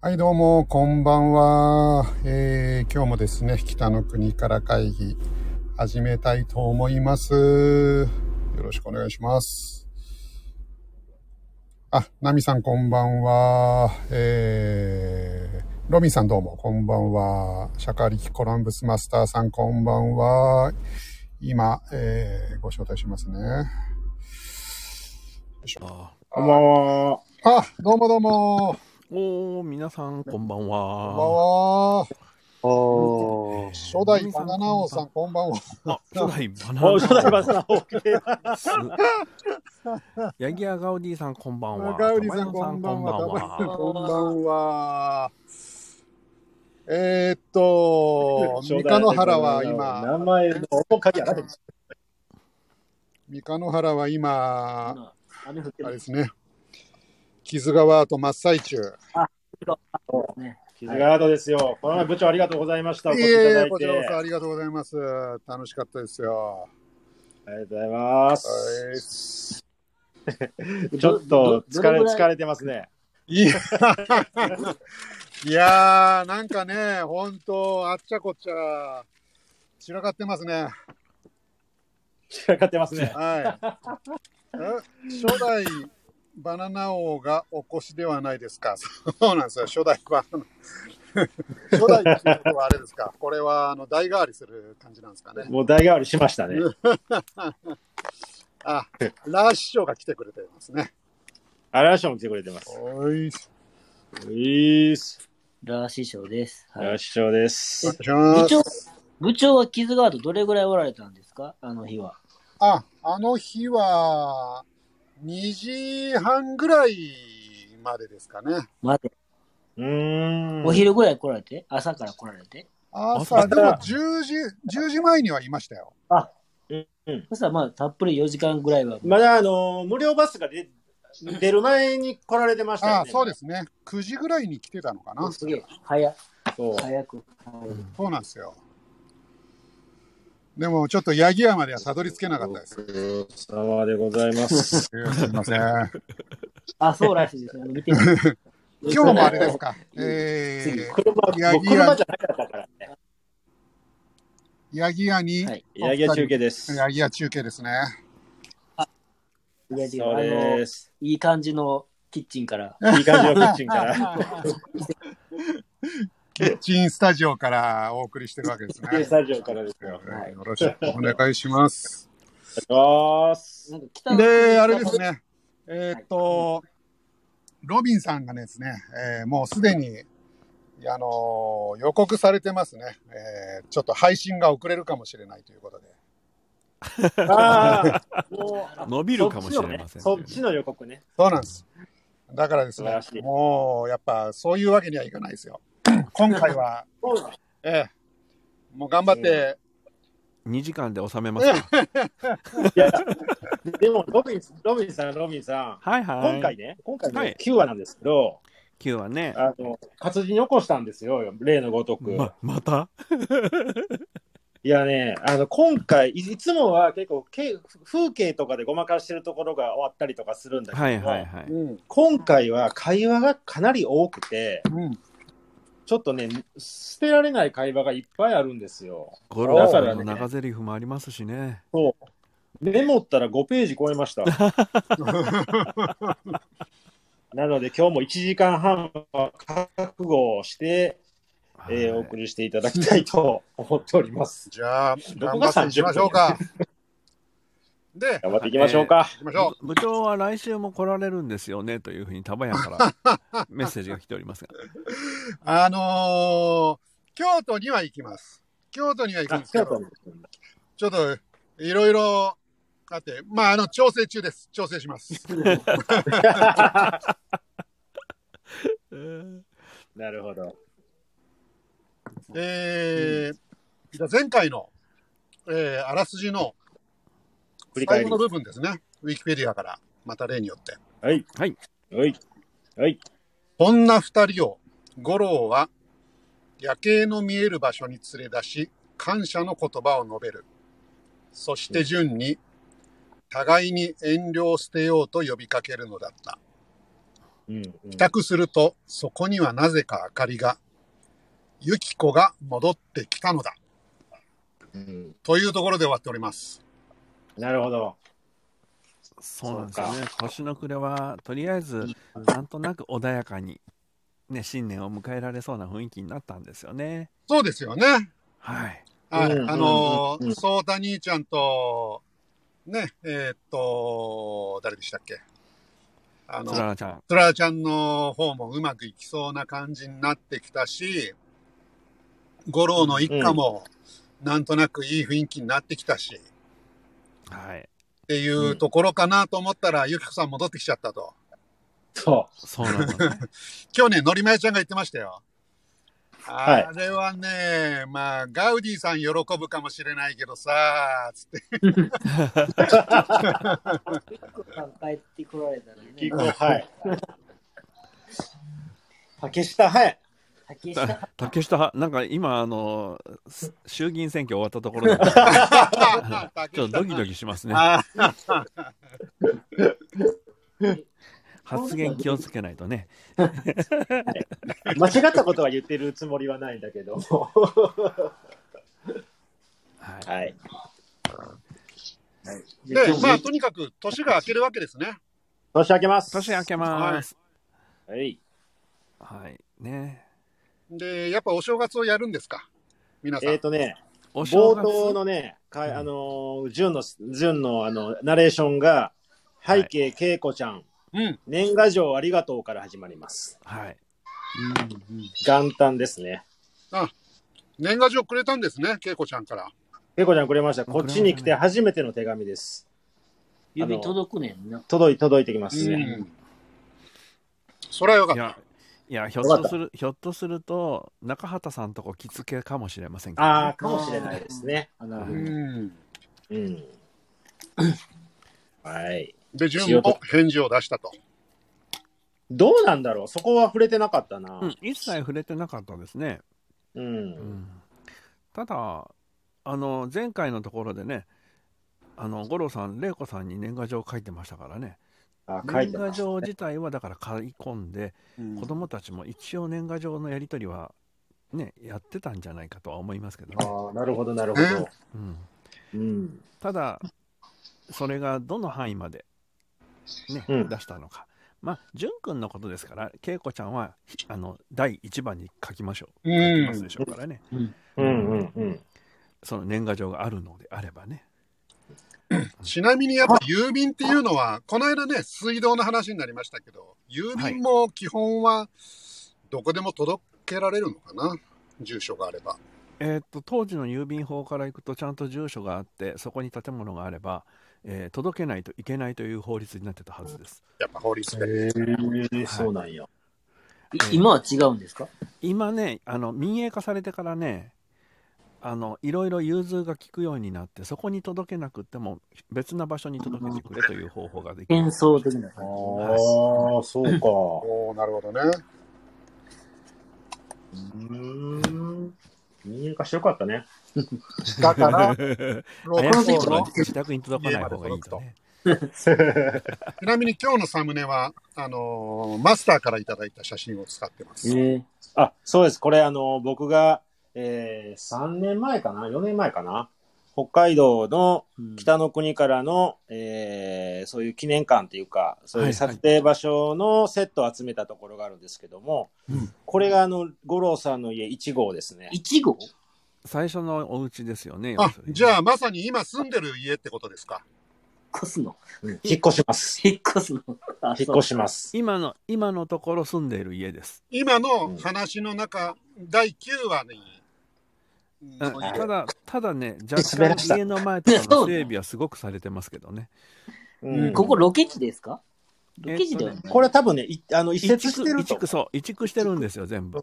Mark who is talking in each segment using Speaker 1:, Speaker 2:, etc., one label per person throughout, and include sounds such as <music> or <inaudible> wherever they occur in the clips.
Speaker 1: はい、どうも、こんばんは。えー、今日もですね、北の国から会議、始めたいと思います。よろしくお願いします。あ、ナミさんこんばんは。えー、ロミさんどうも、こんばんは。シャカリキコランブスマスターさんこんばんは。今、えー、ご招待しますね。よいしょ
Speaker 2: あ
Speaker 3: こんばんは。
Speaker 1: あ、どうもどうも。
Speaker 2: おー、皆さん、こんばん
Speaker 1: こんばん
Speaker 2: は。
Speaker 1: は。
Speaker 3: おー。
Speaker 1: 初代バナナ王さん、こんばんは。
Speaker 2: あ、初代バナナ。
Speaker 3: お、初代バスターオーケー。
Speaker 2: す。ヤギアガオディさん、こんばんは。
Speaker 1: ガウリさん、こんばん
Speaker 2: 玉山
Speaker 1: は。
Speaker 2: さんこんばんは
Speaker 1: こんばんは。えーっ
Speaker 3: <laughs>
Speaker 1: と、三日野原は今、
Speaker 3: 名前の面影あらへん。
Speaker 1: 三日野原は今、
Speaker 3: 今雨降って
Speaker 1: あれ
Speaker 3: る
Speaker 1: で。すね、木津川と真っ最中。
Speaker 3: 傷がアートですよ。この前部長ありがとうございました。お
Speaker 1: い
Speaker 3: 越しいた
Speaker 1: えい
Speaker 3: だ
Speaker 1: え、
Speaker 3: い
Speaker 1: こち
Speaker 3: て。
Speaker 1: らこそ
Speaker 3: あ
Speaker 1: ありがとうございます。楽しかったですよ。
Speaker 3: りがとうございます。
Speaker 1: はい
Speaker 3: ちょっと疲れ
Speaker 4: どどれぐらい
Speaker 3: 疲れてますね。
Speaker 1: いや <laughs> いやー、なんかね、ほんと、あっちゃこっちゃ、散らかってますね。
Speaker 3: 散らかってますね。
Speaker 1: はい。え初代バナナ王がお越しではないですか。そうなんですよ。初代バナナ。初代っていうことはあれですか。これはあの代替わりする感じなんですかね。
Speaker 3: もう代替わりしましたね。
Speaker 1: あ、ラー師匠が来てくれてますね。
Speaker 3: アラーションも来てくれてます。
Speaker 1: はい。
Speaker 3: ういーす。
Speaker 4: ラー師匠です。
Speaker 3: よ
Speaker 4: はい、
Speaker 3: ろしくお願いし
Speaker 1: お
Speaker 3: ます。
Speaker 1: 願
Speaker 4: 部
Speaker 1: いしま
Speaker 4: 長
Speaker 1: す。、
Speaker 4: 部長は傷があとどれぐらいおられたんですかあの日は。
Speaker 1: あ、あの日は2時半ぐらいまでですかね。
Speaker 4: まで。
Speaker 3: うーん。
Speaker 4: お昼ぐらい来られて朝から来られて
Speaker 1: 朝、でも10時、10時前にはいましたよ。
Speaker 4: そしたらまあたっぷり4時間ぐらいは。
Speaker 3: まだあのー無料バスが出出る前に来られてましたよね。
Speaker 1: ああ、そうですね。9時ぐらいに来てたのかな。
Speaker 4: すげえ。早、
Speaker 3: そう。
Speaker 4: 早く入る。
Speaker 1: そうなんですよ。でも、ちょっと八木屋まではたどり着けなかったです。
Speaker 3: ごちそうさまでございます。
Speaker 1: えーすみません。
Speaker 4: あ、そうらしいですね。あの見てみて
Speaker 1: <laughs> 今日もあれですか。
Speaker 4: うん
Speaker 1: え
Speaker 3: 車、もう
Speaker 1: いやいや
Speaker 3: 車じゃなかったからね。
Speaker 1: ー、八木屋に、
Speaker 4: はい。
Speaker 3: ヤギ屋中継です。
Speaker 1: 八木屋中継ですね。
Speaker 4: いや違う
Speaker 3: そう
Speaker 4: あの
Speaker 3: で、す。
Speaker 4: いい感じのキッチ
Speaker 1: <laughs>
Speaker 4: ンから。
Speaker 3: いい感じのキッチン <laughs> から。
Speaker 1: キッチンスタジオからお送りしてるわけですね。
Speaker 3: スタジオからですよ。
Speaker 1: はいよろしくお願いします。
Speaker 3: よーす
Speaker 4: なん。か北の
Speaker 1: で、あれです。ね。えーっと、ロビンさんがですね、えーもうすでに、あのー予告されてますね、えーちょっと配信が遅れるかもしれないということで。
Speaker 3: ああ、もう、
Speaker 2: 伸びるかもしれませんね。
Speaker 3: そっちの予告ね。
Speaker 1: そうなんです。だからです
Speaker 3: 素晴
Speaker 1: ね
Speaker 3: らし、い
Speaker 1: もうやっぱそういうわけにはいかない
Speaker 3: <laughs>
Speaker 1: ですよ。今回は、
Speaker 3: そうだ
Speaker 1: ええもう頑張って、
Speaker 2: 2時間で収めますか。
Speaker 3: でも、ロビン、ロビンさん、ロビンさん。
Speaker 2: はいはい。
Speaker 3: 今回ね、今回
Speaker 2: はい
Speaker 3: ね、9話なんですけど、
Speaker 2: 今日はね、
Speaker 3: あの、活字に起こしたんですよ、例のごとく。
Speaker 2: ま、また
Speaker 3: いやね、あの今回い、いつもは結構け風景とかでごまかしてるところが終わったりとかするんだけども、
Speaker 2: はいはいはい。
Speaker 1: うん、
Speaker 3: 今回は会話がかなり多くて、
Speaker 1: うん、
Speaker 3: ちょっとね、捨てられない会話がいっぱいあるんですよ。
Speaker 2: ゴルゴさん
Speaker 3: だか
Speaker 2: の
Speaker 3: らね
Speaker 2: 長台詞もありますしね。
Speaker 3: メモったら5ページ超えま
Speaker 1: <laughs>
Speaker 3: した。なので、今日も1時間半は覚悟をして、えー
Speaker 2: はい
Speaker 3: お送りしていただきたいと思っております。
Speaker 1: じゃあ、
Speaker 3: ど
Speaker 1: 頑
Speaker 3: こ
Speaker 1: 張
Speaker 3: が
Speaker 1: っていきましょうか。で、
Speaker 3: 頑張っていきましょうか。
Speaker 1: いきましょ
Speaker 2: 部長は来週も来られるんですよねというふうに、束屋からメッセージが来ておりますが。
Speaker 1: う。あのー京都には行きます。京都には行くん
Speaker 3: あ
Speaker 1: ですけど、ちょっと、いろいろ、あって、まあ、あの、調整中です。調整し
Speaker 3: <laughs>
Speaker 1: ます。
Speaker 3: なるほど。
Speaker 1: えー、じゃあ前回の、えー、あらすじの
Speaker 3: 振り
Speaker 1: 最
Speaker 3: 返
Speaker 1: 後
Speaker 3: り
Speaker 1: の。部分ですね。ウィキペディアから、また例によって。
Speaker 3: はい。
Speaker 2: はい。
Speaker 3: はい。はい。
Speaker 1: そんな二人を、五郎は夜景の見える場所に連れ出し、感謝の言葉を述べる。そして順に、互いに遠慮を捨てようと呼びかけるのだった。
Speaker 3: うんうん
Speaker 1: 帰宅すると、そこにはなぜか明かりが、ゆきこが戻ってきたのだ。
Speaker 3: うん
Speaker 1: というところで終わっております。
Speaker 3: なるほど。
Speaker 2: そうなんですよね。星の暮れは、とりあえず、なんとなく穏やかに、ね、新年を迎えられそうな雰囲気になったんですよね。
Speaker 1: そうですよね。
Speaker 2: はい。
Speaker 1: はい。
Speaker 3: うん
Speaker 1: あの
Speaker 3: うんう
Speaker 1: ー、
Speaker 3: ん
Speaker 1: そうた兄ちゃんと、ね、えーっと、誰でしたっけあの
Speaker 2: つ、ららちゃん。
Speaker 1: つららちゃんの方もうまくいきそうな感じになってきたし、五郎の一家も、なんとなくいい雰囲気になってきたし、
Speaker 2: はい。
Speaker 1: っていうところかなと思ったら、ゆきこさん戻ってきちゃったと。
Speaker 3: そ
Speaker 2: そうなのね。
Speaker 1: 今日ね、のりまやちゃんが言ってましたよ。
Speaker 3: はい
Speaker 1: あれはね、まあ、ガウディさん喜ぶかもしれないけどさ、つっ
Speaker 2: <laughs>
Speaker 1: て。
Speaker 4: ゆきこさん帰ってこられたら
Speaker 3: う。結
Speaker 1: <laughs>
Speaker 3: 構、
Speaker 4: ね、
Speaker 3: はい。竹下、はい。
Speaker 4: 竹下さん
Speaker 2: 竹下、なんか今、あの、す衆議院選挙終わったところなんで、ちょっとドキドキしますね。
Speaker 1: あ
Speaker 2: 発言気をつけないとね。
Speaker 3: <laughs> 間違ったことは言ってるつもりはないんだけど。
Speaker 2: はい。
Speaker 3: はい。
Speaker 1: で、まあ、とにかく、年が明けるわけですね。
Speaker 3: 年明けます。
Speaker 2: 年明けます。
Speaker 3: はい。
Speaker 2: はい。ね。
Speaker 1: で、やっぱお正月をやるんですか皆さん。
Speaker 3: えっ、とね、
Speaker 2: お正
Speaker 3: 冒
Speaker 2: 月
Speaker 3: 頭のね、かい
Speaker 2: うん
Speaker 3: あのー、純の、純の、あの、ナレーション
Speaker 2: はい
Speaker 3: が、背景恵子ちゃん、
Speaker 1: うん。
Speaker 3: 年賀状ありがとうから始まります。
Speaker 2: はい。
Speaker 3: 元旦ですね。
Speaker 1: 年賀状くれたんですね、恵子ちゃんから。
Speaker 3: 恵子ちゃんくれました。こっちに来て初めての手紙です。
Speaker 4: 指届くねんな。
Speaker 3: 届い、届いてきま
Speaker 1: う
Speaker 3: すね。
Speaker 1: ん。それはよかっ
Speaker 2: い
Speaker 1: た。
Speaker 2: や、いやひょっとする、ひょっとすると、中畑さんとこ着付けかもしれませんけどね、
Speaker 3: ああ、かもしれないですね。あの
Speaker 1: う、ん。
Speaker 3: うん。はい。
Speaker 1: で、順も返事を出したと。
Speaker 3: どうなんだろうそこは触れてなかったな。
Speaker 2: うん、一切触れてなかったですね。
Speaker 3: う。
Speaker 2: うんん、ただ、あの、前回のところでね、あの五郎さん、玲子さんに年賀状書いてましたからね、
Speaker 3: あ、書い
Speaker 2: 年
Speaker 3: てま
Speaker 2: 賀
Speaker 3: す
Speaker 2: 状自体はだから買い込んで、子供たちも一応年賀状のやり取りは、ね、やってたんじゃないかとは思いますけどね。
Speaker 3: ああ、なるほど、なるほど。
Speaker 2: うん
Speaker 3: うん。
Speaker 2: ただ、それがどの範囲まで、ね
Speaker 3: うん
Speaker 2: 出したのか。まあ、淳君のことですから、恵子ちゃんはひあの第1番に書きましょ
Speaker 1: う
Speaker 2: う。
Speaker 1: ん
Speaker 2: 書きますでしょうからね。
Speaker 3: うんうんうん。
Speaker 2: その年賀状があるのであればね。
Speaker 1: ちなみにやっぱ郵便っていうのは、この間ね、水道の話になりましたけど、郵便も基本はどこでも届けられるのかな、住所があれば。
Speaker 2: えーっと、当時の郵便法からいくと、ちゃんと住所があって、そこに建物があれば、えー届けないといけないという法律になってたはずです。
Speaker 1: やっぱ法律で。
Speaker 3: へえ、そうなんや。
Speaker 4: い今は違うんですか
Speaker 2: 今ねあの民営化されてからねあのいろいろ融通が効くようになってそこに届けなくっても別な場所に届けてくれという方法ができる
Speaker 4: 幻想的な
Speaker 3: あ
Speaker 4: 感
Speaker 3: あ、そうか。
Speaker 1: おおなるほどね。
Speaker 3: うーん。民営化してよかったね。
Speaker 1: だ <laughs> から、
Speaker 2: <laughs> 早
Speaker 1: 6
Speaker 2: いと
Speaker 1: 号
Speaker 2: ころ
Speaker 1: の
Speaker 2: に、自宅に届かない方がいいとね
Speaker 1: ちなみに今日のサムネは、あのーマスターからいただいた写真を使ってます。
Speaker 4: じ。
Speaker 3: <laughs> あ、そうです。これ、あの、僕が、えー、3年前かな ?4 年前かな北海道の
Speaker 4: うん
Speaker 3: 北の国からの、えーそういう記念館っていうか、そう
Speaker 2: はいいう
Speaker 3: 撮影場所のセットを集めたところがあるんですけども、
Speaker 2: うん
Speaker 3: これが、あの、五郎さんの家1号ですね。
Speaker 4: いちご
Speaker 2: 最初のお家ですよね
Speaker 1: あ、じゃ
Speaker 2: あ
Speaker 1: あまさに今住んでる家ってことですか。
Speaker 4: 越すの
Speaker 3: 引っ越します。
Speaker 4: 引っ越すのあ
Speaker 3: 引っ越します。
Speaker 2: 今の今のところ住んでいる家です、
Speaker 1: 今の話の中、第9話に、うん
Speaker 2: うん
Speaker 1: そういう
Speaker 2: ただただ
Speaker 3: <laughs>
Speaker 2: ね若
Speaker 3: 滑らした
Speaker 2: 干家の前と
Speaker 3: <laughs>
Speaker 2: かの整備はすごくされてますけどね
Speaker 1: ん
Speaker 3: うん
Speaker 4: そうここロケ地ですかロケ地ではない。
Speaker 3: これ多分ね、いあの、移
Speaker 2: 移
Speaker 3: 設して
Speaker 2: 築
Speaker 3: る
Speaker 2: 移
Speaker 3: と
Speaker 2: 築。そう移築してるんですよ全部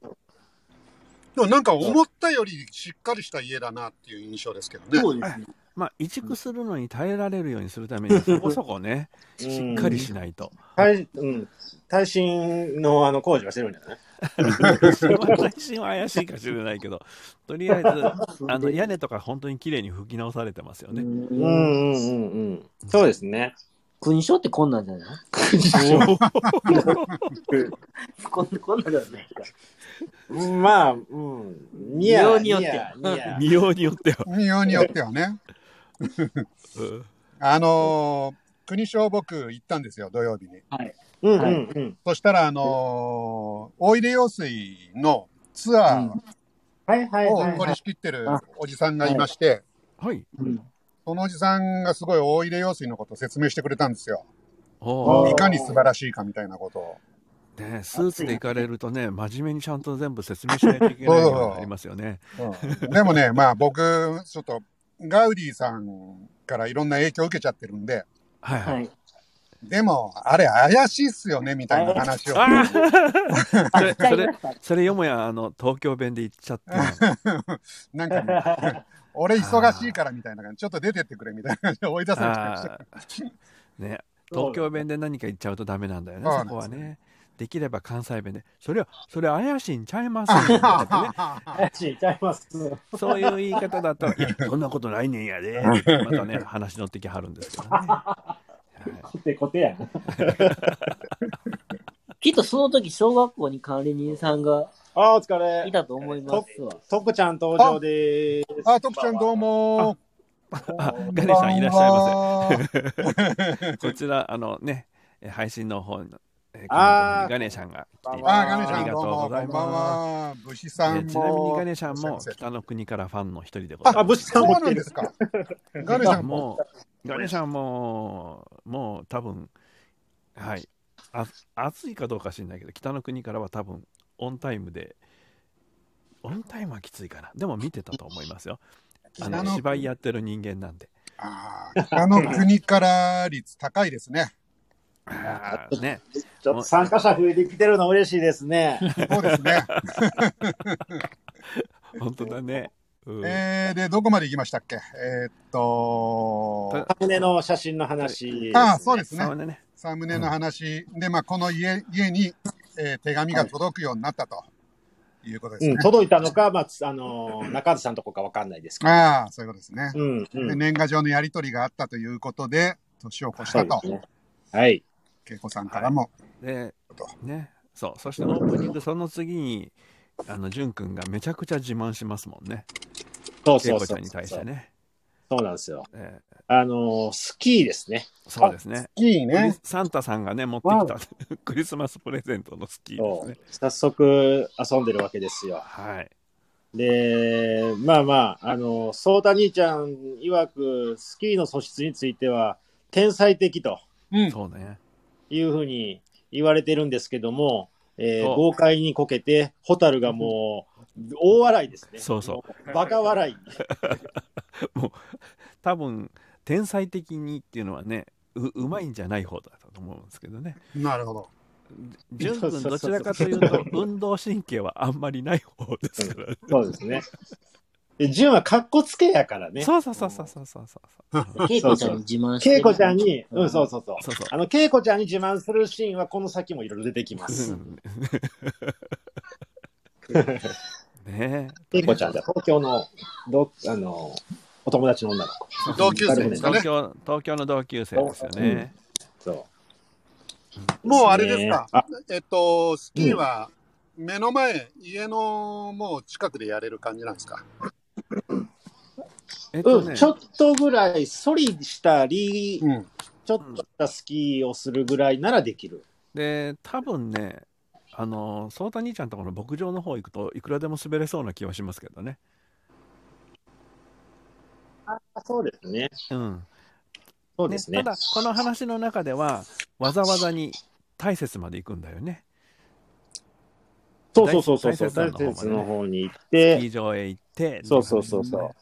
Speaker 1: でもなんか思ったよりしっかりした家だなっていう印象ですけどね。
Speaker 4: そうですね。
Speaker 2: まあ移築するのに耐えられるようにするた
Speaker 3: <laughs>
Speaker 2: めにはそこそこね
Speaker 3: う
Speaker 2: し
Speaker 3: ん
Speaker 2: っかりしないと。
Speaker 3: 耐うん、耐震のあの工事はしてるんじゃない
Speaker 2: それは内心は怪しいかもしれないけど、とりあえず、あの屋根とか本当に綺麗に拭き直されてますよね。
Speaker 3: うんうんうんうん。そうですね。
Speaker 4: 勲章ってこんなんじゃないこんこんなんじゃないか。
Speaker 3: うんまあ、うん。ニ
Speaker 4: よ
Speaker 3: ヤ
Speaker 4: うによって
Speaker 3: ニヤニヤ
Speaker 2: <laughs> 見
Speaker 3: <laughs>
Speaker 2: ようによっては。
Speaker 1: 日本によってはね。
Speaker 2: うん
Speaker 1: あのー国賞僕行ったんですよ、土曜日に。
Speaker 3: うんうんうん。
Speaker 1: そしたら、あのーおいで用水のツア
Speaker 3: はいはい
Speaker 1: ー
Speaker 3: はい
Speaker 1: を
Speaker 3: は
Speaker 1: 取
Speaker 3: い
Speaker 1: り。仕切ってるおじさんがいまして、
Speaker 2: はい。
Speaker 4: うん。
Speaker 1: そのおじさんがすごいおいで用水のことを説明してくれたんですよ。
Speaker 2: お
Speaker 3: あ
Speaker 1: い
Speaker 2: ー
Speaker 1: かに素晴らしいかみたいなことを。
Speaker 2: ね、スーツで行かれるとね、真面目にちゃんと全部説明しないといけないようになりますよね。
Speaker 1: うんでもね、まあ僕、ちょっと、ガウディさんからいろんな影響を受けちゃってるんで、
Speaker 2: はいは。
Speaker 4: はいい。
Speaker 1: でも、あれ怪しいっすよね、みたいな話を。
Speaker 2: ああそれ、
Speaker 4: <laughs> じゃあ
Speaker 2: そ
Speaker 4: 言い
Speaker 2: れ
Speaker 4: ま、した
Speaker 2: それよもや、あの、東京弁で言っちゃって。
Speaker 1: <laughs> なんかね、 <laughs> 俺忙しいからみたいな感じ、ちょっと出てってくれみたいな感じで追い出されちゃいました。
Speaker 2: あー
Speaker 1: <laughs>
Speaker 2: ね、東京弁で何か言っちゃうとダメなんだよね、
Speaker 1: そうな
Speaker 2: そ
Speaker 1: んです
Speaker 2: こ
Speaker 1: よ
Speaker 2: はね。できれば関西弁で、それは、それ怪しいんちゃいま
Speaker 1: <laughs>
Speaker 2: すよとかってね、
Speaker 3: 怪しいちゃいます。
Speaker 2: そういう言い方だったら、いやそんなことないねんやで、またね、話乗ってきはるんで
Speaker 1: <laughs>
Speaker 2: すけどね。はい
Speaker 3: コテコテやな。
Speaker 4: きっとその時、小学校に管理人さんが
Speaker 3: あーお疲
Speaker 4: い
Speaker 3: れ。
Speaker 4: たと思いますわ。
Speaker 3: とくちゃん登場でーす。
Speaker 1: あ、徳ちゃんどうも。
Speaker 2: あ、ガネさんいらっしゃいま
Speaker 1: ませ。
Speaker 2: せ。こちら、あのね、え配信の方の、えーコメント
Speaker 3: あー
Speaker 2: にガネさんが来ていた
Speaker 1: あ、
Speaker 2: だ
Speaker 1: ガネ
Speaker 2: き、あ
Speaker 1: さん
Speaker 2: りが
Speaker 1: ど
Speaker 2: と
Speaker 1: う
Speaker 2: う
Speaker 1: も、こ
Speaker 2: ご
Speaker 1: ん
Speaker 2: ざ
Speaker 1: ば
Speaker 2: い
Speaker 1: ん
Speaker 2: ます。
Speaker 1: は。武士さん
Speaker 2: でちなみに
Speaker 1: も。
Speaker 2: ガネさんも
Speaker 1: そう
Speaker 2: 北の国からファンの一人でございます
Speaker 3: あ、。武士さん
Speaker 1: そう
Speaker 3: も
Speaker 1: なんですか。ガネさんも。
Speaker 2: もう、ガネさんも、もう多分、はい、あ暑いかどうか知らないけど、北の国からは多分、オンタイムで、オンタイムはきついかな。でも見てたと思いますよ。あ
Speaker 1: 北
Speaker 2: の、
Speaker 1: の
Speaker 2: 芝居やってる人間なんで。
Speaker 1: あー北の国から率高いですね。
Speaker 2: あーね、
Speaker 3: ちょっと参加者増えてきてるの嬉しいですね。
Speaker 1: そうですね。
Speaker 2: 本当だね。 <laughs> うん
Speaker 1: えー、で、どこまで行きましたっけえーっと、
Speaker 3: サムネの写真の話。
Speaker 1: ああ、そうですね
Speaker 2: そ。うだね。
Speaker 1: サムネの話、で、まあ、この家家に、えー手紙が届くようになったということです
Speaker 3: う
Speaker 1: ね
Speaker 3: ん、。届いたのか、まあ、つあのー、中津さんとこかわかんないですけど。
Speaker 1: ああ、そういうことですね。
Speaker 3: うん、う
Speaker 1: で
Speaker 3: ん。
Speaker 1: 年賀状のやり取りがあったということで、年を越し
Speaker 3: そ
Speaker 1: た
Speaker 3: うで
Speaker 1: と
Speaker 3: す、ね。はい。
Speaker 1: 恵子さんからも。
Speaker 2: で、ね、そう、そしてオープニング、その次に、あの、淳君がめちゃくちゃ自慢しますもんね。
Speaker 3: そう
Speaker 2: 恵
Speaker 3: そう
Speaker 2: 子ち
Speaker 3: そ
Speaker 2: ゃ
Speaker 3: うん
Speaker 2: に対し
Speaker 3: そ
Speaker 2: て
Speaker 3: う。
Speaker 2: ね。
Speaker 3: そうなんですよ。
Speaker 2: えー
Speaker 3: あのー、スキーですね。
Speaker 2: そうですね。
Speaker 1: いい
Speaker 2: クリ
Speaker 1: ね
Speaker 2: ス。サンタさんがね、持ってきた <laughs> クリスマスプレゼントのスキーです
Speaker 3: そ
Speaker 2: ね
Speaker 3: う。。早速遊んでるわけですよ。
Speaker 2: はい。
Speaker 3: で、まあまあ、あの、ソータ兄ちゃん曰く、スキーの素質については、天才的と
Speaker 1: うん。
Speaker 2: そうね。
Speaker 3: いうふうに言われてるんですけども、えー
Speaker 2: そう
Speaker 3: 豪快にこけて、ホタルがもう、大笑いですね。。
Speaker 2: そうそう
Speaker 3: バカ笑い。
Speaker 2: 多分、天才的にっていうのはね、ううまいんじゃない方だと思うんですけどね。
Speaker 1: なるほど。
Speaker 2: 純
Speaker 3: そう
Speaker 2: 君、
Speaker 3: そう
Speaker 2: ど
Speaker 3: そ
Speaker 2: ち
Speaker 3: う
Speaker 2: らかというと、運動神経はあんまりない方ですからね。
Speaker 3: そうですね。で、ジュンはかっこつけやからね。
Speaker 2: そうそうそうそうそうそうそう。うん
Speaker 4: 恵子ちゃんに自慢してる。
Speaker 3: 恵子ちゃんに、うん、そう
Speaker 4: そ
Speaker 3: そうそう。
Speaker 2: そうそう。
Speaker 3: あの、恵子ちゃんに自慢するシーンは、この先もいろいろ出てきます。
Speaker 2: うんねえ。
Speaker 3: 恵子ちゃんじゃ、東京の、ど、あの、お友達の女の子。
Speaker 1: <laughs> 同級生ですかね
Speaker 2: 東。京、東京の同級生ですよね。
Speaker 3: そう。
Speaker 1: もうあれですか。
Speaker 3: あ
Speaker 1: えっと、スキーは目の前、家のもう近くでやれる感じなんですか。
Speaker 2: えっと
Speaker 3: うん、
Speaker 2: ね
Speaker 3: ち、ょっとぐらい、そりしたり、
Speaker 1: うん。
Speaker 3: ちょっとしたスキーをするぐらいならできる。
Speaker 2: で、多分ね、あの、ソータ兄ちゃんとこの牧場の方行くといくらでも滑れそうな気はしますけどね。
Speaker 3: あそうですね。
Speaker 2: うん。
Speaker 3: そうですね。
Speaker 2: ただ、この話の中では、わざわざに大雪まで行くんだよね。
Speaker 3: そうそうそうそうそう。
Speaker 2: 大
Speaker 3: 大
Speaker 2: 雪山の方までね
Speaker 3: 雪の方に行っ
Speaker 2: スキ
Speaker 3: て、
Speaker 2: ー場へ行って。
Speaker 3: そうそうそうそう
Speaker 2: はい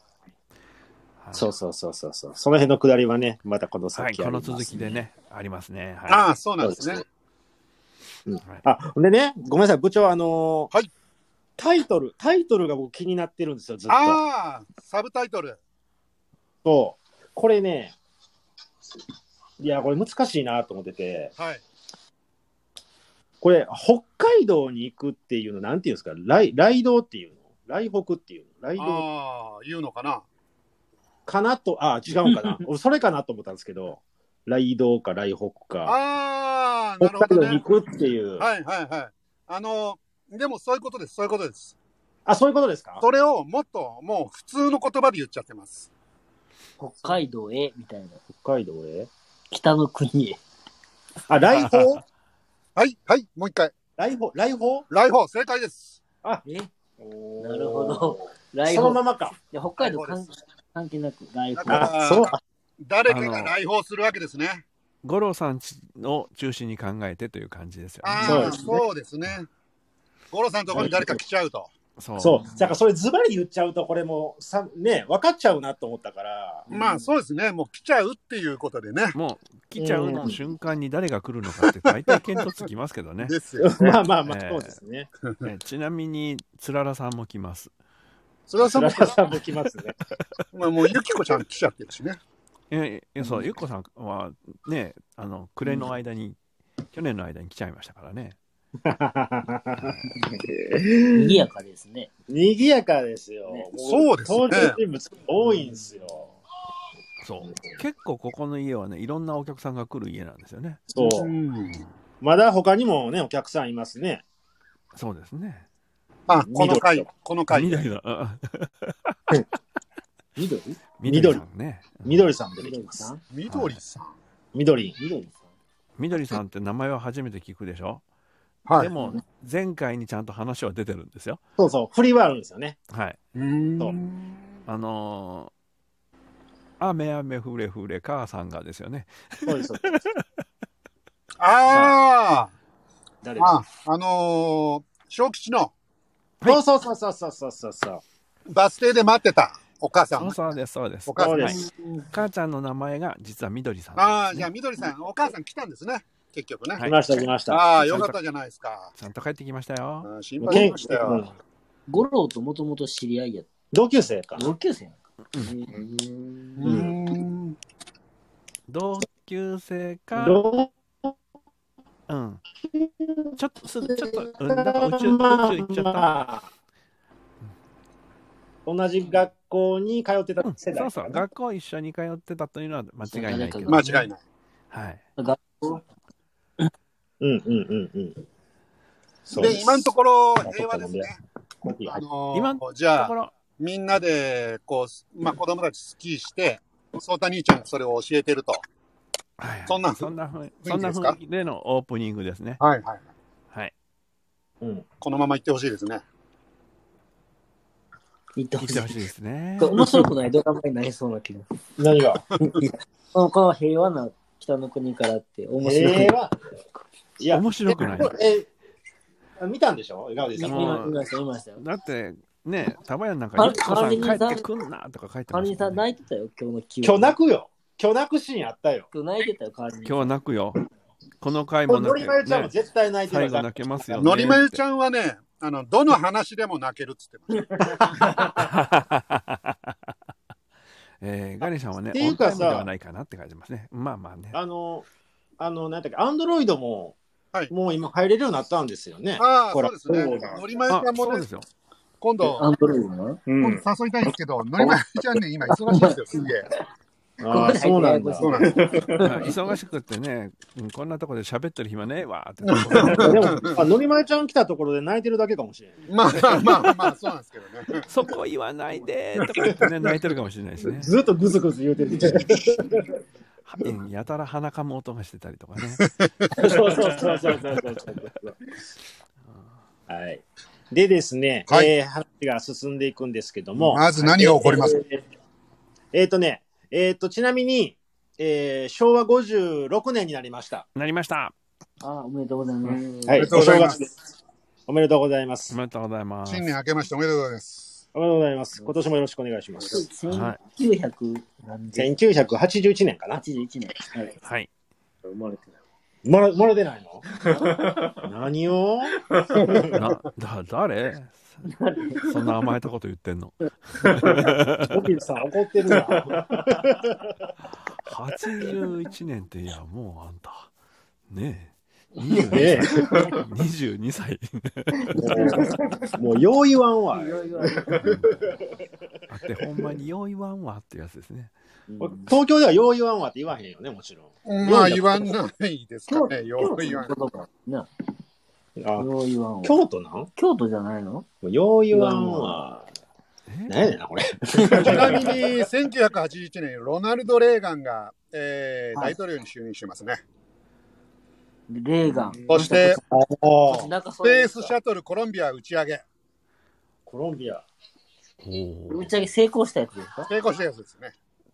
Speaker 3: そうそうそうそうそう。その辺の下りはね、またこの
Speaker 2: はい、
Speaker 3: 先
Speaker 2: こ
Speaker 3: ありま
Speaker 2: の
Speaker 3: す、
Speaker 2: 続きで。ね、ありますね。は
Speaker 1: ああ、そうなんですね。
Speaker 2: い。はい
Speaker 3: あ、ほんでね、ごめんなさい、部長、あのー
Speaker 1: はい
Speaker 3: タイトル、タイトルが僕気になってるんですよ、ずっと。
Speaker 1: ああ、サブタイトル。
Speaker 3: そう。これね、いや、これ難しいなと思ってて、
Speaker 1: はい。
Speaker 3: これ、北海道に行くっていうの、なんていうんですか、来来道っていうの、来北っていうの、来道
Speaker 1: ああ、言うのかな。 <laughs>
Speaker 3: かなと、あ、違うんかな。俺、それかなと思ったんですけど、雷道か雷北か、
Speaker 1: ああ、なる
Speaker 3: 北
Speaker 1: ほど、
Speaker 3: 海道に
Speaker 1: ね。
Speaker 3: 行くっ
Speaker 1: <laughs>
Speaker 3: ていう。
Speaker 1: はいはいはい。あの、でもそういうことです、そういうことです。
Speaker 3: あ、そういうことですか
Speaker 1: それをもっともう普通の言葉で言っちゃってます。
Speaker 4: 北海道へ、みたいな。
Speaker 3: 北海道へ。
Speaker 4: 北の国へ。
Speaker 3: あ、来
Speaker 1: <laughs>
Speaker 3: 訪
Speaker 1: はい、はい、もう一回。
Speaker 3: 来訪来訪
Speaker 1: 来訪、正解です。
Speaker 4: え
Speaker 3: な
Speaker 4: なるほ <laughs> ど。来
Speaker 3: そのま
Speaker 4: 訪。
Speaker 3: まか。
Speaker 4: いや北海道
Speaker 1: 来訪
Speaker 4: 関
Speaker 1: で
Speaker 4: 関係なく来
Speaker 1: だ
Speaker 4: 訪
Speaker 1: か。ら
Speaker 3: <laughs> あ、そう。
Speaker 1: 誰かが来訪するわけですね。
Speaker 2: 五郎さんちを中心に考えてという感じですよ
Speaker 1: あ
Speaker 2: ね。
Speaker 1: あー、
Speaker 3: そうですね
Speaker 1: そうですね。五郎さんのところに誰か来ちゃうと。
Speaker 2: そう
Speaker 3: そう。だからそれズバリ言っちゃうと、これもうさ、ね、分かっちゃうなと思ったから。
Speaker 1: まあそうですね、もう来ちゃうっていうことでね。
Speaker 2: もう来ちゃうの瞬間に誰が来るのかって大体見当つきますけどね。
Speaker 1: ですよ。
Speaker 3: <laughs> まあまあまあ、
Speaker 2: ええ
Speaker 3: そうですね。
Speaker 2: えちなみに、つららさんも来ます。
Speaker 1: それはそ
Speaker 3: 白
Speaker 1: も
Speaker 3: 田さんも来ますね。 <laughs>
Speaker 1: まあもうゆきこちゃん来ちゃってるしね。
Speaker 2: ええそう、ゆっこさんはね、あの暮れの間に、去年の間に来ちゃいましたからね。
Speaker 4: 賑やかですね。
Speaker 3: にぎやかですよ。
Speaker 4: ね
Speaker 3: も
Speaker 1: そうですね
Speaker 3: 登場人物多いんですよ。
Speaker 2: そう。結構ここの家はね、いろんなお客さんが来る家なんですよね。
Speaker 3: そう。
Speaker 1: ん
Speaker 3: まだ他にもね、お客さんいますね。
Speaker 2: そうですね。
Speaker 1: あ、この
Speaker 3: 緑
Speaker 1: 回、この回。
Speaker 2: 緑の、あ
Speaker 4: 緑
Speaker 2: 緑さんね。
Speaker 3: 緑さん出てき
Speaker 4: 緑
Speaker 3: ます
Speaker 4: さ。ん
Speaker 1: 緑さん。
Speaker 3: 緑。
Speaker 4: 緑さん
Speaker 2: 緑さんって名前は初めて聞くでしょ、
Speaker 1: はい。
Speaker 2: でも前回にちゃんと話は出てるんですよ
Speaker 3: そうそう、振りはあるんですよね。
Speaker 2: はい
Speaker 1: うん。
Speaker 2: あのー雨雨ふれふれ母さんがですよね
Speaker 3: そう
Speaker 1: <laughs>
Speaker 3: です、そうです。
Speaker 1: あ
Speaker 3: 誰
Speaker 1: ー
Speaker 3: だ
Speaker 1: あ、あのー、小吉の
Speaker 2: はい
Speaker 3: そうそうそうそうそうそうそう。
Speaker 1: バス停で待ってたお母さ
Speaker 2: そ
Speaker 1: ん
Speaker 2: う。そうですそうです
Speaker 1: お母さ。
Speaker 3: そうんです。
Speaker 2: 母ちゃんの名前が実は緑さん
Speaker 1: あ
Speaker 2: なん
Speaker 1: あ、
Speaker 2: です
Speaker 1: じ
Speaker 2: ね、
Speaker 1: ゃあ緑さん、お母さん来たんですね。結局ね。
Speaker 2: は
Speaker 3: 来ました、来ました。
Speaker 1: ああ、よかったじゃないですか。
Speaker 2: ちゃんと帰ってきましたよ、
Speaker 1: うん心
Speaker 3: もう
Speaker 1: 配
Speaker 3: 元
Speaker 1: しましたよ。
Speaker 3: 気うん
Speaker 4: 五郎ともともと知り合いやった。
Speaker 3: 同級生か。
Speaker 4: 同級生なんか。
Speaker 2: う
Speaker 1: うーん。
Speaker 2: 同級生か
Speaker 3: 同
Speaker 2: うん
Speaker 3: 級
Speaker 2: ちょっとす
Speaker 3: 生
Speaker 2: ちょっと、うん、なんか宇宙宇宙行っちゃった、
Speaker 3: まあ同じ学校に通ってた
Speaker 2: うん、そ
Speaker 3: 世代
Speaker 2: うそう学校一緒に通ってたというのは間違いないけど、
Speaker 1: 間違いない。
Speaker 2: はい
Speaker 3: うんうんうんうん。そう
Speaker 1: で、今のところ平和ですね。
Speaker 3: ころ
Speaker 1: あのー
Speaker 2: 今ん
Speaker 1: じゃ
Speaker 2: と
Speaker 1: あ
Speaker 2: こ、ろ
Speaker 1: みんなで、こう、まあ、子供たちスキーして、ソータ兄ちゃんがそれを教えてると。
Speaker 2: はいはい
Speaker 1: そんな
Speaker 2: そんなふう
Speaker 1: すか
Speaker 2: そんな雰囲気でのオープニングですね。
Speaker 1: はいはい。
Speaker 2: はい。
Speaker 3: うん。
Speaker 1: このまま行ってほしいですね。
Speaker 4: 行って
Speaker 2: 行
Speaker 4: ほ
Speaker 2: っ
Speaker 4: して
Speaker 2: ほ
Speaker 4: い。
Speaker 2: しいですね。
Speaker 4: 面白くないドラマになりそうな気が。
Speaker 3: 何が
Speaker 4: このこの平和な北の国からって面白くない
Speaker 3: 平。和いや、
Speaker 2: 面白くない。
Speaker 3: え、あ見たんでしょガウディさ
Speaker 4: 今
Speaker 3: ん。
Speaker 2: もう
Speaker 4: いました、いましたよ。
Speaker 2: だって、ね、たばやなんか、
Speaker 4: あ
Speaker 2: ゆきこさん
Speaker 4: 管理人さん
Speaker 2: 帰ってくんなとか書いてま
Speaker 4: 管理人
Speaker 2: し
Speaker 4: さ
Speaker 2: た
Speaker 4: ん
Speaker 2: ね。
Speaker 4: 泣いてたよ、今日の気
Speaker 3: 今日泣くよ。今日泣くシーンあったよ。
Speaker 4: 今日泣いてたよ、管理人さん。
Speaker 2: 今日泣くよ。この回
Speaker 3: これ、
Speaker 2: も
Speaker 3: 森
Speaker 2: 泣
Speaker 3: まゆ
Speaker 2: け、
Speaker 3: ちゃんも
Speaker 2: ね、
Speaker 3: 絶対泣いて
Speaker 2: 最
Speaker 3: る
Speaker 2: 後
Speaker 3: か
Speaker 2: 泣けますよね。
Speaker 1: のりまゆちゃんはね、あの、どの話でも泣けるっつってまし
Speaker 2: ゃん。 <laughs> えー、ガネさんはね、
Speaker 3: ってい
Speaker 2: オン
Speaker 3: うか
Speaker 2: タ
Speaker 3: さ
Speaker 2: イムではないかなって感じますね。まあまあね。
Speaker 3: <laughs> あの、あの、なんだっけ、アンドロイドも、
Speaker 1: はい
Speaker 3: もう今入れるようになったんですよね。
Speaker 1: た。ああ、
Speaker 3: ほ
Speaker 1: そ
Speaker 3: ら
Speaker 1: うですね
Speaker 3: そう。だ
Speaker 1: のりまゆち
Speaker 2: あ
Speaker 1: ゃんも
Speaker 2: そう
Speaker 1: ね
Speaker 2: で、すよ。
Speaker 1: 今度、
Speaker 4: アンドロイドな
Speaker 3: う
Speaker 1: 今
Speaker 3: ん。
Speaker 1: 度誘いたいんですけど、のりまゆちゃんね、今忙しいんですよ、すげえ。
Speaker 3: ああ、そうなんだ。
Speaker 1: そうなんです。
Speaker 2: 忙しくってね、うんこんなとこで喋ってる暇ねえ <laughs> わーって。
Speaker 3: でも、まあのりまゆちゃん来たところで泣いてるだけかもしれない。
Speaker 1: まあまあまあまあ、そうなんですけどね。
Speaker 2: そこ言わないでとか言って
Speaker 3: <laughs>
Speaker 2: ね、泣いてるかもしれないですね。
Speaker 3: ずっとぐずぐず言うてる。
Speaker 2: うんやたら鼻かむ音がしてたりとかね。
Speaker 3: そうそうそうそうそうそうそう。はい。でですね、
Speaker 1: はい
Speaker 3: えー話が進んでいくんですけども。
Speaker 1: まず何が起こります
Speaker 3: えーえーとね、えっ、と、ちなみに、えー昭和56年になりました。
Speaker 2: なりました。
Speaker 4: あおめでとうございます。
Speaker 3: はい、
Speaker 1: おめでとうございます
Speaker 3: お正月です。おめでとうございま
Speaker 2: お
Speaker 3: す。
Speaker 2: めでとうございます。
Speaker 1: 新年明けましておめでとうございます。
Speaker 3: おめでとうございます。今年もよろしくお願いします。
Speaker 4: 1900何千
Speaker 3: 1981年かな
Speaker 4: 81年。はい。
Speaker 2: はい。
Speaker 4: 生まれてない。
Speaker 3: もら、もらえてない <laughs> の何を
Speaker 2: な、だ、誰 <laughs> そんな甘えたこと言ってんの。
Speaker 3: オピルさん怒ってる <laughs> な。
Speaker 2: 81年って、いや、もうあんた。ねえ。
Speaker 3: ええ
Speaker 2: 22歳。
Speaker 3: もう、もうよう言わん
Speaker 2: <laughs>
Speaker 3: わ。
Speaker 4: いろいろある
Speaker 2: うんってほんまによう言わんわっていうやつですね。
Speaker 3: 東京ではよう言わんわって言わへんよね、もちろん。
Speaker 1: まあ、言わないですかね。よく言わな
Speaker 4: 京
Speaker 1: い。
Speaker 4: 都か。な、
Speaker 3: あ
Speaker 4: よう言わんわ。
Speaker 3: 京都なん
Speaker 4: 京都じゃないの
Speaker 3: よう言わんわ。何
Speaker 2: え
Speaker 3: やねんな、これ。
Speaker 1: ちなみに、1981年、ロナルド・レーガンが、えー
Speaker 4: は
Speaker 1: 大
Speaker 4: い
Speaker 1: 統領に就任してますね。
Speaker 4: レーガン。
Speaker 1: そして、
Speaker 4: なんか
Speaker 1: ス
Speaker 4: そうい
Speaker 1: ペ
Speaker 4: う
Speaker 1: ースシャトル・コロンビア打ち上げ。
Speaker 3: コロンビア。
Speaker 4: 打ち上げ成功したやつですか
Speaker 1: 成功したやつですね。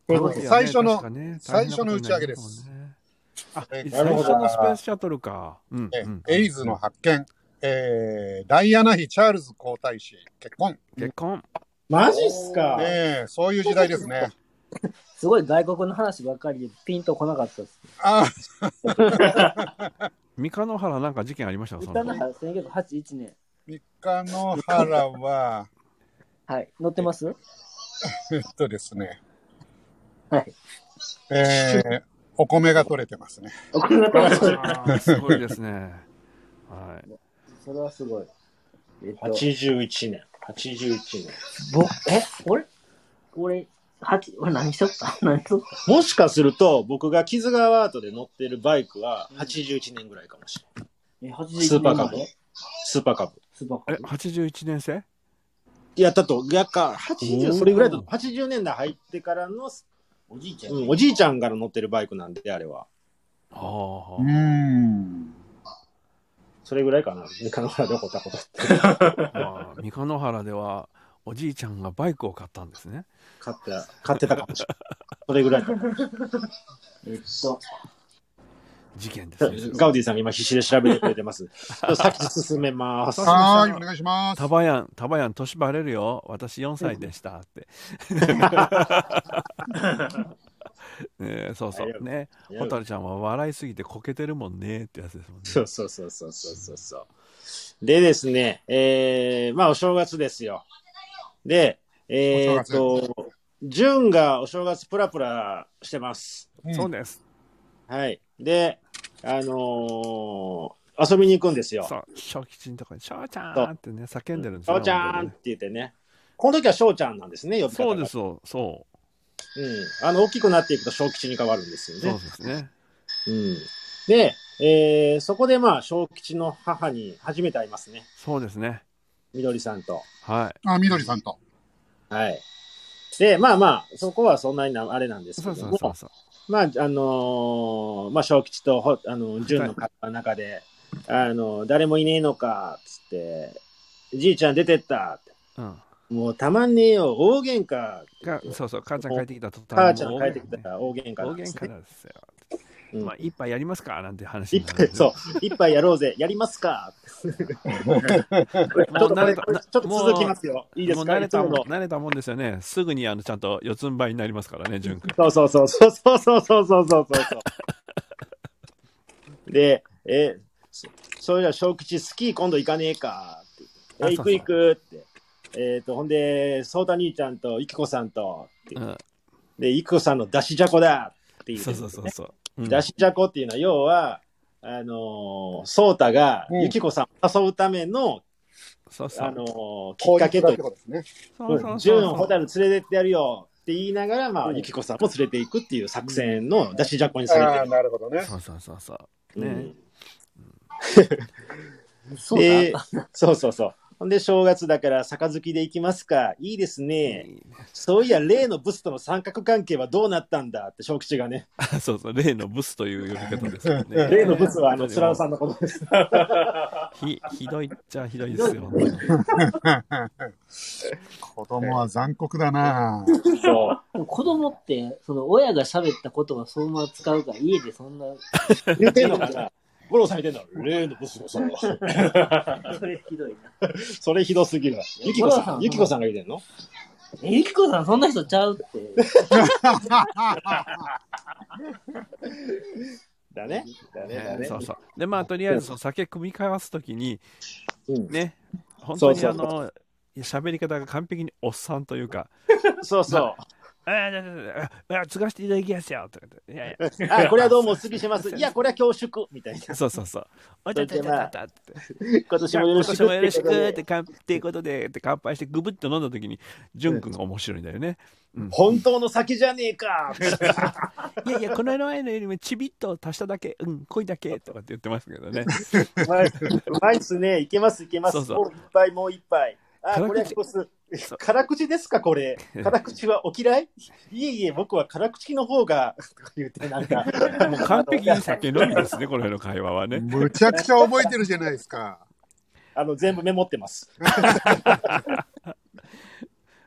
Speaker 4: 成功したや
Speaker 1: 最初の
Speaker 2: 確かね
Speaker 1: 最初の打ち上げです。
Speaker 2: 大変
Speaker 1: な
Speaker 2: な
Speaker 1: る
Speaker 2: こ
Speaker 1: ほど
Speaker 2: とになりますもんねあ、最初のスペースシャトルか。うん
Speaker 1: え
Speaker 2: うん
Speaker 1: エイズの発見。えーダイアナ妃、チャールズ皇太子、結婚。
Speaker 2: 結婚。
Speaker 3: マジっすか
Speaker 1: ねえそういう時代ですね。
Speaker 4: すごい外国の話ばっかりでピンとこなかったです。
Speaker 1: あ
Speaker 2: 三河の原なんか事件ありましたそ
Speaker 4: 歌
Speaker 2: の
Speaker 4: の
Speaker 2: 頃
Speaker 4: 原1981年。
Speaker 1: 三日の原は、
Speaker 4: はい。載ってます
Speaker 1: えっとですね、
Speaker 4: はい。
Speaker 1: えーお米が取れてますね。
Speaker 4: 送り方がそう
Speaker 2: あーすごいですね。はい。
Speaker 4: <laughs> それはすごい。えっと、
Speaker 3: 81年。81年。
Speaker 4: 僕、え、俺俺、八俺何しとった <laughs> 何しとった
Speaker 3: もしかすると、僕が木津川アートで乗ってるバイクは81年ぐらいかもしれない。
Speaker 4: え、81年
Speaker 3: スーパーカブ
Speaker 4: 前。
Speaker 3: スーパーカブ。
Speaker 4: スーパー
Speaker 2: え
Speaker 4: カブ、
Speaker 2: 八十一年生？
Speaker 3: やったと、やっか、
Speaker 2: お
Speaker 3: 80、
Speaker 2: ー
Speaker 3: それぐらいだと、80年代入ってからの、
Speaker 4: おじいちゃん。
Speaker 3: うん、おじいちゃんから乗ってるバイクなんで、あれは。
Speaker 2: ああ
Speaker 1: うー。ん。
Speaker 3: それぐらいかな。三河原で起こったことって。
Speaker 2: あー三河の原ではおじいちゃんがバイクを買ったんですね。
Speaker 3: 買って、買ってたかもしれない。それぐらいかな。
Speaker 4: えっと、
Speaker 2: 事件です
Speaker 3: <laughs>
Speaker 2: ね。
Speaker 3: ガウディさんが今必死で調べてくれてます。先進めます。
Speaker 1: はーい、お願いします
Speaker 2: タ。バヤン、タバヤン、年バレるよ。私4歳でした
Speaker 3: <laughs>
Speaker 2: って。ねえそうそう。ね。ホタルちゃんは笑いすぎてこけてるもんねってやつですもんね。
Speaker 3: そうそうそうそうそうそう。でですね、えー、まあお正月ですよ。で、えー、っ
Speaker 1: お
Speaker 3: と、潤がお正月プラプラしてます。
Speaker 1: うん
Speaker 2: そうです。
Speaker 3: はい。で、あのー遊びに行くんですよ。
Speaker 2: そう、小吉のとこに、翔ちゃんってね、叫んでるんです
Speaker 3: しょ
Speaker 2: よ
Speaker 3: うちゃんっ
Speaker 2: ね
Speaker 3: て言ってね。この時はしょうちゃんなんですね、呼び方が
Speaker 2: そうです、そうそ
Speaker 3: うん。あの、大きくなっていくと小吉に変わるんですよ
Speaker 2: う。
Speaker 3: ね。
Speaker 2: そうですね。
Speaker 3: うん、で、えーそこでまあ小吉の母に初めて会いますね
Speaker 2: そうですね。
Speaker 3: みどりさんと。
Speaker 2: は
Speaker 1: あ、みどりさんと。
Speaker 3: はい、でまあまあそこはそんなになあれなんで
Speaker 2: い。
Speaker 3: すけ
Speaker 2: そう
Speaker 3: ど
Speaker 2: そ
Speaker 3: も
Speaker 2: うそうそう。
Speaker 3: まああのーまあ小吉とほあの純の会話の中で「あの誰もいねえのか」っつって「じいちゃん出てった」って
Speaker 2: うん。
Speaker 3: もうたまんねえよ大喧嘩
Speaker 2: がそうそう、母ちゃん帰ってきた途
Speaker 3: 母
Speaker 2: 端
Speaker 3: ちゃん
Speaker 2: もう
Speaker 3: 帰ってきたら大喧嘩な
Speaker 2: 大
Speaker 3: んで
Speaker 2: 喧
Speaker 3: す
Speaker 2: 嘩
Speaker 3: ね
Speaker 2: なんですよ。
Speaker 3: うん
Speaker 2: まあ、一杯やりますかなんて話
Speaker 3: 一
Speaker 2: になるん
Speaker 3: 杯
Speaker 2: です
Speaker 3: そ
Speaker 2: よ。
Speaker 3: う一杯やろうぜやりますかちょっとこれち
Speaker 2: もう慣れた
Speaker 3: ょっと続きますよいいです
Speaker 2: もう
Speaker 3: か
Speaker 2: 慣れた
Speaker 3: いつ
Speaker 2: もん
Speaker 3: もの
Speaker 2: 慣れたもんですよね。すぐにあのちゃんと四つん這いになりますからね、淳君。
Speaker 3: そうそうそうそうそうそうそうそうそうそう。で、え、そそれじゃ小吉スキー今度行かねえかって。え、
Speaker 2: あ
Speaker 3: 行
Speaker 2: そうそう
Speaker 3: く行くって。えっ、と、ほんで、ソータ兄ちゃんとイキコさんとって
Speaker 2: う。ん、
Speaker 3: で、イキコさんの出しじゃこだって言っ
Speaker 2: そ
Speaker 3: てる
Speaker 2: うん
Speaker 3: です
Speaker 2: そ
Speaker 3: ね、
Speaker 2: うそうそう。うん
Speaker 3: 出しじゃこっていうのは、要は、あのー、ソータが
Speaker 1: うん
Speaker 3: ユキコさんを誘うための、
Speaker 2: そうそ
Speaker 3: あ
Speaker 2: う。
Speaker 3: のーきっかけとい
Speaker 1: こ
Speaker 3: う
Speaker 1: ういうことですね。
Speaker 2: そうそう
Speaker 3: ジュ
Speaker 2: そ
Speaker 3: ン、
Speaker 2: う
Speaker 3: ホタル連れてってやるよって言いながら、まあ、
Speaker 1: うん
Speaker 3: ユキコさんも連れていくっていう作戦の出しじゃこにされてる
Speaker 1: ああ、なるほどね。
Speaker 2: そうそうそうそう。
Speaker 3: う
Speaker 2: ね
Speaker 3: ん、
Speaker 4: そうだ、
Speaker 3: で、そうそうそう。ほんで、正月だから、杯で行きますか。いいですね。そういや、例のブスとの三角関係はどうなったんだって、小吉がね。
Speaker 2: あ <laughs> そうそう、例のブスという呼び方ですよね。
Speaker 3: <laughs> 例のブスは、あの、
Speaker 2: つら
Speaker 3: 面さんのことです。
Speaker 2: ひひどいっちゃひどいですよ。本当に
Speaker 1: 子供は残酷だな。
Speaker 3: そ
Speaker 4: でも子供って、その親が喋ったことをそのまま使うから、家でそんな、 <laughs>
Speaker 3: う。言ってんのかな。五郎さん言ってんの。例のブスのさんは。
Speaker 4: それひどいな。
Speaker 3: それひどすぎるわ。ゆきこ
Speaker 4: 五郎
Speaker 3: さ
Speaker 4: さ
Speaker 3: ん、
Speaker 4: ん
Speaker 3: ゆきこさんが言ってんの
Speaker 4: え、ゆきこさんそんな人ちゃうって。
Speaker 3: だね。だね、だ
Speaker 2: ね
Speaker 3: ね。
Speaker 2: そうそう。で、まあ、とりあえずその酒組み交わすときに、
Speaker 3: うん
Speaker 2: ね、本当に
Speaker 3: そ
Speaker 2: あ
Speaker 3: うそう
Speaker 2: の、喋り方が完璧におっさんというか、
Speaker 3: そうそう。
Speaker 2: ああ、じゃあじゃあじゃあ、あ継がしていただきますよ。とか言って、いやい
Speaker 3: <laughs> あ、これはどうもお過ぎします。いや、これは恐縮みたいな。
Speaker 2: や、そうそう <laughs> そう。おちゃちゃちゃちゃ <laughs> って。
Speaker 3: 今
Speaker 2: じ
Speaker 3: 年
Speaker 2: ゃあ
Speaker 3: もよ
Speaker 2: 今
Speaker 3: ろ
Speaker 2: 年
Speaker 3: しく
Speaker 2: もよろし
Speaker 3: こと
Speaker 2: くっ
Speaker 3: で
Speaker 2: てかんっていうことでって乾杯してグブッと飲んだ時に潤くんが面白いんだよね。うん
Speaker 3: 本当の先じゃねえ <laughs> か。
Speaker 2: いやいやこの前のよりもちびっと足しただけうん濃いだけとかって言ってますけどね。 <laughs>
Speaker 3: うまい、うまいっすね。いけます、いけます。
Speaker 2: そうそう
Speaker 3: もう一杯、もう一杯。あ、
Speaker 2: 辛口
Speaker 3: これはこす
Speaker 2: そう。
Speaker 3: 辛口ですか、こ <laughs> れ。辛口はお嫌いいえいえ、僕は辛口の方が、 <laughs> とか言って、なんか。 <laughs>
Speaker 2: もう完璧に酒飲みです <laughs> ねこの辺の会話はね。
Speaker 1: むちゃくちゃ覚えてるじゃないですか。
Speaker 3: あの、全部メモってます。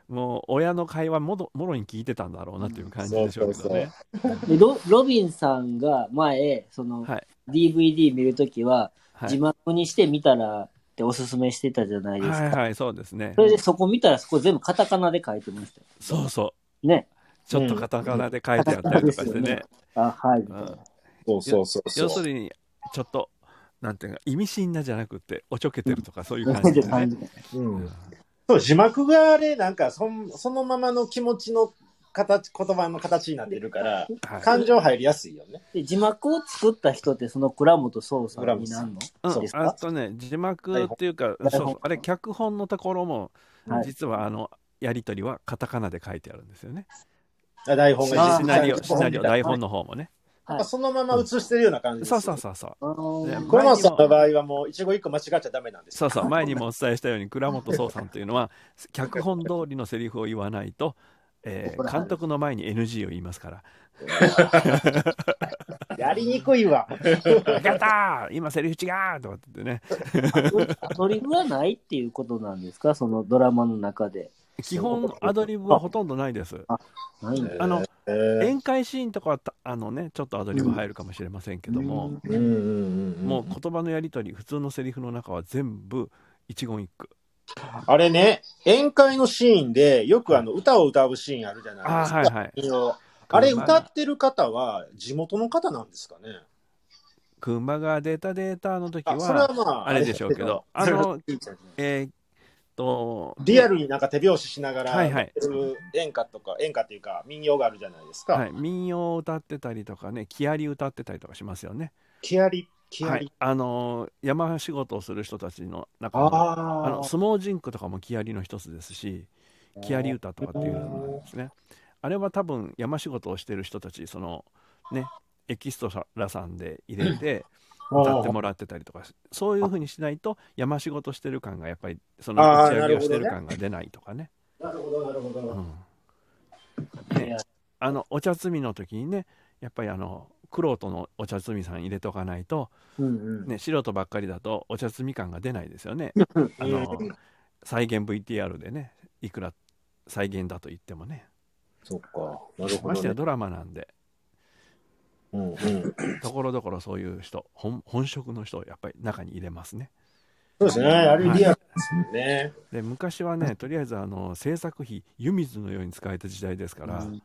Speaker 2: もう親の会話もどもろに聞いてたんだろうなっていう感じでしょうけどね。
Speaker 4: でロロビンさんが前、その
Speaker 2: はい
Speaker 4: DVD 見るときは、
Speaker 2: はい
Speaker 4: 字幕にして見たらっておすすめしてたじゃないですか。
Speaker 2: はいはいそうですね
Speaker 4: そ。れでそこ見たら、そこ全部カタカナで書いてましたよ。
Speaker 2: そうそう
Speaker 4: ね。
Speaker 2: ちょっとカタカナで書いてあったりとかして
Speaker 4: うん
Speaker 2: ね。
Speaker 4: あ、はい。
Speaker 2: うん
Speaker 3: そう
Speaker 2: そう
Speaker 3: そう
Speaker 2: 要するにちょっとなんていうか意味深なじゃなくておちょけてるとかそういう感
Speaker 4: そう
Speaker 2: じ
Speaker 4: い
Speaker 2: で
Speaker 4: う <laughs> 感
Speaker 2: ね
Speaker 4: じ。
Speaker 3: うんそう、字幕があれ、なんかそん、そのままの気持ちの形、言葉の形になってるから、
Speaker 2: はい
Speaker 3: 感情入りやすいよね。
Speaker 4: で字幕を作った人って、その倉本壮さんになるの
Speaker 2: うん
Speaker 4: です
Speaker 2: あ
Speaker 4: か
Speaker 2: とね字幕っていうか、
Speaker 4: 台本
Speaker 2: そうそうあれ脚本のところも、
Speaker 4: はい
Speaker 2: 実はあのやり取りはカタカナで書いてあるんですよね。
Speaker 3: あ台本
Speaker 2: シ
Speaker 3: が
Speaker 4: あー
Speaker 2: ナリオ、シ
Speaker 3: 実際の
Speaker 2: ナリオ、台本の方もね。
Speaker 3: やっ
Speaker 4: は
Speaker 3: ぱ
Speaker 4: い
Speaker 3: そのまま映してるような感じです、
Speaker 2: そうそうそうそう。
Speaker 4: あの
Speaker 2: ね
Speaker 4: ー
Speaker 3: 倉松さんの場合はもう一語一個間違っちゃダメなんですよ。
Speaker 2: そうそう前にもお伝えしたように倉本壮さんというのは脚本通りのセリフを言わないと、えー監督の前に NG を言いますから
Speaker 3: やりにくいわ。
Speaker 2: 「ガター今セリフ違う!」とかってね
Speaker 4: アドリブはないっていうことなんですかそのドラマの中で。
Speaker 2: 基本アドリブはほとんどないです。
Speaker 4: ないんだ。
Speaker 2: あの
Speaker 3: えー
Speaker 2: 宴会シーンとかはたあのねちょっとアドリブ入るかもしれませんけども、
Speaker 3: うんうんうんうん
Speaker 2: もう言葉のやり取り普通のセリフの中は全部一言一句
Speaker 3: あれね、宴会のシーンでよくあの歌を歌うシーンあるじゃない
Speaker 2: あ
Speaker 3: で
Speaker 2: あ
Speaker 3: す
Speaker 2: はい
Speaker 3: か。
Speaker 2: はい
Speaker 3: あれ歌ってる方は地元の方なんですかね。
Speaker 2: 熊が出たデータの時
Speaker 3: あそれは
Speaker 2: は
Speaker 3: まあ、
Speaker 2: あれでしょうけど
Speaker 3: あれ
Speaker 2: あの
Speaker 3: ですけど
Speaker 2: えーっと
Speaker 3: リアルになんか手拍子しながら、
Speaker 2: はいはい
Speaker 3: 演歌とか、演歌っていうか民謡があるじゃないですか。
Speaker 2: はい、民謡を歌ってたりとかね、木遣り歌ってたりとかしますよね。
Speaker 3: 木遣り、木
Speaker 2: は
Speaker 3: 遣
Speaker 2: い
Speaker 3: り。、
Speaker 2: あのー山仕事をする人たちの中
Speaker 3: あ
Speaker 2: の
Speaker 3: あ
Speaker 2: あの相撲人句とかも木遣りの一つですし、木遣り歌とかっていうのもあるんですね。あれは多分山仕事をしてる人たち、そのね、エキストラさんで入れて歌ってもらってたりとかし、そういうふうにしないと山仕事してる感がやっぱりその
Speaker 3: あー
Speaker 2: 打ち上げをしてる
Speaker 3: なる
Speaker 2: 感が出ないとかね。
Speaker 3: なるほど、なるほど。
Speaker 2: うんね
Speaker 4: いや
Speaker 2: あのお茶摘みの時にねやっぱりあの玄人のお茶摘みさん入れとかないと、
Speaker 4: うんうん。
Speaker 2: ね、素人ばっかりだとお茶摘み感が出ないですよね。あの
Speaker 3: うん
Speaker 2: 再現 VTR でねいくら再現だと言ってもね
Speaker 3: そっか、なるほ
Speaker 2: まし
Speaker 3: ど、
Speaker 2: てや
Speaker 3: ね。
Speaker 2: ドラマなんで
Speaker 3: うんうん
Speaker 2: ところどころそういう人本本職の人をやっぱり中に入れますね。
Speaker 3: そうですね、あれリアルですよね。
Speaker 2: で昔はねとりあえずあの制作費湯水のように使えた時代ですから。
Speaker 4: うん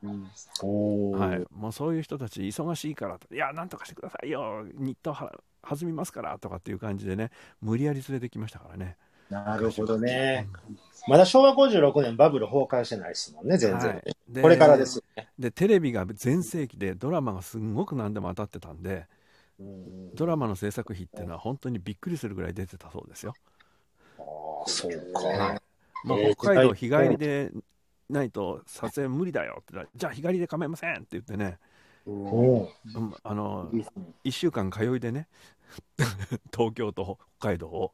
Speaker 3: おー
Speaker 2: はい、もうそういう人たち忙しいからといやなんとかしてくださいよ日当は弾みますからとかっていう感じでね無理やり連れてきましたからね
Speaker 3: なるほどね。まだ昭和56年バブル崩壊してないですもんね、全然。
Speaker 2: はいで
Speaker 3: これからですよね。
Speaker 2: でテレビが全盛期でドラマがすんごく何でも当たってたんで
Speaker 3: うん
Speaker 2: ドラマの制作費っていうのは本当にびっくりするぐらい出てたそうですよ
Speaker 3: ああ、そうか。
Speaker 2: も
Speaker 3: え
Speaker 2: う
Speaker 3: ー
Speaker 2: 北海道日帰りでないと撮影無理だよって言ったらじゃあ日帰りで構いませんって言ってね、
Speaker 3: おー
Speaker 2: うんあの
Speaker 4: いいですね
Speaker 2: 1週間通いでね <laughs> 東京と北海道を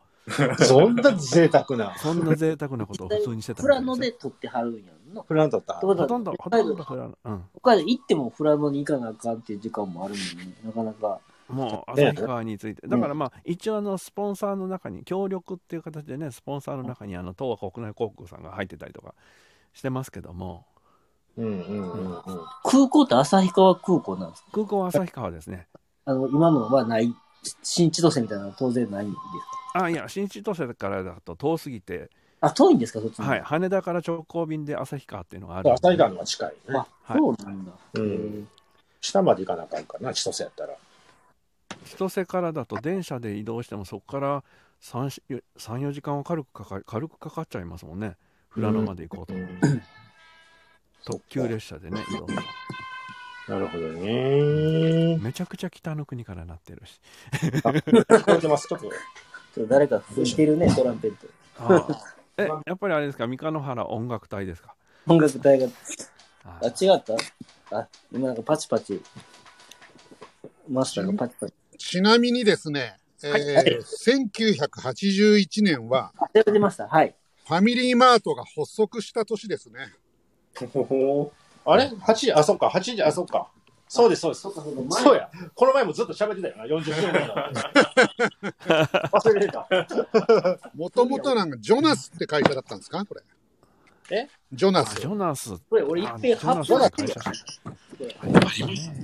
Speaker 3: そんな贅沢な。
Speaker 2: そんな贅沢なことを普通にしてたみ
Speaker 4: 富
Speaker 2: たい
Speaker 4: 良
Speaker 2: ですよ
Speaker 4: 野で撮ってはるんやんな。
Speaker 3: フランだった
Speaker 4: って。こと
Speaker 2: ほ
Speaker 4: は
Speaker 2: とんど、ほ
Speaker 4: 北
Speaker 2: と
Speaker 4: 海
Speaker 2: んど
Speaker 4: 道
Speaker 2: フラうん。
Speaker 4: 北海道行っても富良野に行かなあかんっていう時間もあるもんね。なかなか。
Speaker 2: もう、旭川について。だからまあ、一応あの、スポンサーの中に、協力っていう形でね、スポンサーの中に、あの、東和国内航空さんが入ってたりとかしてますけども、
Speaker 3: うんうんうんうん。
Speaker 4: 空港って旭川空港なんですか
Speaker 2: 空港は旭川ですね。
Speaker 4: あの、今のはない、新千歳みたいなのは当然ないんです
Speaker 2: あ、いや、新千歳からだと遠すぎて、
Speaker 4: かあ、遠いんですかそっちの
Speaker 2: はい、。羽田から直行便で旭川っていうのがあるんで。
Speaker 3: 旭川のが近いね。
Speaker 4: あ、そうなんだ。
Speaker 3: う
Speaker 4: へ
Speaker 3: ん。
Speaker 4: え
Speaker 3: 下まで行かなあかんからな、千歳やったら。
Speaker 2: 千歳からだと電車で移動しても、そこから3、4時間は軽くかか軽くかかっちゃいますもんね。富良野まで行こうと。特急列車でね、いろんな。
Speaker 5: なるほどね。
Speaker 2: めちゃくちゃ北の国からなってるし。
Speaker 3: 聞こえてます。ちょっと、
Speaker 4: ちょっと誰か吹いてるね、トランペット。
Speaker 2: ああえ、やっぱりあれですか、三日野原音楽隊ですか。
Speaker 4: 音楽隊が、
Speaker 2: あ
Speaker 4: あ、違ったあ、今なんかパチパチ。マスターがパチパチ。
Speaker 1: ちなみにですね、えー1981年は
Speaker 4: あ、出てました。はい。
Speaker 1: ファミリーマートが発足した年ですね。
Speaker 3: <laughs> あれ ?8 時、あ、そっか、8時、あ、そっか。そうです、そうです。そうや。この前もずっと喋ってたよな、40周年だ <laughs> 忘れてた。
Speaker 1: もともとなんか、ジョナスって会社だったんですかこれ。
Speaker 3: え
Speaker 1: ジョナ
Speaker 2: あ
Speaker 1: ス
Speaker 2: ジ。ョナス。
Speaker 4: これ、俺、いっ
Speaker 2: あ
Speaker 4: ぺん
Speaker 2: ジョ
Speaker 4: 発
Speaker 2: ナス
Speaker 4: 表だ
Speaker 2: の
Speaker 4: って
Speaker 2: 会
Speaker 4: る
Speaker 2: 社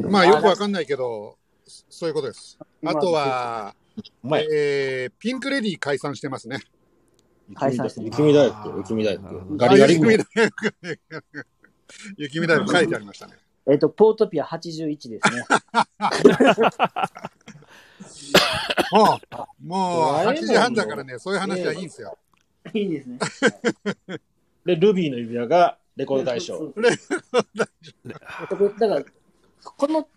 Speaker 4: から。
Speaker 1: まあ、よくわかんないけど、そういうことです。あとは、
Speaker 3: お前、
Speaker 1: えー、ピンクレディー解散してますね。
Speaker 4: 解散してる
Speaker 3: 雪見大福、雪見大
Speaker 2: あ
Speaker 3: 福。
Speaker 2: ー
Speaker 3: ガリガリ
Speaker 1: あ雪
Speaker 3: 君
Speaker 1: 見。だ。雪見だよ、書いてありましたね。
Speaker 4: えっと、ポートピア81ですね。
Speaker 1: もう、もう、
Speaker 3: あ
Speaker 1: 8
Speaker 3: れ
Speaker 1: 時半だからね、そういう話はいいんですよ。
Speaker 4: いいですね。
Speaker 3: で、ルビーの指輪がレコード大賞。
Speaker 4: だから、この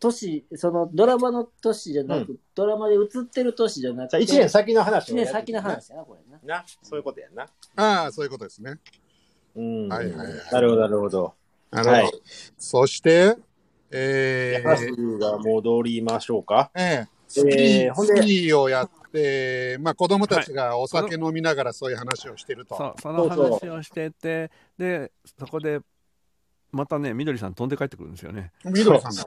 Speaker 4: 年、そのドラマの年じゃなく、ドラマで映ってる年じゃなく
Speaker 3: じゃ
Speaker 4: て、
Speaker 3: 1年先の話
Speaker 4: 一
Speaker 3: を
Speaker 4: 年
Speaker 3: やって
Speaker 4: 先
Speaker 3: いく
Speaker 4: の。話やな、これな。
Speaker 3: な、そういうことやな。
Speaker 1: ああ、そういうことですね。
Speaker 3: うん。
Speaker 1: はいはいはい
Speaker 3: なるほど、なるほど。
Speaker 1: なるほど。
Speaker 3: はい。
Speaker 1: そして、え
Speaker 3: バス
Speaker 1: ー、
Speaker 3: が戻りましょうか。
Speaker 1: えースキー、
Speaker 3: えーほんで
Speaker 1: スキーをやって、まあ子供たちがお酒飲みながらそういう話をしてると。
Speaker 2: そうその
Speaker 3: そう
Speaker 2: 話をしてて、で、そこで、またね、みどりさん飛んで帰ってくるんですよね。
Speaker 1: ミドルさんだ。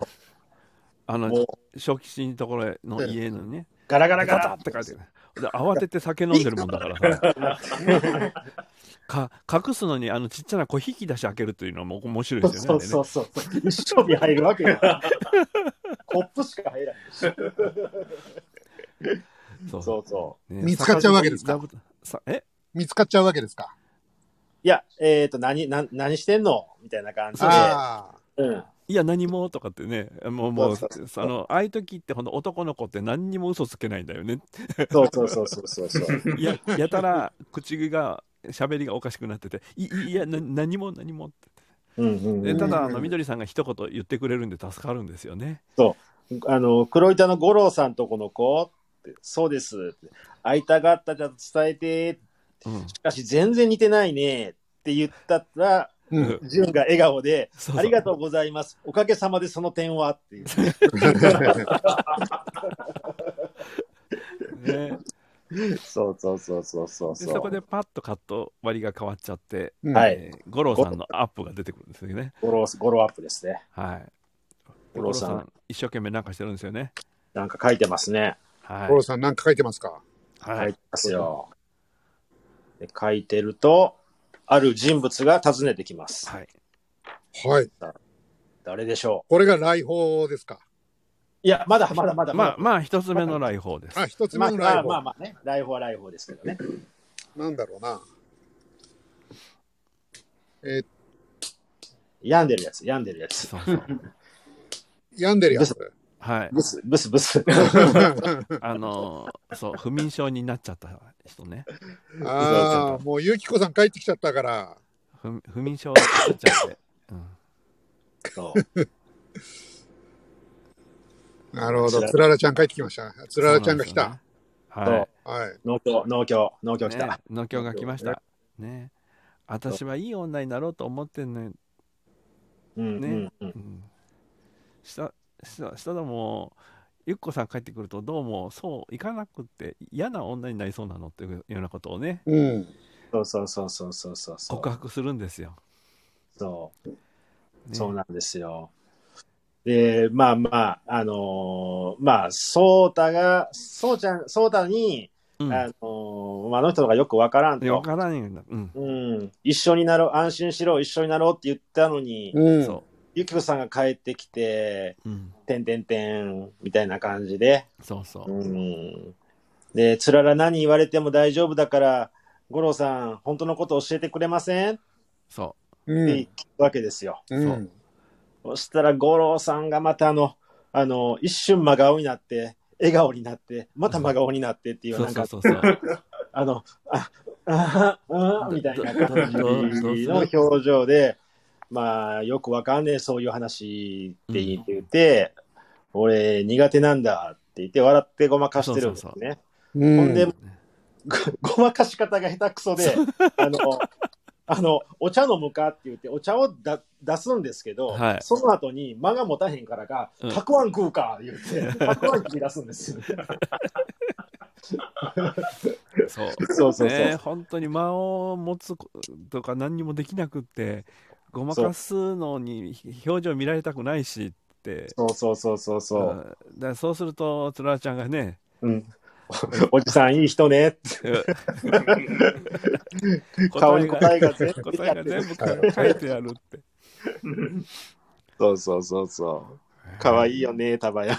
Speaker 2: あの
Speaker 3: もう、
Speaker 2: 小吉のところの家のね、
Speaker 3: ガラガ
Speaker 2: ガ
Speaker 3: ラ
Speaker 2: タ
Speaker 3: ガ
Speaker 2: ガタ
Speaker 3: ラ
Speaker 2: って帰ってくる。で、慌てて酒飲んでるもんだからさ。か隠すのにあのちっちゃな小引き出し開けるというのも面白いですよね。
Speaker 4: うそう。
Speaker 3: 一生に入るわけが。コップしか入らない。
Speaker 2: あれねそう
Speaker 3: そうそう。
Speaker 2: ね
Speaker 1: 見つかっちゃうわけですか
Speaker 2: 坂口さえ
Speaker 1: 見つかっちゃうわけですか。
Speaker 3: いや、えっ、と、何、何、何してんのみたいな感じで。
Speaker 1: ああ、
Speaker 3: うん。
Speaker 2: いや何もとかってねもうもう
Speaker 3: そうそうそう
Speaker 2: あのああいう時ってほんと男の子って何にも嘘つけないんだよね
Speaker 3: そうそうそうそうそうそう。
Speaker 2: いややたら口が喋りがおかしくなってていいいやな何も何もって
Speaker 3: うんうんう
Speaker 2: で
Speaker 3: ん。
Speaker 2: ただあのみどりさんが一言言ってくれるんで助かるんですよね
Speaker 3: あの、黒板の五郎さんとこの子ってそうです。会いたかったじゃ伝えて。
Speaker 2: うん
Speaker 3: しかし、全然似てないね。って言ったら、
Speaker 2: <laughs>
Speaker 1: う
Speaker 2: うん
Speaker 1: ん。
Speaker 3: 潤が笑顔で、
Speaker 2: そうそう
Speaker 3: ありがとうございます。おかげさまでその点はっていう。
Speaker 2: ね
Speaker 3: そうそうそうそうそう
Speaker 2: で
Speaker 3: そう。
Speaker 2: そこでパッとカット割りが変わっちゃって、
Speaker 3: は
Speaker 1: はい。
Speaker 3: い
Speaker 2: えー五郎さんのアップが出てくるんですよね
Speaker 3: ゴロ、ゴロアップですね。
Speaker 2: はい五
Speaker 3: 五郎
Speaker 2: 郎
Speaker 3: さ
Speaker 2: さ
Speaker 3: ん
Speaker 2: ん一生懸命なんかしてるんですよね
Speaker 3: なんか書いてますね。
Speaker 2: は
Speaker 1: ゴロ
Speaker 2: い
Speaker 1: さんなんか書いてますか
Speaker 3: 書
Speaker 2: はいい
Speaker 3: てますよ。で書いてると、ある人物が訪ねてきます。
Speaker 2: はい
Speaker 1: はい。
Speaker 3: 誰でしょ
Speaker 1: これが来訪ですか。
Speaker 3: ういや、まだまだまだま
Speaker 2: まあ
Speaker 3: だ。
Speaker 2: まあ一つ目の来訪です
Speaker 1: あ、一つ
Speaker 3: ま
Speaker 1: 目
Speaker 3: あ
Speaker 1: の来
Speaker 3: まあまあ
Speaker 1: 訪。
Speaker 3: まあね、来訪は来訪ですけどね。
Speaker 1: なんだろうな。えー
Speaker 3: 病んでるやつ、病んでるやつ。
Speaker 2: そうそう
Speaker 1: 病んでる <laughs> やつ。
Speaker 2: はい
Speaker 3: ブス、ブス、ブス。
Speaker 2: あのーそう不眠症になっちゃった人ね
Speaker 1: ああ、もうゆきこさん帰ってきちゃったから。
Speaker 2: 不不眠症になっちゃって、うん、
Speaker 3: そう
Speaker 1: なるほど。つららちゃん帰ってきました。つららちゃんが来
Speaker 2: そう
Speaker 1: た。
Speaker 2: なんですよね
Speaker 3: そ
Speaker 2: は
Speaker 3: う
Speaker 2: い
Speaker 1: はい。
Speaker 3: 農協、農協、農協来
Speaker 2: ね
Speaker 3: た。
Speaker 2: 農協が来ましたね私はいい女になろうと思ってんのよ、
Speaker 3: うん、うん
Speaker 2: ね、
Speaker 3: うん。
Speaker 2: うん、したしたしただもゆっこさん帰ってくるとどうもそういかなくって嫌な女になりそうなのっていうようなことをね
Speaker 1: うん。
Speaker 3: そうそうそうそうそうそうそう。
Speaker 2: 告白するんですよ、
Speaker 3: そう。
Speaker 2: ね
Speaker 3: そうなんですよ。で、まあまあ、あのーまあ、そうたが、そうちゃん、そうたに、
Speaker 2: うん
Speaker 3: あのーまあ、あの人がよくわからん
Speaker 2: でわ
Speaker 3: と。
Speaker 2: からんようになうん、
Speaker 3: うん、一緒になろう、安心しろ、一緒になろうって言ったのに、
Speaker 1: うん。
Speaker 2: そ
Speaker 3: ゆきこさんが帰ってきて、
Speaker 2: う、うん、
Speaker 3: てんてんてん、みたいな感じで、。
Speaker 2: そうそううん
Speaker 3: で、つらら何言われても大丈夫だから、五郎さん、本当のこと教えてくれませんって
Speaker 2: そ
Speaker 1: うん。
Speaker 3: 聞くわけですよ。
Speaker 1: うん。
Speaker 3: そしたら五郎さんがまたあの、あの、一瞬真顔になって、笑顔になって、また真顔になってって
Speaker 2: う
Speaker 3: いう、
Speaker 2: そ
Speaker 3: な
Speaker 2: うんそ
Speaker 3: か
Speaker 2: う、そうそう
Speaker 3: あの、あ、あ、あ、みたいな感じ
Speaker 2: どどどどどうする
Speaker 3: の表情で、まあ、よくわかんねえ、そういう話って言ってて、俺、苦手なんだって言って、笑ってごまかしてるんですね。
Speaker 2: そう
Speaker 1: うん
Speaker 3: ほんで、ごごまかし方が下手くそで、あの、あの、お茶飲むかって言って、お茶をだ出すんですけど、
Speaker 2: はい
Speaker 3: その後に間が持たへんからか、
Speaker 2: うん
Speaker 3: たくあん食うか言って、たくあん切り出すんですよ。
Speaker 2: そう
Speaker 3: <laughs> そうそうそう。
Speaker 2: ね、本当に間を持つとか何にもできなくってごまかすのに表情見られたくないしって
Speaker 3: <laughs> そうそうそうそうそ
Speaker 2: うん
Speaker 3: う。
Speaker 2: だからそうするとつららちゃんがね
Speaker 3: うん。おじさんいい人ね。顔に答えが全部
Speaker 2: 答えが全部書いてあるって
Speaker 3: そうそうそうそう。かわいいよね、た <laughs> ばや。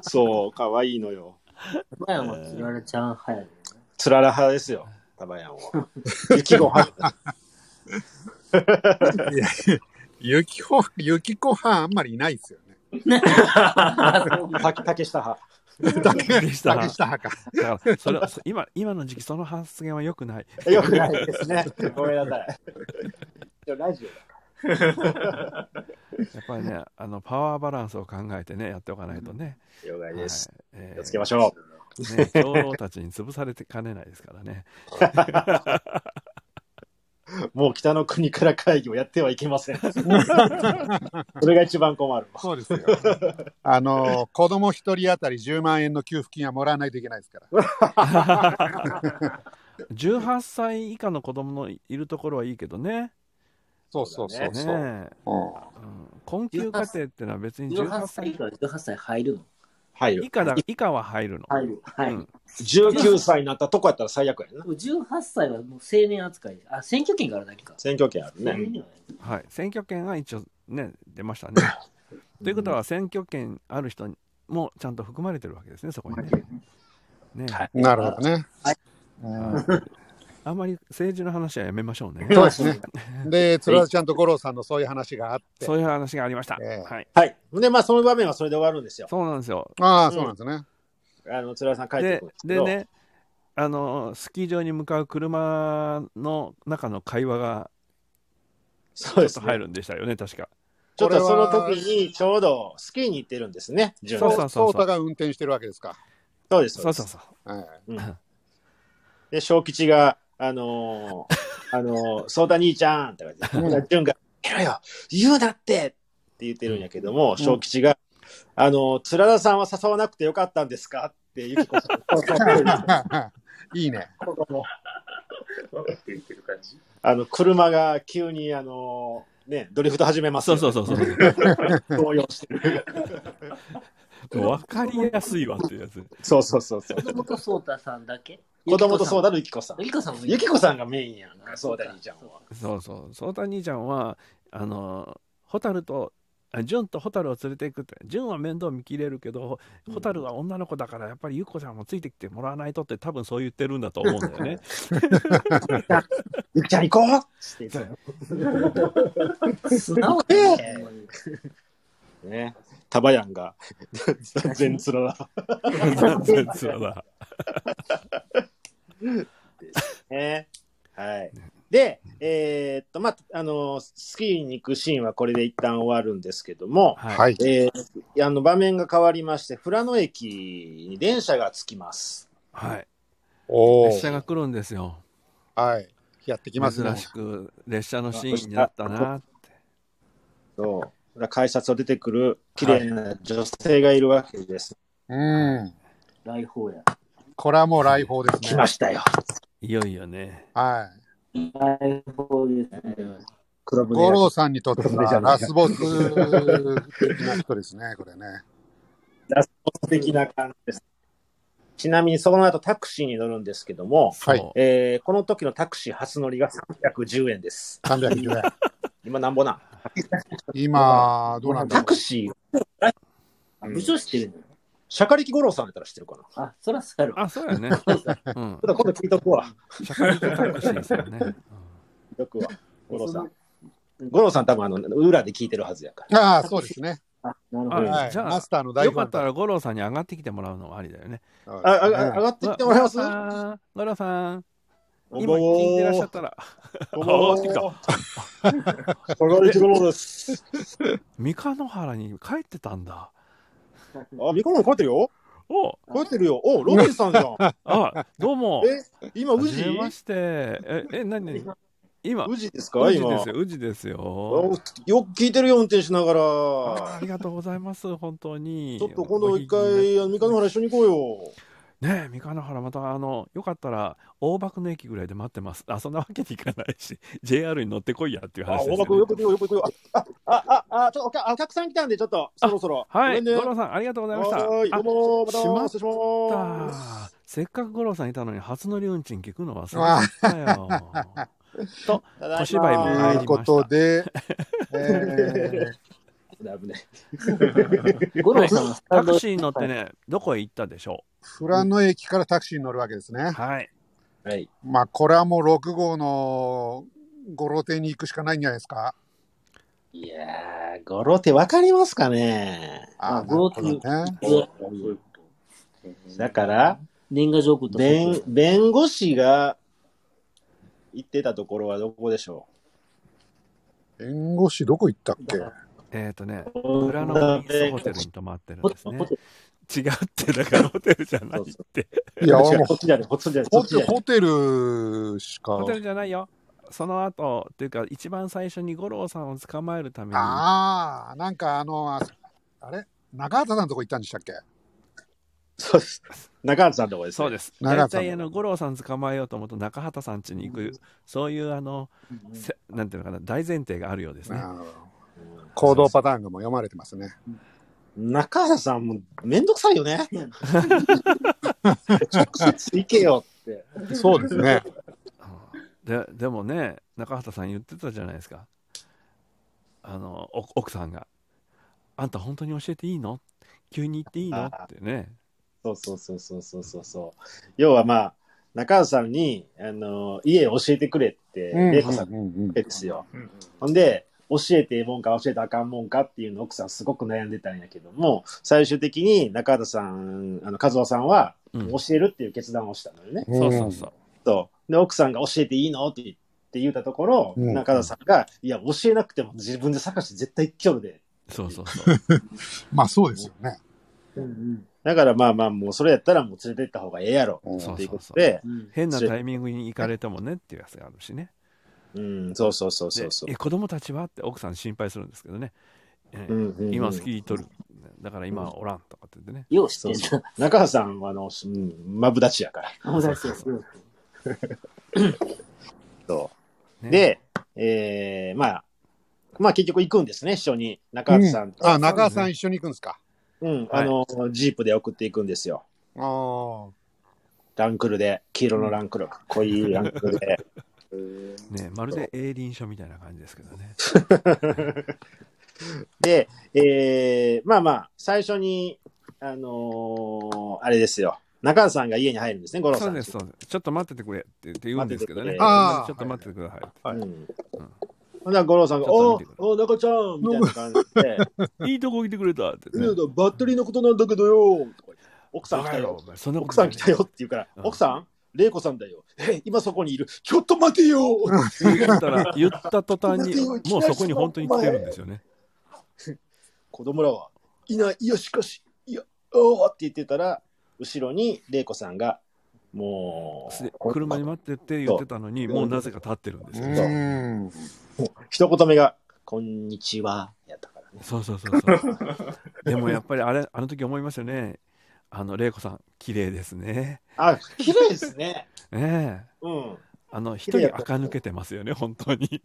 Speaker 3: そう、かわいいのよ。
Speaker 4: 前はもうつららちゃん派やね。
Speaker 3: つらら派ですよ、たばやんは。雪ごはん。
Speaker 1: ゆきこ、ゆきこはあんまりいないですよね。
Speaker 3: た竹下派。
Speaker 2: でし
Speaker 1: <laughs>
Speaker 2: た
Speaker 1: 竹下派か。
Speaker 2: だからそれはそ今今の時期その発言はよくない
Speaker 3: よくないですね。ごめんなさい。ラジ
Speaker 2: やっぱりねあのパワーバランスを考えてねやっておかないとね、
Speaker 3: オ。了解
Speaker 2: はい
Speaker 3: です。
Speaker 2: えー
Speaker 3: 気をつけましょう。
Speaker 2: ね、長老たちに潰されてかねないですから
Speaker 3: <laughs>
Speaker 2: ね。
Speaker 3: もう北の国から会議をやってはいけま <laughs> せん。それが一番困る。
Speaker 1: そうですよ。あの、子供一人当たり10万円の給付金はもらわないといけないですから。
Speaker 2: 18歳以下の子供のいるところはいいけどね。
Speaker 1: そうそうそう
Speaker 2: ね
Speaker 1: そう。うん
Speaker 2: うん困窮家庭ってのは別に
Speaker 4: 18
Speaker 2: 18
Speaker 4: 歳
Speaker 2: 歳
Speaker 4: から18歳入るの
Speaker 3: 入
Speaker 2: 以下だ以下は入るの。
Speaker 4: 入る。はい。
Speaker 2: う
Speaker 4: も
Speaker 2: ん
Speaker 3: 19歳になったとこやったら最悪やな。
Speaker 4: う18歳はもう成年扱いで。あ、選挙権があるだけか。
Speaker 3: 選挙権ある
Speaker 4: 成年
Speaker 3: ね。
Speaker 4: にはない
Speaker 2: はい、選挙権は一応ね出ましたね。ということは選挙権ある人もちゃんと含まれてるわけですねそこにね。ね、
Speaker 3: はい
Speaker 1: なるほどね。
Speaker 4: はい
Speaker 1: うん
Speaker 2: あんまり政治の話はやめましょうね。
Speaker 1: そうですね。で、つららちゃんと五郎さんのそういう話があって。
Speaker 2: そういう話がありました。
Speaker 1: ええ
Speaker 2: はい、
Speaker 3: はい。で、まあ、その場面はそれで終わるんですよ。
Speaker 2: そうなんですよ。
Speaker 1: ああ、そうなんですね。
Speaker 3: あの、つららさん帰って
Speaker 2: で
Speaker 3: くるんですけ
Speaker 2: で
Speaker 3: ど。
Speaker 2: ねあのスキー場に向かう車の中の会話が
Speaker 3: そう
Speaker 2: ちょ
Speaker 3: で
Speaker 2: っ
Speaker 3: す
Speaker 2: と
Speaker 3: ね
Speaker 2: 入。るんでしたよね確か。
Speaker 3: ちょっとその時に、ちょうどスキーに行ってるんですね、純
Speaker 2: そう
Speaker 3: は
Speaker 2: そ
Speaker 1: そうう
Speaker 2: そうそう
Speaker 1: 太田が運転してるわけですか。
Speaker 3: そうです、
Speaker 2: そ
Speaker 3: そう
Speaker 2: う
Speaker 3: で
Speaker 2: そ
Speaker 3: す
Speaker 2: う。そう。
Speaker 1: はい
Speaker 3: で、小吉が、あのーあの
Speaker 2: <laughs>
Speaker 3: ー、そうだ兄ちゃんって言われて、純が、やめろよ、言うなってって言ってるんやけども、小吉が、あのー、つららさんは誘わなくてよかったんですかって、ゆきこさ
Speaker 2: <laughs>
Speaker 3: ん。
Speaker 1: いいね。
Speaker 6: 分かって言ってる感じ。
Speaker 3: あの、車が急に、あのー、ね、ドリフト始めます、
Speaker 2: そうそう
Speaker 3: う。
Speaker 2: そうそう。
Speaker 3: 動揺してる。
Speaker 2: 分かりやすいわっていうやつ。
Speaker 3: そうそうそうそう。
Speaker 4: 子供とソータさんだけ
Speaker 3: 子供とそうだのゆきこさん。
Speaker 4: ゆきこさんもいる
Speaker 3: ゆきこさんがメインやんか、そうだ兄ちゃんは。
Speaker 2: そうそう。そうた兄ちゃんは、あの、ホタルと、あ純とホタルを連れていくって、純は面倒見切れるけど、ホタルは女の子だから、やっぱりゆっこちゃんもついてきてもらわないとって、多分そう言ってるんだと思うんだよ
Speaker 4: <laughs>
Speaker 2: ね。
Speaker 3: ゆきちゃん行こうって言ってたよ
Speaker 4: 素直だね。ほんまに
Speaker 3: ね。タバヤンが <laughs> 全つらだ。
Speaker 2: <laughs> 全然つらだ。
Speaker 3: ね。はい。で、えーっと、まあ、あの、スキーに行くシーンはこれで一旦終わるんですけども、
Speaker 2: は。
Speaker 1: はいい。
Speaker 3: えーあの、場面が変わりまして、富良野駅に電車が着きます。
Speaker 2: はい。
Speaker 1: お
Speaker 2: 列
Speaker 1: お。
Speaker 2: 車が来るんですよ。
Speaker 1: はい。やってきますね
Speaker 2: 珍。しく、列車のシーンになったなって。
Speaker 3: そう。だから改札を出てくる綺麗な女性がいるわけです。
Speaker 1: うん。
Speaker 4: 来訪や。
Speaker 1: これはもう来訪です
Speaker 3: 来
Speaker 1: ね
Speaker 3: ま。したよ。
Speaker 2: いよいよね。
Speaker 1: は
Speaker 4: 来訪ですね。
Speaker 3: 黒
Speaker 1: い。
Speaker 3: 船
Speaker 1: 五
Speaker 3: が
Speaker 1: 郎さんにとってはラスボス的な人ですね、これね。
Speaker 3: 素敵な感じです。ちなみに、その後タクシーに乗るんですけども、
Speaker 1: はい
Speaker 2: そう
Speaker 3: えーこの時のタクシー初乗りが310円です。
Speaker 1: 310円。
Speaker 3: 今なんぼなん
Speaker 1: 今、どうなんだろ
Speaker 3: タ
Speaker 1: う。
Speaker 3: クシー、
Speaker 4: 部長知ってるの
Speaker 3: シャカリキ五郎さんやったら知ってるかな。
Speaker 4: あ、そらそうやろ。
Speaker 2: あ、そうやね。うん。
Speaker 3: 今度聞いとくわ。
Speaker 2: 社会的タクシーですよね。うん
Speaker 3: 聞いとくわ。五郎さん。五郎さん多分あの、裏で聞いてるはずやから。
Speaker 1: ああ、そうですね。
Speaker 4: あ、なるほど。
Speaker 2: あ
Speaker 1: はい。
Speaker 2: じゃあ
Speaker 1: マスターの大
Speaker 2: よ
Speaker 1: フ
Speaker 2: か
Speaker 1: ァン
Speaker 2: った
Speaker 1: だ。
Speaker 2: ら五郎さんに上がってきてもらうのもありだよね。
Speaker 3: あ、あ、あ上がってきてもらいます
Speaker 2: 五郎さん、五郎さん、今聞いてらっしゃったら、おー来てきた。
Speaker 3: これが一郎です。
Speaker 2: 三河野原に帰ってたんだ。
Speaker 3: あ、ミコロン帰ってるよ
Speaker 2: お
Speaker 3: 帰ってるよ。お、ロビンさんじゃん。 <laughs>
Speaker 2: あ、どうも。
Speaker 3: え、今、
Speaker 2: は
Speaker 3: 宇
Speaker 2: じ
Speaker 3: 治
Speaker 2: めまして。え、え、なになに今、
Speaker 3: 宇治ですか
Speaker 2: 宇治
Speaker 3: 今。
Speaker 2: ですよ、宇治ですよ。
Speaker 3: およく聞いてるよ、運転しながら。
Speaker 2: ありがとうございます、本当に。
Speaker 3: ちょっと今度一
Speaker 2: お聞きに
Speaker 3: 回、あの三河原一緒に行こ
Speaker 2: なねえ、三河野原、また、あの、よかったら、大爆の駅ぐらいで待ってます。あ、そんなわけにいかないし、JR <laughs> に乗ってこいやっていう
Speaker 3: うよ。あ、
Speaker 2: 話です
Speaker 3: 大
Speaker 2: よ、
Speaker 3: 箱よく
Speaker 2: ね。
Speaker 3: 行くよ、よく行くよ。あ、あ、あ、あ、ちょっとお客お客さん来たんで、ちょっと、そろそろ。
Speaker 2: は
Speaker 3: ごめ
Speaker 2: い、
Speaker 3: んね
Speaker 2: 五郎さん、ありがとうございました。
Speaker 3: はーい、どうも、また、
Speaker 2: しまっ
Speaker 3: 失礼します。
Speaker 2: あせっかく五郎さんいたのに、初乗り運賃聞くの忘れてたよ。
Speaker 3: ただいま
Speaker 2: お芝居も
Speaker 1: と
Speaker 2: 入りました
Speaker 1: いうことで、え
Speaker 3: 危ない
Speaker 4: 五郎さんはスタ
Speaker 2: タ
Speaker 4: ンド
Speaker 2: クシーに乗ってね、どこへ行ったでしょ
Speaker 1: ー、富良野駅からタクシーに乗るわけです
Speaker 2: う。
Speaker 1: ね。
Speaker 2: はい。
Speaker 3: はい。
Speaker 1: まあ、これはもう6号の五郎亭に行くしかないんじゃないですか。
Speaker 3: いやー、五郎ってわかりますかね
Speaker 1: ああ、なるほ
Speaker 4: 五郎亭
Speaker 1: どね。
Speaker 4: で
Speaker 3: だから、
Speaker 4: 年賀状送ったそうで
Speaker 3: 弁
Speaker 4: す、
Speaker 3: 弁護士が言ってたところはどこでしょ
Speaker 1: 弁護士どこ行ったっけ
Speaker 2: えっ、ー、とね、
Speaker 3: う
Speaker 2: 裏の
Speaker 3: 女
Speaker 2: ビース
Speaker 3: 弁
Speaker 2: ホ
Speaker 3: 護
Speaker 2: テル
Speaker 3: 士
Speaker 2: に泊まってるん
Speaker 4: ホテ
Speaker 2: です
Speaker 4: ル
Speaker 2: ね
Speaker 4: ホ。テル
Speaker 2: 違うって、だからホテルじゃないっ
Speaker 3: そ
Speaker 2: て。
Speaker 1: いや、も
Speaker 3: 違う
Speaker 1: う
Speaker 3: こっちじゃない、こっちじゃない、こ
Speaker 1: ホ
Speaker 3: っちじ
Speaker 1: テ
Speaker 3: ゃない。
Speaker 1: ホテルしか
Speaker 2: <laughs> ホ。テルじゃないよ。その後、というか、一番最初に五郎さんを捕まえるために、
Speaker 1: ああ、なんかあの、ああれ中畑さんのとこ行ったんでしたっけ
Speaker 3: そうです。中畑さんのとこです、
Speaker 2: そうです。
Speaker 1: 長
Speaker 2: 大
Speaker 1: さん
Speaker 2: 体、あの、五郎さん捕まえようと思うと、中畑さん家に行く、そういう、あの、せなんていうのかな、大前提があるようですね。
Speaker 1: あー行動パターンがもう読まれてますね。
Speaker 3: 中畑さんもめんどくさい
Speaker 1: <laughs>
Speaker 3: よね。直接行けよって。
Speaker 1: そうですね。
Speaker 2: ででもね中畑さん言ってたじゃないですかあのお奥さんが「あんた本当に教えていいの急に言っていいの?」ってね
Speaker 3: そうそうそうそうそうそうそう。要はまあ、中畑さんに、あの、家を教えてくれって、玲子さんが言っ
Speaker 1: うんうん
Speaker 3: てですよ。ほんで、教えてええもんか教えてあかんもんかっていうのを奥さんすごく悩んでたんやけども、最終的に中畑さん、あの、和夫さんは、
Speaker 2: うん
Speaker 3: 教えるっていう決断をしたのよね。
Speaker 2: そうそうそう
Speaker 3: そう。で、奥さんが教えていいのって言って言ったところ、
Speaker 1: うん
Speaker 3: 中田さんが、いや、教えなくても自分で探して絶対興味で。
Speaker 2: そうそうそう
Speaker 1: まあそうですよね。
Speaker 3: だからまあまあ、もうそれやったらもう連れて行った方がええやろ。
Speaker 1: うん
Speaker 2: そう
Speaker 3: っていうことで、
Speaker 2: 変なタイミングに行かれてもねっていうやつがあるしね
Speaker 3: うん、そうそうそうそ
Speaker 2: で
Speaker 3: うそう
Speaker 2: え。子供たちは?」って奥さん心配するんですけどね「え
Speaker 3: うんうんうん
Speaker 2: 今好き取るだから今おらん」とかって言ってね
Speaker 4: よう知
Speaker 3: そ
Speaker 4: っ
Speaker 3: う
Speaker 4: て
Speaker 3: そ
Speaker 4: る
Speaker 3: う。中田さんは、あの、うんマブダチやから。
Speaker 4: な。そうそ
Speaker 3: <laughs>
Speaker 4: うそう
Speaker 3: そ
Speaker 2: ね
Speaker 3: う。で、えー、まあ、まあ結局行くんですね、一緒に。中田さんと。
Speaker 1: あ、中畑さん一緒に行くんですか。
Speaker 3: うん、あの、ジープで送っていくんですよ。
Speaker 1: ああ。
Speaker 3: ランクルで、黄色のランクル、濃いランクルで。
Speaker 1: <laughs>
Speaker 2: ねまるで栄林署みたいな感じですけどね
Speaker 3: で、えー、まあまあ、最初に、あのーあれですよ。中田さんが家に入るんですね、五郎
Speaker 2: そ
Speaker 3: さ。
Speaker 2: うんですそうですちょっと待っててくれって言って言うんですけどね
Speaker 3: 待っててくれ
Speaker 1: あー
Speaker 2: ちょっと待っててくださいって
Speaker 3: うん。ほんなら五郎さんが、
Speaker 2: ちょっと見
Speaker 3: お
Speaker 2: てくれ
Speaker 3: お中ちゃんみたいな感じ
Speaker 2: <laughs>
Speaker 3: で、
Speaker 2: いいとこ来てくれたって
Speaker 3: う
Speaker 2: 言っ
Speaker 3: ん
Speaker 2: て、
Speaker 3: バッテリーのことなんだけどよとか言って奥さん来たよ。
Speaker 2: そんなこ
Speaker 3: 奥
Speaker 2: と
Speaker 3: さ
Speaker 2: ない
Speaker 3: ん来たよって言うから、
Speaker 2: うん
Speaker 3: 奥さん玲子さんだよ。え、今そこにいる。ちょっと待てよ
Speaker 2: <laughs> 言ったら、言った途端
Speaker 3: <laughs>
Speaker 2: に、もうそこに本当に来てるんですよね。
Speaker 3: 子供らは、いない、いや、しかし、いや、おーって言ってたら、後ろに玲子さんが、も
Speaker 2: す
Speaker 3: う
Speaker 2: で、車に待ってって言ってたのに、もうなぜか立ってるんですよ
Speaker 1: う
Speaker 2: ね。
Speaker 1: ん。
Speaker 3: 一言目が、こんにちは、やったからね。
Speaker 2: そうそうそうそう。でもやっぱりあれ、あの時思いましたよね。あの、玲子さん、綺麗ですね。
Speaker 3: あ、綺麗ですね。
Speaker 2: ねえ。
Speaker 3: うん。
Speaker 2: あの、一人垢抜けてますよね、本当
Speaker 3: <laughs>
Speaker 2: に。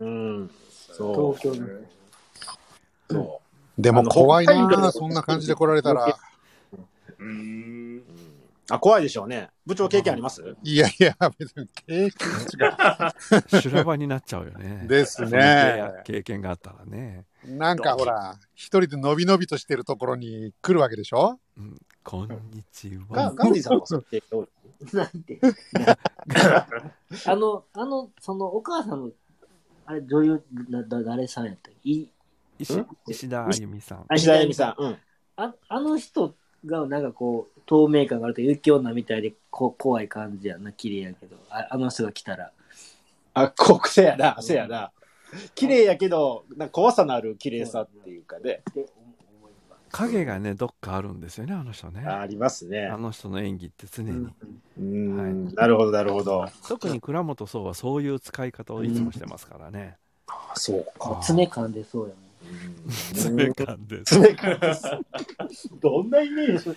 Speaker 3: うん。そう。
Speaker 4: 東京の。
Speaker 3: そ
Speaker 1: でも怖い
Speaker 3: あの北海道
Speaker 1: な、そんな感じで来られたら。
Speaker 3: う。うんあ、怖いでしょうね。部長経験あります
Speaker 1: いやいや、別に経験違
Speaker 2: 修羅場になっちゃうよね
Speaker 1: う。。です
Speaker 2: その
Speaker 1: ね。
Speaker 2: 経経験があったらね。
Speaker 1: なんかほら、一人でのびのびとしてるところに来るわけでしょ
Speaker 2: うんこんにち
Speaker 3: ガ
Speaker 2: は。
Speaker 3: ガンディさんはそういう経験多い。
Speaker 4: なんて。あの、あの、そのお母さんの、あれ、女優、だだ誰さんやったっけい
Speaker 2: 石石田あゆみさん。
Speaker 3: 石田あゆみさん。うん。
Speaker 4: ああの人がなんかこう、透明感があるというき女みたいでこ怖い感じやな、綺麗やけど、ああの人が来たら。
Speaker 3: あ、こう、せやな、せやな。綺麗やけど、なんか怖さのある綺麗さっていうかね。
Speaker 4: って思います
Speaker 2: 影がね、どっかあるんですよね、あの人ね。
Speaker 3: あありますね
Speaker 2: あ。の人の演技って常に。
Speaker 3: うん、
Speaker 2: はい
Speaker 3: なるほど、なるほど。
Speaker 2: 特に倉本壮はそういう使い方をいつもしてますからね。
Speaker 3: あそうか。
Speaker 4: 常噛んでそうやもん。
Speaker 2: <laughs> そういう感じです。
Speaker 3: <laughs>
Speaker 6: どんなイメージ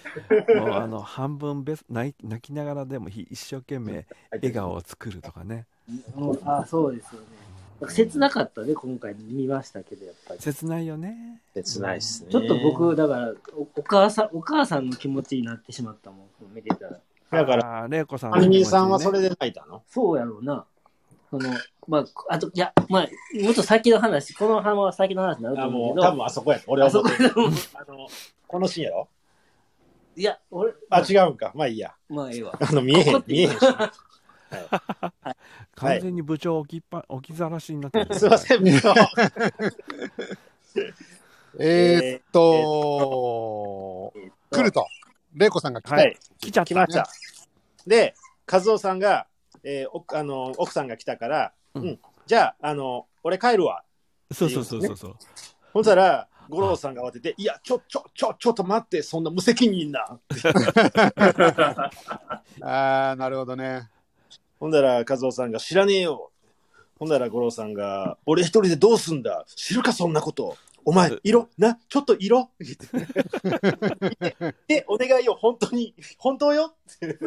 Speaker 2: もうあの半分べ泣い泣きながらでもひ一生懸命笑顔を作るとかね。
Speaker 4: うんあそうですよね。なんか切なかったね、今回見ましたけど、やっぱり。
Speaker 2: 切ないよね。
Speaker 3: 切ないですね。
Speaker 4: ちょっと、僕、だからお、お母さん、お母さんの気持ちになってしまったもん、見てたら。
Speaker 3: だから、
Speaker 2: ら、玲子さん
Speaker 3: アニメさんはそ
Speaker 2: れ。
Speaker 3: れで泣いたの
Speaker 4: そうやろうな。その、まあ、あと、いや、まあ、もっと先の話、この話は先の話になると
Speaker 3: あ、
Speaker 4: 思
Speaker 3: も
Speaker 4: う
Speaker 3: う、
Speaker 4: け
Speaker 3: 多
Speaker 4: ど、
Speaker 3: 分あそこやと。俺は
Speaker 4: あそ
Speaker 3: 思
Speaker 4: こ
Speaker 3: ってる。あの、このシーンやろ
Speaker 4: いや、俺、
Speaker 3: あ、違うんか。まあいいや。
Speaker 4: まあ、ええわ。
Speaker 3: あの、見えへ
Speaker 4: ここ
Speaker 3: ん
Speaker 4: っ、て
Speaker 3: 見えへんし。
Speaker 2: 完全に部長置きっぱ置きざらしになってる
Speaker 3: <laughs> すいません、みんな。
Speaker 1: えーっと、来ると。玲子さんが来た。
Speaker 2: は
Speaker 3: はいい。
Speaker 2: 来ちゃっ
Speaker 3: 来
Speaker 2: た。
Speaker 3: ました。で、和夫さんが、えーおあの奥さんが来たから、
Speaker 2: う
Speaker 3: うんん、じゃあ、あの、俺帰るわ。
Speaker 2: そうそうそうそうそう。
Speaker 3: ほんたら、五郎さんが慌てて、いや、ちょ、ちょ、ちょ、ちょっと待って、そんな無責任な。
Speaker 1: ああ、なるほどね。
Speaker 3: ほんだら、和夫さんが知らねえよ。ほんだら、五郎さんが、俺一人でどうすんだ知るか、そんなこと。お前、いろ、な、ちょっといろ。言ってで、お願いよ、本当に、本当よ。ってなん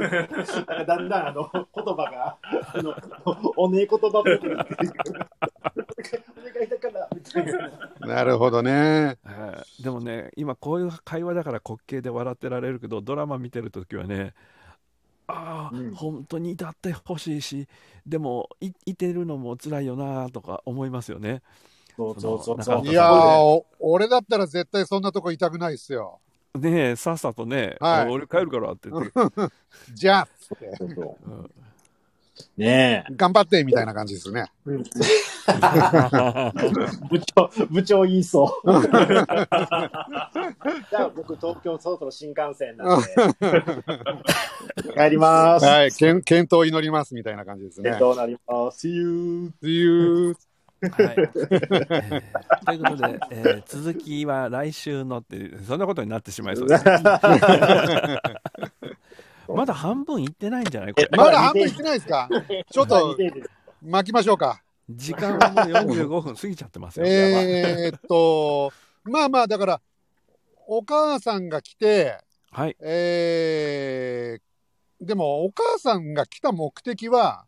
Speaker 3: かだんだん、あの、言葉が、あの、おねえ言葉っぽくなって <laughs> るお願いだから、みたいな。
Speaker 1: なるほどね。
Speaker 2: えーでもね、今こういう会話だから滑稽で笑ってられるけど、ドラマ見てるときはね、ああ、
Speaker 3: うん
Speaker 2: 本当にいたってほしいし、でもい、いてるのも辛いよなとか思いますよね。
Speaker 3: そうそうそうそう。
Speaker 1: いやー、お俺だったら絶対そんなとこいたくないっすよ。
Speaker 2: ねえ、さっさとね、
Speaker 1: はい
Speaker 2: 俺帰るからって言って、
Speaker 1: じゃあ、
Speaker 3: そうそう
Speaker 2: うん
Speaker 3: ね
Speaker 1: 頑張ってみたいな感じですね。
Speaker 3: え。部長、部長言いそう。 <laughs> じゃあ僕、東京そろそろ新幹線なんで。帰ります。
Speaker 1: はい、健健闘を祈りますみたいな感じです
Speaker 3: え
Speaker 1: ね。
Speaker 3: どうなります。See you.
Speaker 1: っていう
Speaker 2: はい <laughs> えーということで、えー続きは来週のって、そんなことになってしまいそうです、
Speaker 1: <laughs>
Speaker 2: まだ半分いってないんじゃないこれ
Speaker 3: え
Speaker 1: まだ半分いってないです
Speaker 3: <laughs>
Speaker 1: かちょっと巻きましょうか。
Speaker 2: 時間はもう45分過ぎちゃってますよ。
Speaker 1: えーっと、まあまあ、だから、お母さんが来て、
Speaker 2: はい。
Speaker 1: えー、でもお母さんが来た目的は、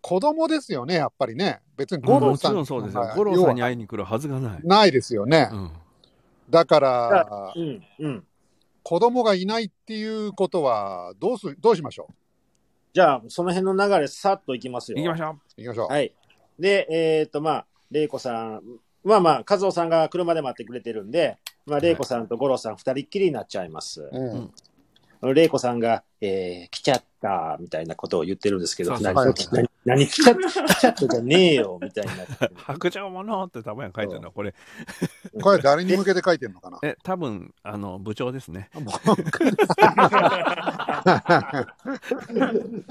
Speaker 1: 子供ですよね、やっぱりね。別に五
Speaker 2: も
Speaker 1: 郎
Speaker 2: ち
Speaker 1: さん。
Speaker 2: ろんそうですよ
Speaker 1: は。い
Speaker 2: 五郎さんに
Speaker 1: 要は
Speaker 2: 会いに来るはずがない。
Speaker 1: ないですよね
Speaker 2: う。ん。
Speaker 1: だから、
Speaker 3: うん、うん。
Speaker 1: 子供がいないっていうことは、どうす、どうしましょ
Speaker 3: じゃあ、その辺の流れ、さっといきますよ。
Speaker 2: 行きましょう。
Speaker 1: う行きましょう。
Speaker 3: はい。で、えっ、と、まあ、玲子さん、まあまあ、和夫さんが車で待ってくれてるんで、まあ、玲子さんと五郎さん二人っきりになっちゃいます。
Speaker 1: うん
Speaker 2: うん
Speaker 3: 玲子さんが、えー、来ちゃった、みたいなことを言ってるんですけど、
Speaker 2: そうそう
Speaker 3: 何、
Speaker 1: はい
Speaker 3: 何、何来ちゃった、来ちゃったじゃねえよ、みたい
Speaker 2: <laughs>
Speaker 3: になって。
Speaker 2: 白状者って多分書いてるのはこれ。
Speaker 1: これ誰に向けて書いてるのかな <laughs>
Speaker 2: え、多分、あの、部長ですね。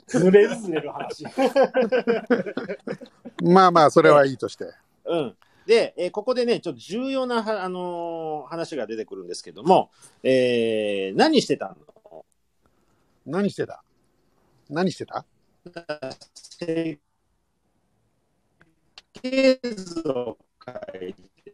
Speaker 6: ずれずれる話。
Speaker 1: まあまあ、それはいいとして。
Speaker 3: うん。で、えーここでね、ちょっと重要なは、あのー話が出てくるんですけども、えー、何してたの
Speaker 1: 何してた何してた
Speaker 3: 設計図を書いて、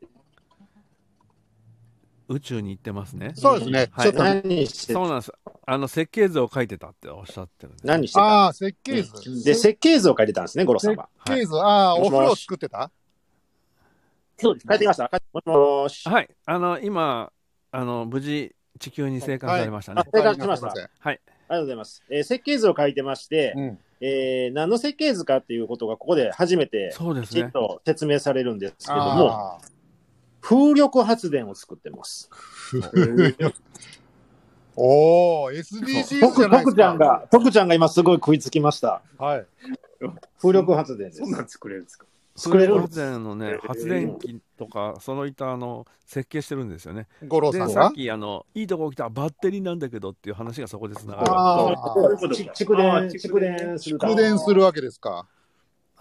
Speaker 2: 宇宙に行ってますね。
Speaker 1: そうですね。
Speaker 2: はい
Speaker 1: ちょっと、
Speaker 3: 何して
Speaker 2: そうなんです。あの、設計図を書いてたっておっしゃってるんです。
Speaker 3: 何してた
Speaker 1: ああ、設計図。
Speaker 3: で、設計図を書いてたんですね、五郎さん
Speaker 1: 設
Speaker 3: は。
Speaker 1: 計図、ああ、
Speaker 3: も
Speaker 1: お
Speaker 3: しもし
Speaker 1: 風呂作ってた
Speaker 4: そうです
Speaker 3: 帰っ
Speaker 4: ね
Speaker 3: てき。ました帰ってもしもし。
Speaker 2: はい。あの、今、あの、無事、地球に生還されましたね。
Speaker 3: 正解しました
Speaker 1: 正解
Speaker 2: はい。
Speaker 3: ありがとうございます。えー設計図を書いてまして、
Speaker 1: うん。
Speaker 3: えー何の設計図かっていうことがここで初めて
Speaker 2: そうで
Speaker 3: き
Speaker 2: す
Speaker 3: ちっ
Speaker 2: ね。
Speaker 3: と説明されるんですけども、
Speaker 1: ああ、
Speaker 3: 風力発電を作ってます。
Speaker 1: おお、SDGs じゃ
Speaker 3: 徳
Speaker 1: ないですか。
Speaker 3: 徳ちゃんが、徳ちゃんが今すごい食いつきました。
Speaker 1: はい。
Speaker 3: 風力発電です。
Speaker 6: そんなん作れるんですか
Speaker 1: <laughs>
Speaker 4: 作れるんで
Speaker 2: 発電のね、発電機とか、そのいたあの設計してるんですよね。
Speaker 1: 五郎さ
Speaker 2: で、
Speaker 1: ん
Speaker 2: さ
Speaker 1: が
Speaker 2: っき、あの、いいとこ来た、バッテリーなんだけどっていう話がそこでつながるわ
Speaker 1: あ
Speaker 3: あそういうことか
Speaker 6: ち
Speaker 3: 蓄
Speaker 6: あ
Speaker 3: 電、
Speaker 6: ー
Speaker 3: 蓄電するか
Speaker 1: 充電するわけですか。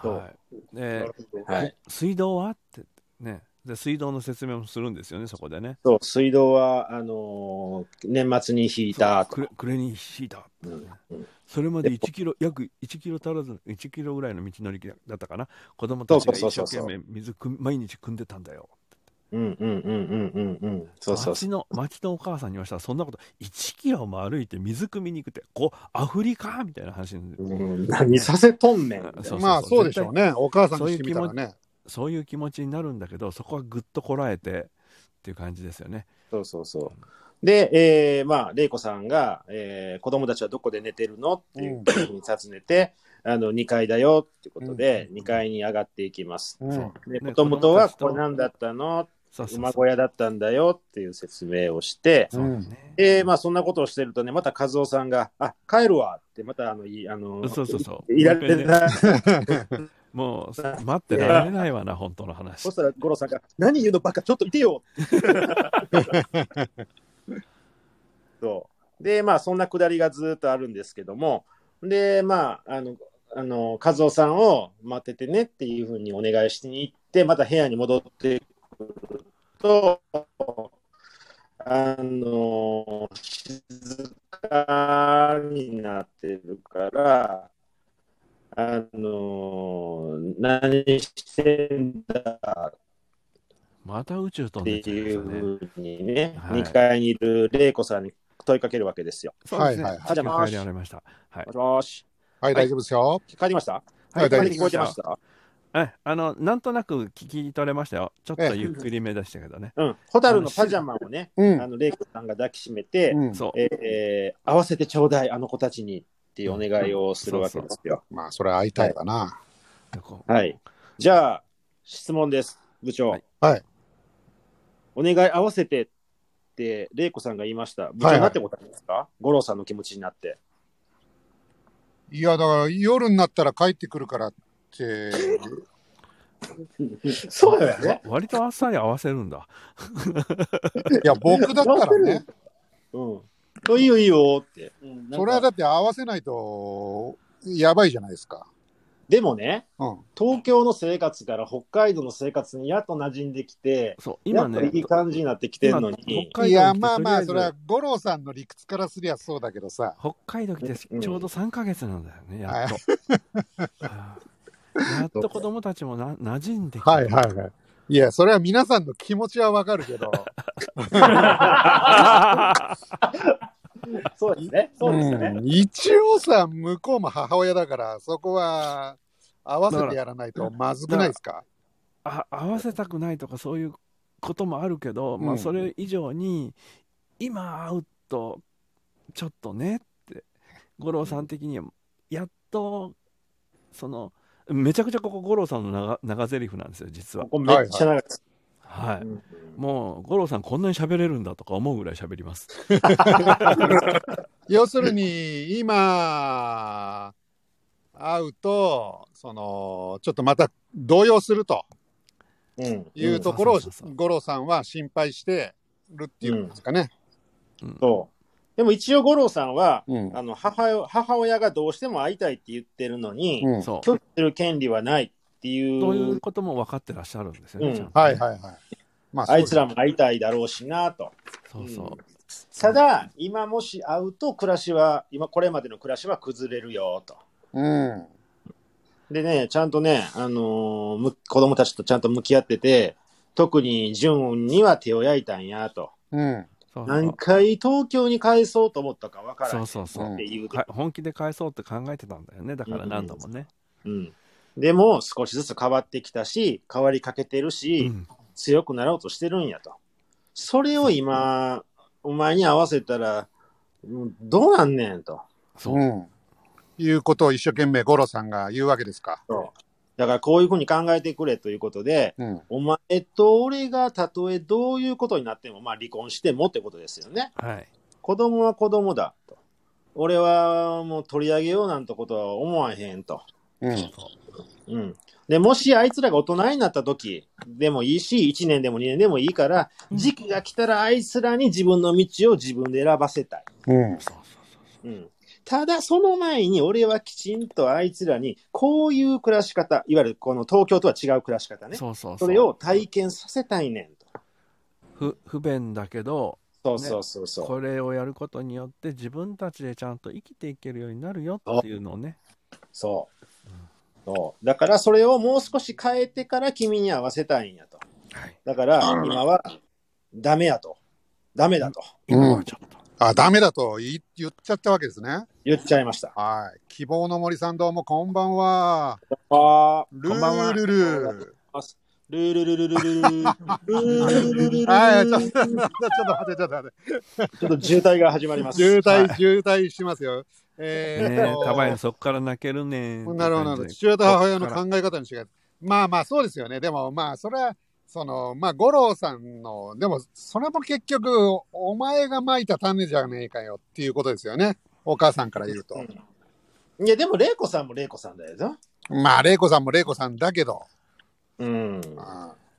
Speaker 2: け。
Speaker 3: ー
Speaker 2: はい。で、
Speaker 3: はい。
Speaker 2: 水道はって、ね。で、水道の説明もするんですよね、そこでね。
Speaker 3: そう、水道は、あのー年末に引いたと
Speaker 2: くれくれに引いた、
Speaker 3: うんうん
Speaker 2: それまで1キロ約1キロ足らず1キロぐらいの道のりだったかな子供たちが
Speaker 3: そう
Speaker 2: 一
Speaker 3: そ
Speaker 2: 生
Speaker 3: うそうそう
Speaker 2: 懸命水くん毎日汲んでたんだよ
Speaker 3: うんうんうんうんうんうん。そうそうそ
Speaker 2: 町の町のお母さんに言わしたらそんなこと1キロも歩いて水汲みに行くってこうアフリカみたいな話に
Speaker 3: う。うん何させとんねん。
Speaker 2: あ
Speaker 3: う
Speaker 2: そう
Speaker 1: まあそうでしょうね。お母さん
Speaker 2: そう
Speaker 1: に
Speaker 2: い
Speaker 1: し
Speaker 2: う
Speaker 1: てみたらね。
Speaker 2: そういう気持ちになるんだけどそこはぐっとこらえてっていう感じですよね
Speaker 3: そうそうそう。で、えー、まあ、玲子さんが、えー、子供たちはどこで寝てるのっていうふうに尋ねて、あの、2階だよっていうことで、2階に上がっていきます。
Speaker 1: うん
Speaker 2: そう
Speaker 3: で、
Speaker 2: ね
Speaker 3: もともとは
Speaker 2: 子供たちと
Speaker 3: これ何だったの
Speaker 2: そうそうそう
Speaker 3: 馬小屋だったんだよっていう説明をして、
Speaker 2: そうね
Speaker 3: で、まあ、そんなことをしてるとね、また和夫さんが、あ、帰るわって、また、あの、いあの、
Speaker 2: そうそうそう
Speaker 3: いられない。
Speaker 2: もう待ってられないわな本当の話
Speaker 3: そしたら五郎さんが「何言うのバカちょっといてよ!」そうでまあそんなくだりがずっとあるんですけどもでまああのあの和夫さんを待っててねっていうふうにお願いしに行ってまた部屋に戻ってくるとあの静かになってるからあの何してんだ
Speaker 2: また宇宙飛
Speaker 3: っ
Speaker 2: ん
Speaker 3: て
Speaker 2: でっちゃいま
Speaker 3: い
Speaker 2: し
Speaker 3: う
Speaker 2: たね
Speaker 3: ふうにね、
Speaker 2: はい
Speaker 3: 二2階にいる玲子さんに問いかけるわけですよ。
Speaker 2: そうですね
Speaker 1: はいはい
Speaker 3: はい
Speaker 2: 地球帰りられましたはい
Speaker 3: もしもし、
Speaker 1: はい、大丈夫ですよ。
Speaker 3: 帰りました
Speaker 1: はい大丈夫
Speaker 3: 聞こえてました
Speaker 2: えあのなんとなく聞き取れましたよちょっとゆっくりめでしたけどね、
Speaker 3: うん。ホタルのパジャマをね、
Speaker 1: うん
Speaker 3: あ。の玲子さんが抱きしめて、
Speaker 1: うん
Speaker 2: そう
Speaker 3: えーえー合わせてちょうだい、あの子たちにっていうお願いをするわけですよ。
Speaker 1: まあそれは会いたいわな。
Speaker 2: こう
Speaker 3: はい。じゃあ、質問です、部長。
Speaker 2: はい
Speaker 1: はい
Speaker 3: お願い合わせてって、玲子さんが言いました。部
Speaker 1: はいはい
Speaker 3: 長、なんてことなんですか、五郎さんの気持ちになって。
Speaker 1: いや、だから夜になったら帰ってくるからって、
Speaker 6: そうだよね。
Speaker 2: 割と朝に合わせるんだ
Speaker 1: いや、僕だったらね、
Speaker 3: うん。いいよ、いいよって。
Speaker 4: うん
Speaker 1: それはだって合わせないと、やばいじゃないですか。
Speaker 3: でもね、
Speaker 1: うん。
Speaker 3: 東京の生活から北海道の生活にやっと馴染んできて、
Speaker 2: そう
Speaker 3: 今
Speaker 2: 今ね
Speaker 3: やっといい感じになってきてるのに、
Speaker 2: 今北海道に来て
Speaker 1: いや、まあまあ、
Speaker 2: とりえず
Speaker 1: それは五郎さんの理屈からすりゃそうだけどさ。
Speaker 2: 北海道来て
Speaker 3: うん
Speaker 2: ちょうど3ヶ月なんだよね、やっと。 <laughs> あーやっと子供たちもな馴染んできた。
Speaker 1: はい
Speaker 2: <laughs>
Speaker 1: はい。いや、それは皆さんの気持ちはわかるけど、
Speaker 6: そうですね。そうですね。
Speaker 1: うん一応さ、向こうも母親だから、そこは合わせてやらないとまずくないですか。
Speaker 2: あ合わせたくないとかそういうこともあるけど、ま
Speaker 1: う
Speaker 2: あ
Speaker 1: ん
Speaker 2: それ以上に今会うとちょっとねって五郎さん的にはやっとそのめちゃくちゃここ五郎さんの長長ゼリフなんですよ実は
Speaker 3: こ。こめっちゃ長いです。
Speaker 2: はい、
Speaker 3: うん
Speaker 2: もう五郎さんこんなに喋れるんだとか思うぐらい喋ります。
Speaker 1: 要するに、今、会うと、その、ちょっとまた動揺すると
Speaker 3: うん
Speaker 1: いうところを
Speaker 2: うんそうそうそうそ、う
Speaker 1: 五郎さんは心配してるっていうんですかね。
Speaker 2: うん
Speaker 3: そうでも一応五郎さんは、
Speaker 1: うん
Speaker 3: あの母よ母親がどうしても会いたいって言ってるのに、
Speaker 1: うん
Speaker 2: そう
Speaker 3: 拒否する権利はないってい
Speaker 2: といううことも分かってらっしゃるんですよね。
Speaker 3: うん
Speaker 2: ちゃんとね
Speaker 1: はいはいはい。まあ
Speaker 3: あいつら
Speaker 1: も。
Speaker 3: も会いたいだろうしなと。
Speaker 2: そうそう。
Speaker 3: ただ、今もし会うと暮らしは、今これまでの暮らしは崩れるよと。
Speaker 1: うん。
Speaker 3: でね、ちゃんとね、あのーむ子供たちとちゃんと向き合ってて、特に純には手を焼いたんやと。
Speaker 1: うん。
Speaker 2: そうそう
Speaker 3: 何回東京に返そうと思ったかわから
Speaker 2: そ
Speaker 3: な
Speaker 2: う
Speaker 3: い
Speaker 2: そうそう
Speaker 3: っ。ていう。
Speaker 2: か本気で返そうって考えてたんだよねだから何度もね、
Speaker 3: うん。でも少しずつ変わってきたし、変わりかけてる
Speaker 2: う
Speaker 3: し、
Speaker 2: ん
Speaker 3: 強くなろうとしてるんやと。それを今、お前に合わせたら、うんどうなんねんと。
Speaker 2: そう、
Speaker 1: うん。いうことを一生懸命五郎さんが言うわけですか。
Speaker 3: だからこういうふうに考えてくれということで、
Speaker 1: うん。
Speaker 3: お前と俺がたとえどういうことになっても、まあ離婚してもってことですよね。
Speaker 2: はい
Speaker 3: 子供は子供だと。俺はもう取り上げようなんてことは思わへんと。
Speaker 1: うん。
Speaker 3: うん。で、もしあいつらが大人になった時でもいいし、1年でも2年でもいいから、時期が来たらあいつらに自分の道を自分で選ばせたい。
Speaker 1: うん。
Speaker 2: そうそう
Speaker 3: うん。ただ、その前に俺はきちんとあいつらに、こういう暮らし方、いわゆるこの東京とは違う暮らし方ね。
Speaker 2: そうそうそう
Speaker 3: それを体験させたいねんと。
Speaker 2: 不不便だけど
Speaker 3: そうそうそうそう。
Speaker 2: これをやることによって自分たちでちゃんと生きていけるようになるよっていうのをね
Speaker 3: そう。そうだからそれをもう少し変えてから君に合わせたいんやと。
Speaker 2: はい
Speaker 3: だから今はダメやと。ダメだと
Speaker 2: 今はちょっと、
Speaker 1: あ、ダメだと言い言っちゃったわけですね。
Speaker 3: 言っちゃいました。
Speaker 1: はい。希望の森さんどうもこんばんは。
Speaker 3: あ
Speaker 1: ル
Speaker 3: こんばん
Speaker 1: ー
Speaker 3: は
Speaker 1: ルル
Speaker 3: ルールルルルルルルルルルルル
Speaker 1: ー。はい、ちょっと、ちょっと待って、ちょっと待って。
Speaker 3: ちょっと渋滞が始まります。
Speaker 1: 渋滞、渋滞しますよ。え
Speaker 2: ね
Speaker 1: ー
Speaker 2: え
Speaker 1: っと、
Speaker 2: たばやそっから泣けるねん
Speaker 1: なるほど、なるほど。父親と母親の考え方の違い。まあまあ、そうですよね。でもまあ、それは、その、まあ、五郎さんの、でも、それも結局、お前が蒔いた種じゃねえかよっていうことですよね。お母さんから言うと。
Speaker 3: いやでも玲子さんも玲子さんだよな。
Speaker 1: まあ、玲子さんも玲子さんだけど。
Speaker 3: うん。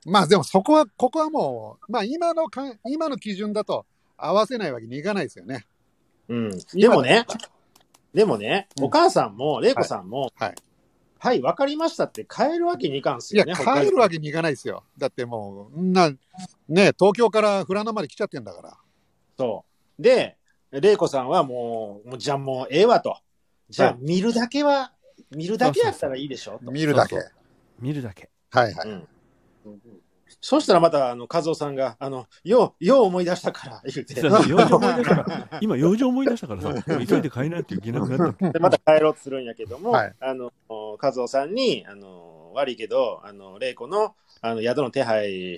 Speaker 1: まあでもそこは、ここはもう、まあ今のかん、今の基準だと合わせないわけにいかないですよね。
Speaker 3: うん。でもね、でもね、お母さんも玲子さんも、
Speaker 1: はい。
Speaker 3: はい、わかりましたって変えるわけにいかんす
Speaker 1: いや、
Speaker 3: よね。
Speaker 1: 帰るわけにいかないですよ。だってもう、んな、ね、東京から富良野まで来ちゃってんだから。
Speaker 3: そう。で、玲子さんはもう、もうじゃあもうええわと。じゃ
Speaker 1: は
Speaker 3: あ見るだけは、見るだけやったらいいでしょと。
Speaker 1: 見るだけ。
Speaker 2: そう見るだけ
Speaker 1: はいはい。
Speaker 3: そしたらまた、あの、和夫さんが、あの、よう、よう思い出したから、言うて、
Speaker 2: そうそう用事思い出したから今用事思い出したからさ急いで買えないっていけなくなった
Speaker 3: で <laughs> また帰ろうとするんやけども、
Speaker 1: はい
Speaker 3: あの、和夫さんに、あの、悪いけど、あの、玲子の、あの、宿の手配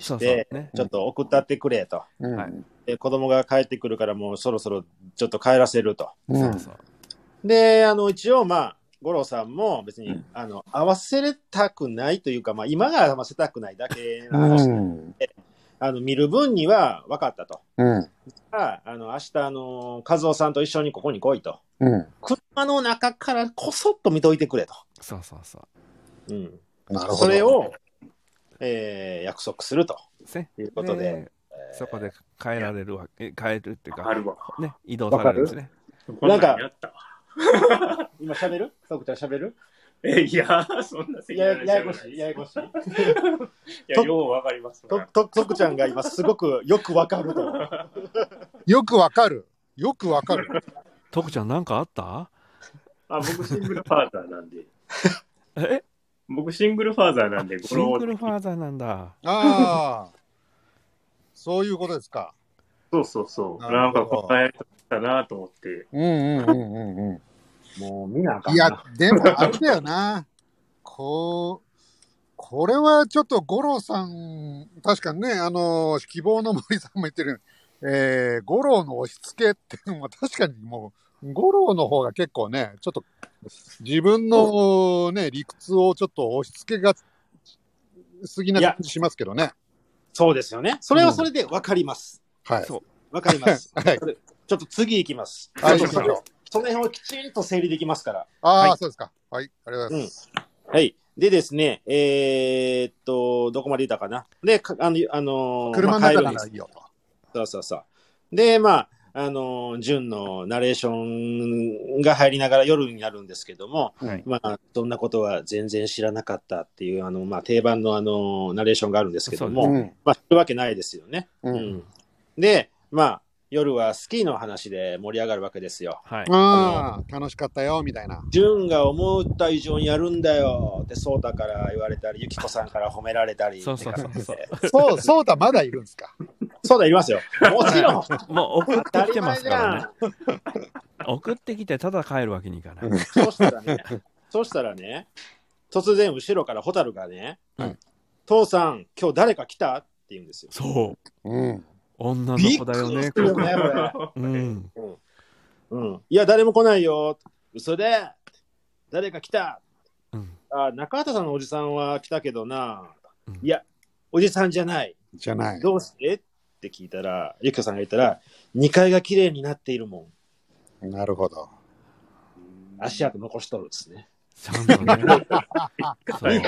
Speaker 2: そ
Speaker 3: し
Speaker 2: うそう
Speaker 3: て、
Speaker 2: ね
Speaker 3: ちょっと送ったってくれと。
Speaker 1: うん
Speaker 2: はい
Speaker 3: で、子供が帰ってくるから、もうそろそろちょっと帰らせると。
Speaker 1: う
Speaker 2: そ
Speaker 1: ん
Speaker 2: うそう
Speaker 3: で、あの、一応、まあ、五郎さんも別に、あの、合わせれたくないというか、まあ、今が合わせたくないだけな
Speaker 1: う
Speaker 3: 話で、
Speaker 1: ん。
Speaker 3: あの、見る分には分かったと。
Speaker 1: うん。
Speaker 3: ああの、明日、あの、和夫さんと一緒にここに来いと。
Speaker 1: う
Speaker 3: 車の中からこそっと見といてくれと。
Speaker 2: そうそうそ
Speaker 3: うん。
Speaker 1: ん。なるほど。
Speaker 3: それ。を、えー、約束すると
Speaker 2: うね
Speaker 3: いうことで。
Speaker 2: ねそこで変えられるわけ変えるっていう
Speaker 6: あ
Speaker 2: か
Speaker 6: るわ。
Speaker 2: ね移動されるんですね
Speaker 3: なんか
Speaker 6: こやったわ
Speaker 3: <laughs> 今喋るそうくちゃん喋る
Speaker 6: え、いや、そんなせ
Speaker 3: やややこしい、ややこしい。
Speaker 6: いや、ようわかりますわ。
Speaker 3: と、と、とくちゃんが今すごくよくわかると。
Speaker 1: よくわかる。よくわかる。 <laughs>
Speaker 2: 徳ちゃんなんかあった
Speaker 6: あ、僕シングルファーザ
Speaker 2: <laughs>
Speaker 6: ーなんで。
Speaker 2: え
Speaker 6: 僕シングルファーザーなんで、
Speaker 2: シングルフ
Speaker 6: ー
Speaker 2: ァーザーなんだ
Speaker 1: ああ。そういうことですか。
Speaker 6: そうそうそう。
Speaker 1: な
Speaker 6: な
Speaker 1: るほ
Speaker 6: んか
Speaker 1: ど
Speaker 6: 答えたなと思って。
Speaker 1: うんうんうんうんう
Speaker 3: もう見なあか
Speaker 1: ん。
Speaker 3: ん
Speaker 1: い
Speaker 3: な。
Speaker 1: や、でもあれだよな。こう、これはちょっと五郎さん、確かにね、あの、希望の森さんも言ってるように、えー、五郎の押し付けっていうのは確かにもう、五郎の方が結構ね、ちょっと自分のね、理屈をちょっと押し付けが過ぎな感じしますけどね。
Speaker 3: そうですよね。それはそれでわかります。
Speaker 1: はい。
Speaker 2: そう
Speaker 3: わかり
Speaker 1: <laughs>
Speaker 3: <laughs> ます。
Speaker 1: はい
Speaker 3: それちょっと次行きます。
Speaker 1: はい
Speaker 3: ち
Speaker 1: 行
Speaker 3: ょっ
Speaker 1: き
Speaker 3: と
Speaker 1: ましょう
Speaker 3: その辺をきちんと整理できますから。
Speaker 1: ああ、
Speaker 3: はい
Speaker 1: そうですか。はい、ありがとうございます。
Speaker 3: はい。でですね、えーっと、どこまでいたかな。で、かあの、あのー
Speaker 1: 車の
Speaker 3: まあ帰
Speaker 1: 中
Speaker 3: る
Speaker 1: なん
Speaker 3: で
Speaker 1: ら
Speaker 3: す
Speaker 1: いいよと。
Speaker 3: そうそうそう。で、まあ、あのー、純のナレーションが入りながら夜になるんですけども、
Speaker 2: はい
Speaker 3: まあ、そんなことは全然知らなかったっていう、あの、まあ、定番のあのー、ナレーションがあるんですけど
Speaker 2: そ
Speaker 3: も、
Speaker 2: う
Speaker 1: うん
Speaker 3: まあ、知るわけないですよね。
Speaker 1: う。
Speaker 3: うんん。で、まあ、夜はスキーの話で盛り上がるわけですよ。
Speaker 2: はい
Speaker 1: ああ、楽しかったよ、みたいな。
Speaker 3: 純が思った以上にやるんだよって、ソータから言われたり、ユキコさんから褒められたり、
Speaker 2: そうそうそうそう
Speaker 3: って感じで
Speaker 1: そう、そうだ、まだいるんですか。
Speaker 3: そうだ、いますよ。も
Speaker 2: <laughs>
Speaker 3: ちろん。
Speaker 2: もう送って
Speaker 3: 当た
Speaker 2: き
Speaker 3: り
Speaker 2: てま
Speaker 3: 前
Speaker 2: す
Speaker 3: じ
Speaker 2: か
Speaker 3: ゃ
Speaker 2: らね
Speaker 3: ん。
Speaker 2: 送ってきてただ帰るわけにいかない、
Speaker 3: そうしたらね、そうしたらね、突然後ろからホタルがね、
Speaker 1: うん
Speaker 3: 父さん、今日誰か来たって言うんですよ。
Speaker 2: そう
Speaker 1: うん。
Speaker 2: 女の子だよね
Speaker 3: びっくりするよ
Speaker 2: ここ
Speaker 3: ねこ
Speaker 2: うん
Speaker 3: うん。いや、誰も来ないよ。嘘で、誰か来た。
Speaker 2: うん
Speaker 3: あ、中畑さんのおじさんは来たけどな。
Speaker 2: うん
Speaker 3: いや、おじさんじゃない。
Speaker 1: じゃない。
Speaker 3: どうしてって聞いたら、ゆきこさんが言ったら、2階が綺麗になっているもん。
Speaker 1: なるほど。
Speaker 3: 足跡残しとるんですね。
Speaker 2: ちゃんとね。そうめ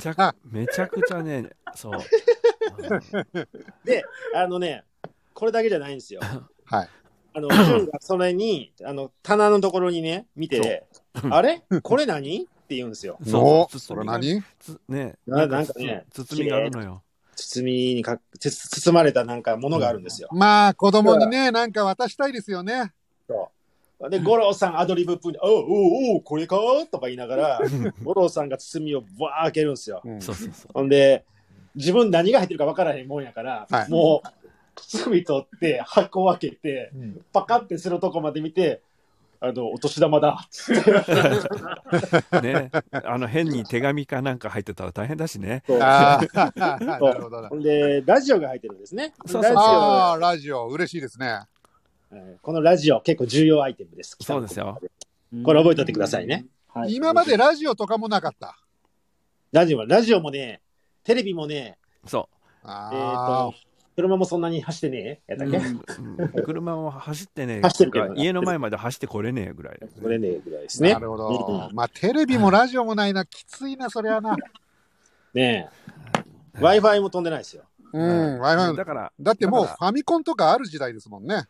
Speaker 2: ちゃめちゃくちゃね、そう。
Speaker 3: で、あのね、これだけじゃないんですよ。
Speaker 1: はい。
Speaker 3: あの、純がそれに、あの、棚のところにね、見て、あれこれ何って言うんですよ。
Speaker 1: お
Speaker 2: そう
Speaker 1: それ何
Speaker 2: つね、な
Speaker 3: な
Speaker 2: んか
Speaker 3: なんかね
Speaker 2: 包みがあるのよ。
Speaker 3: 包みにか、つ包まれたなんかものがあるんですよ。
Speaker 1: まあ、子供にね、なんか渡したいですよね。
Speaker 3: で、五郎さんアドリブっぽい、おうおうおう、これかとか言いながら、五郎さんが包みをわー開けるんですよ。
Speaker 1: うん
Speaker 2: そうそうそう。
Speaker 3: ほんで、自分何が入ってるか分からへんもんやから、
Speaker 1: はい
Speaker 3: もう、包み取って、箱を開けて、パカってするとこまで見て、あの、お年玉だ、つって。
Speaker 2: ね、あの変に手紙かなんか入ってたら大変だしね。
Speaker 1: ああ、なるほどな
Speaker 3: ほ。んで、ラジオが入ってるんですね。
Speaker 2: そうそう
Speaker 1: ああ、ラジオ、嬉しいですね。
Speaker 3: ラジオえーこのラジオ、結構重要アイテムです。
Speaker 2: そうですよ。
Speaker 3: これ覚えといてくださいね。
Speaker 4: はい
Speaker 1: 今までラジオとかもなかった。
Speaker 3: ラジオは、ラジオもね、テレビもね、
Speaker 2: そ
Speaker 3: えっ、
Speaker 1: あ
Speaker 3: と、車もそんなに走ってねえやった
Speaker 2: う。
Speaker 3: っけ、
Speaker 2: うん車を走ってね、
Speaker 3: 走ってるけど
Speaker 2: 家の前まで走ってこれねえぐらいだよね、
Speaker 3: これねえぐらいです
Speaker 1: あ、
Speaker 3: ね
Speaker 1: な。るほ
Speaker 3: うん
Speaker 1: ど
Speaker 3: う。
Speaker 1: まあ、テレビもラジオもないな、きついな、そりゃな。
Speaker 3: ねえ。Wi-Fi も飛んでないですよ。
Speaker 1: うん、ワイワイ
Speaker 2: だから、
Speaker 1: だってもうフ
Speaker 2: だか
Speaker 1: ァミコンとかある時代ですもんね。
Speaker 2: ら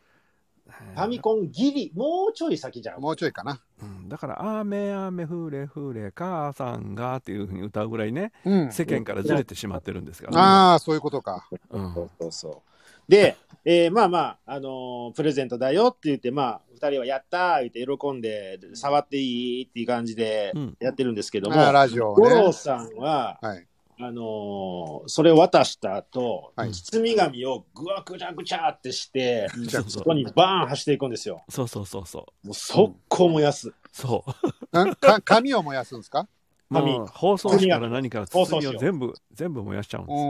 Speaker 3: ファミコンギリ、もうちょい先じゃん。
Speaker 1: もうちょいかな。
Speaker 2: うんだから、雨雨降れ降れ母さんがっていうふうに歌うぐらいね、
Speaker 1: うん。
Speaker 2: 世間からずれてしまってるんですから、
Speaker 1: ああ、そういうことか。
Speaker 2: う
Speaker 3: そうんそうそう。で、えーまあまあ、あのープレゼントだよって言って、まあ、二人はやったー言って喜んで、触っていいっていう感じで
Speaker 2: うん
Speaker 3: やってるんですけども、
Speaker 1: ああラジオ
Speaker 3: 五郎
Speaker 1: ね。
Speaker 3: さんは、
Speaker 1: はい。
Speaker 3: あのーそれを渡した後、
Speaker 1: <laughs> はい
Speaker 3: 包み紙をぐわぐちゃぐちゃってして、
Speaker 1: じゃあ
Speaker 3: そこにバーン走っていくんですよ。
Speaker 2: そうそうそうそ
Speaker 3: もう速攻燃やす。
Speaker 2: う。そう。
Speaker 1: んか紙を燃やすんですか
Speaker 3: 紙
Speaker 2: もう包装紙から何から
Speaker 3: 包
Speaker 2: 包
Speaker 3: 装
Speaker 2: み
Speaker 3: 紙を
Speaker 2: を全部、全部燃やしちゃうん
Speaker 1: う
Speaker 2: です。
Speaker 1: ん。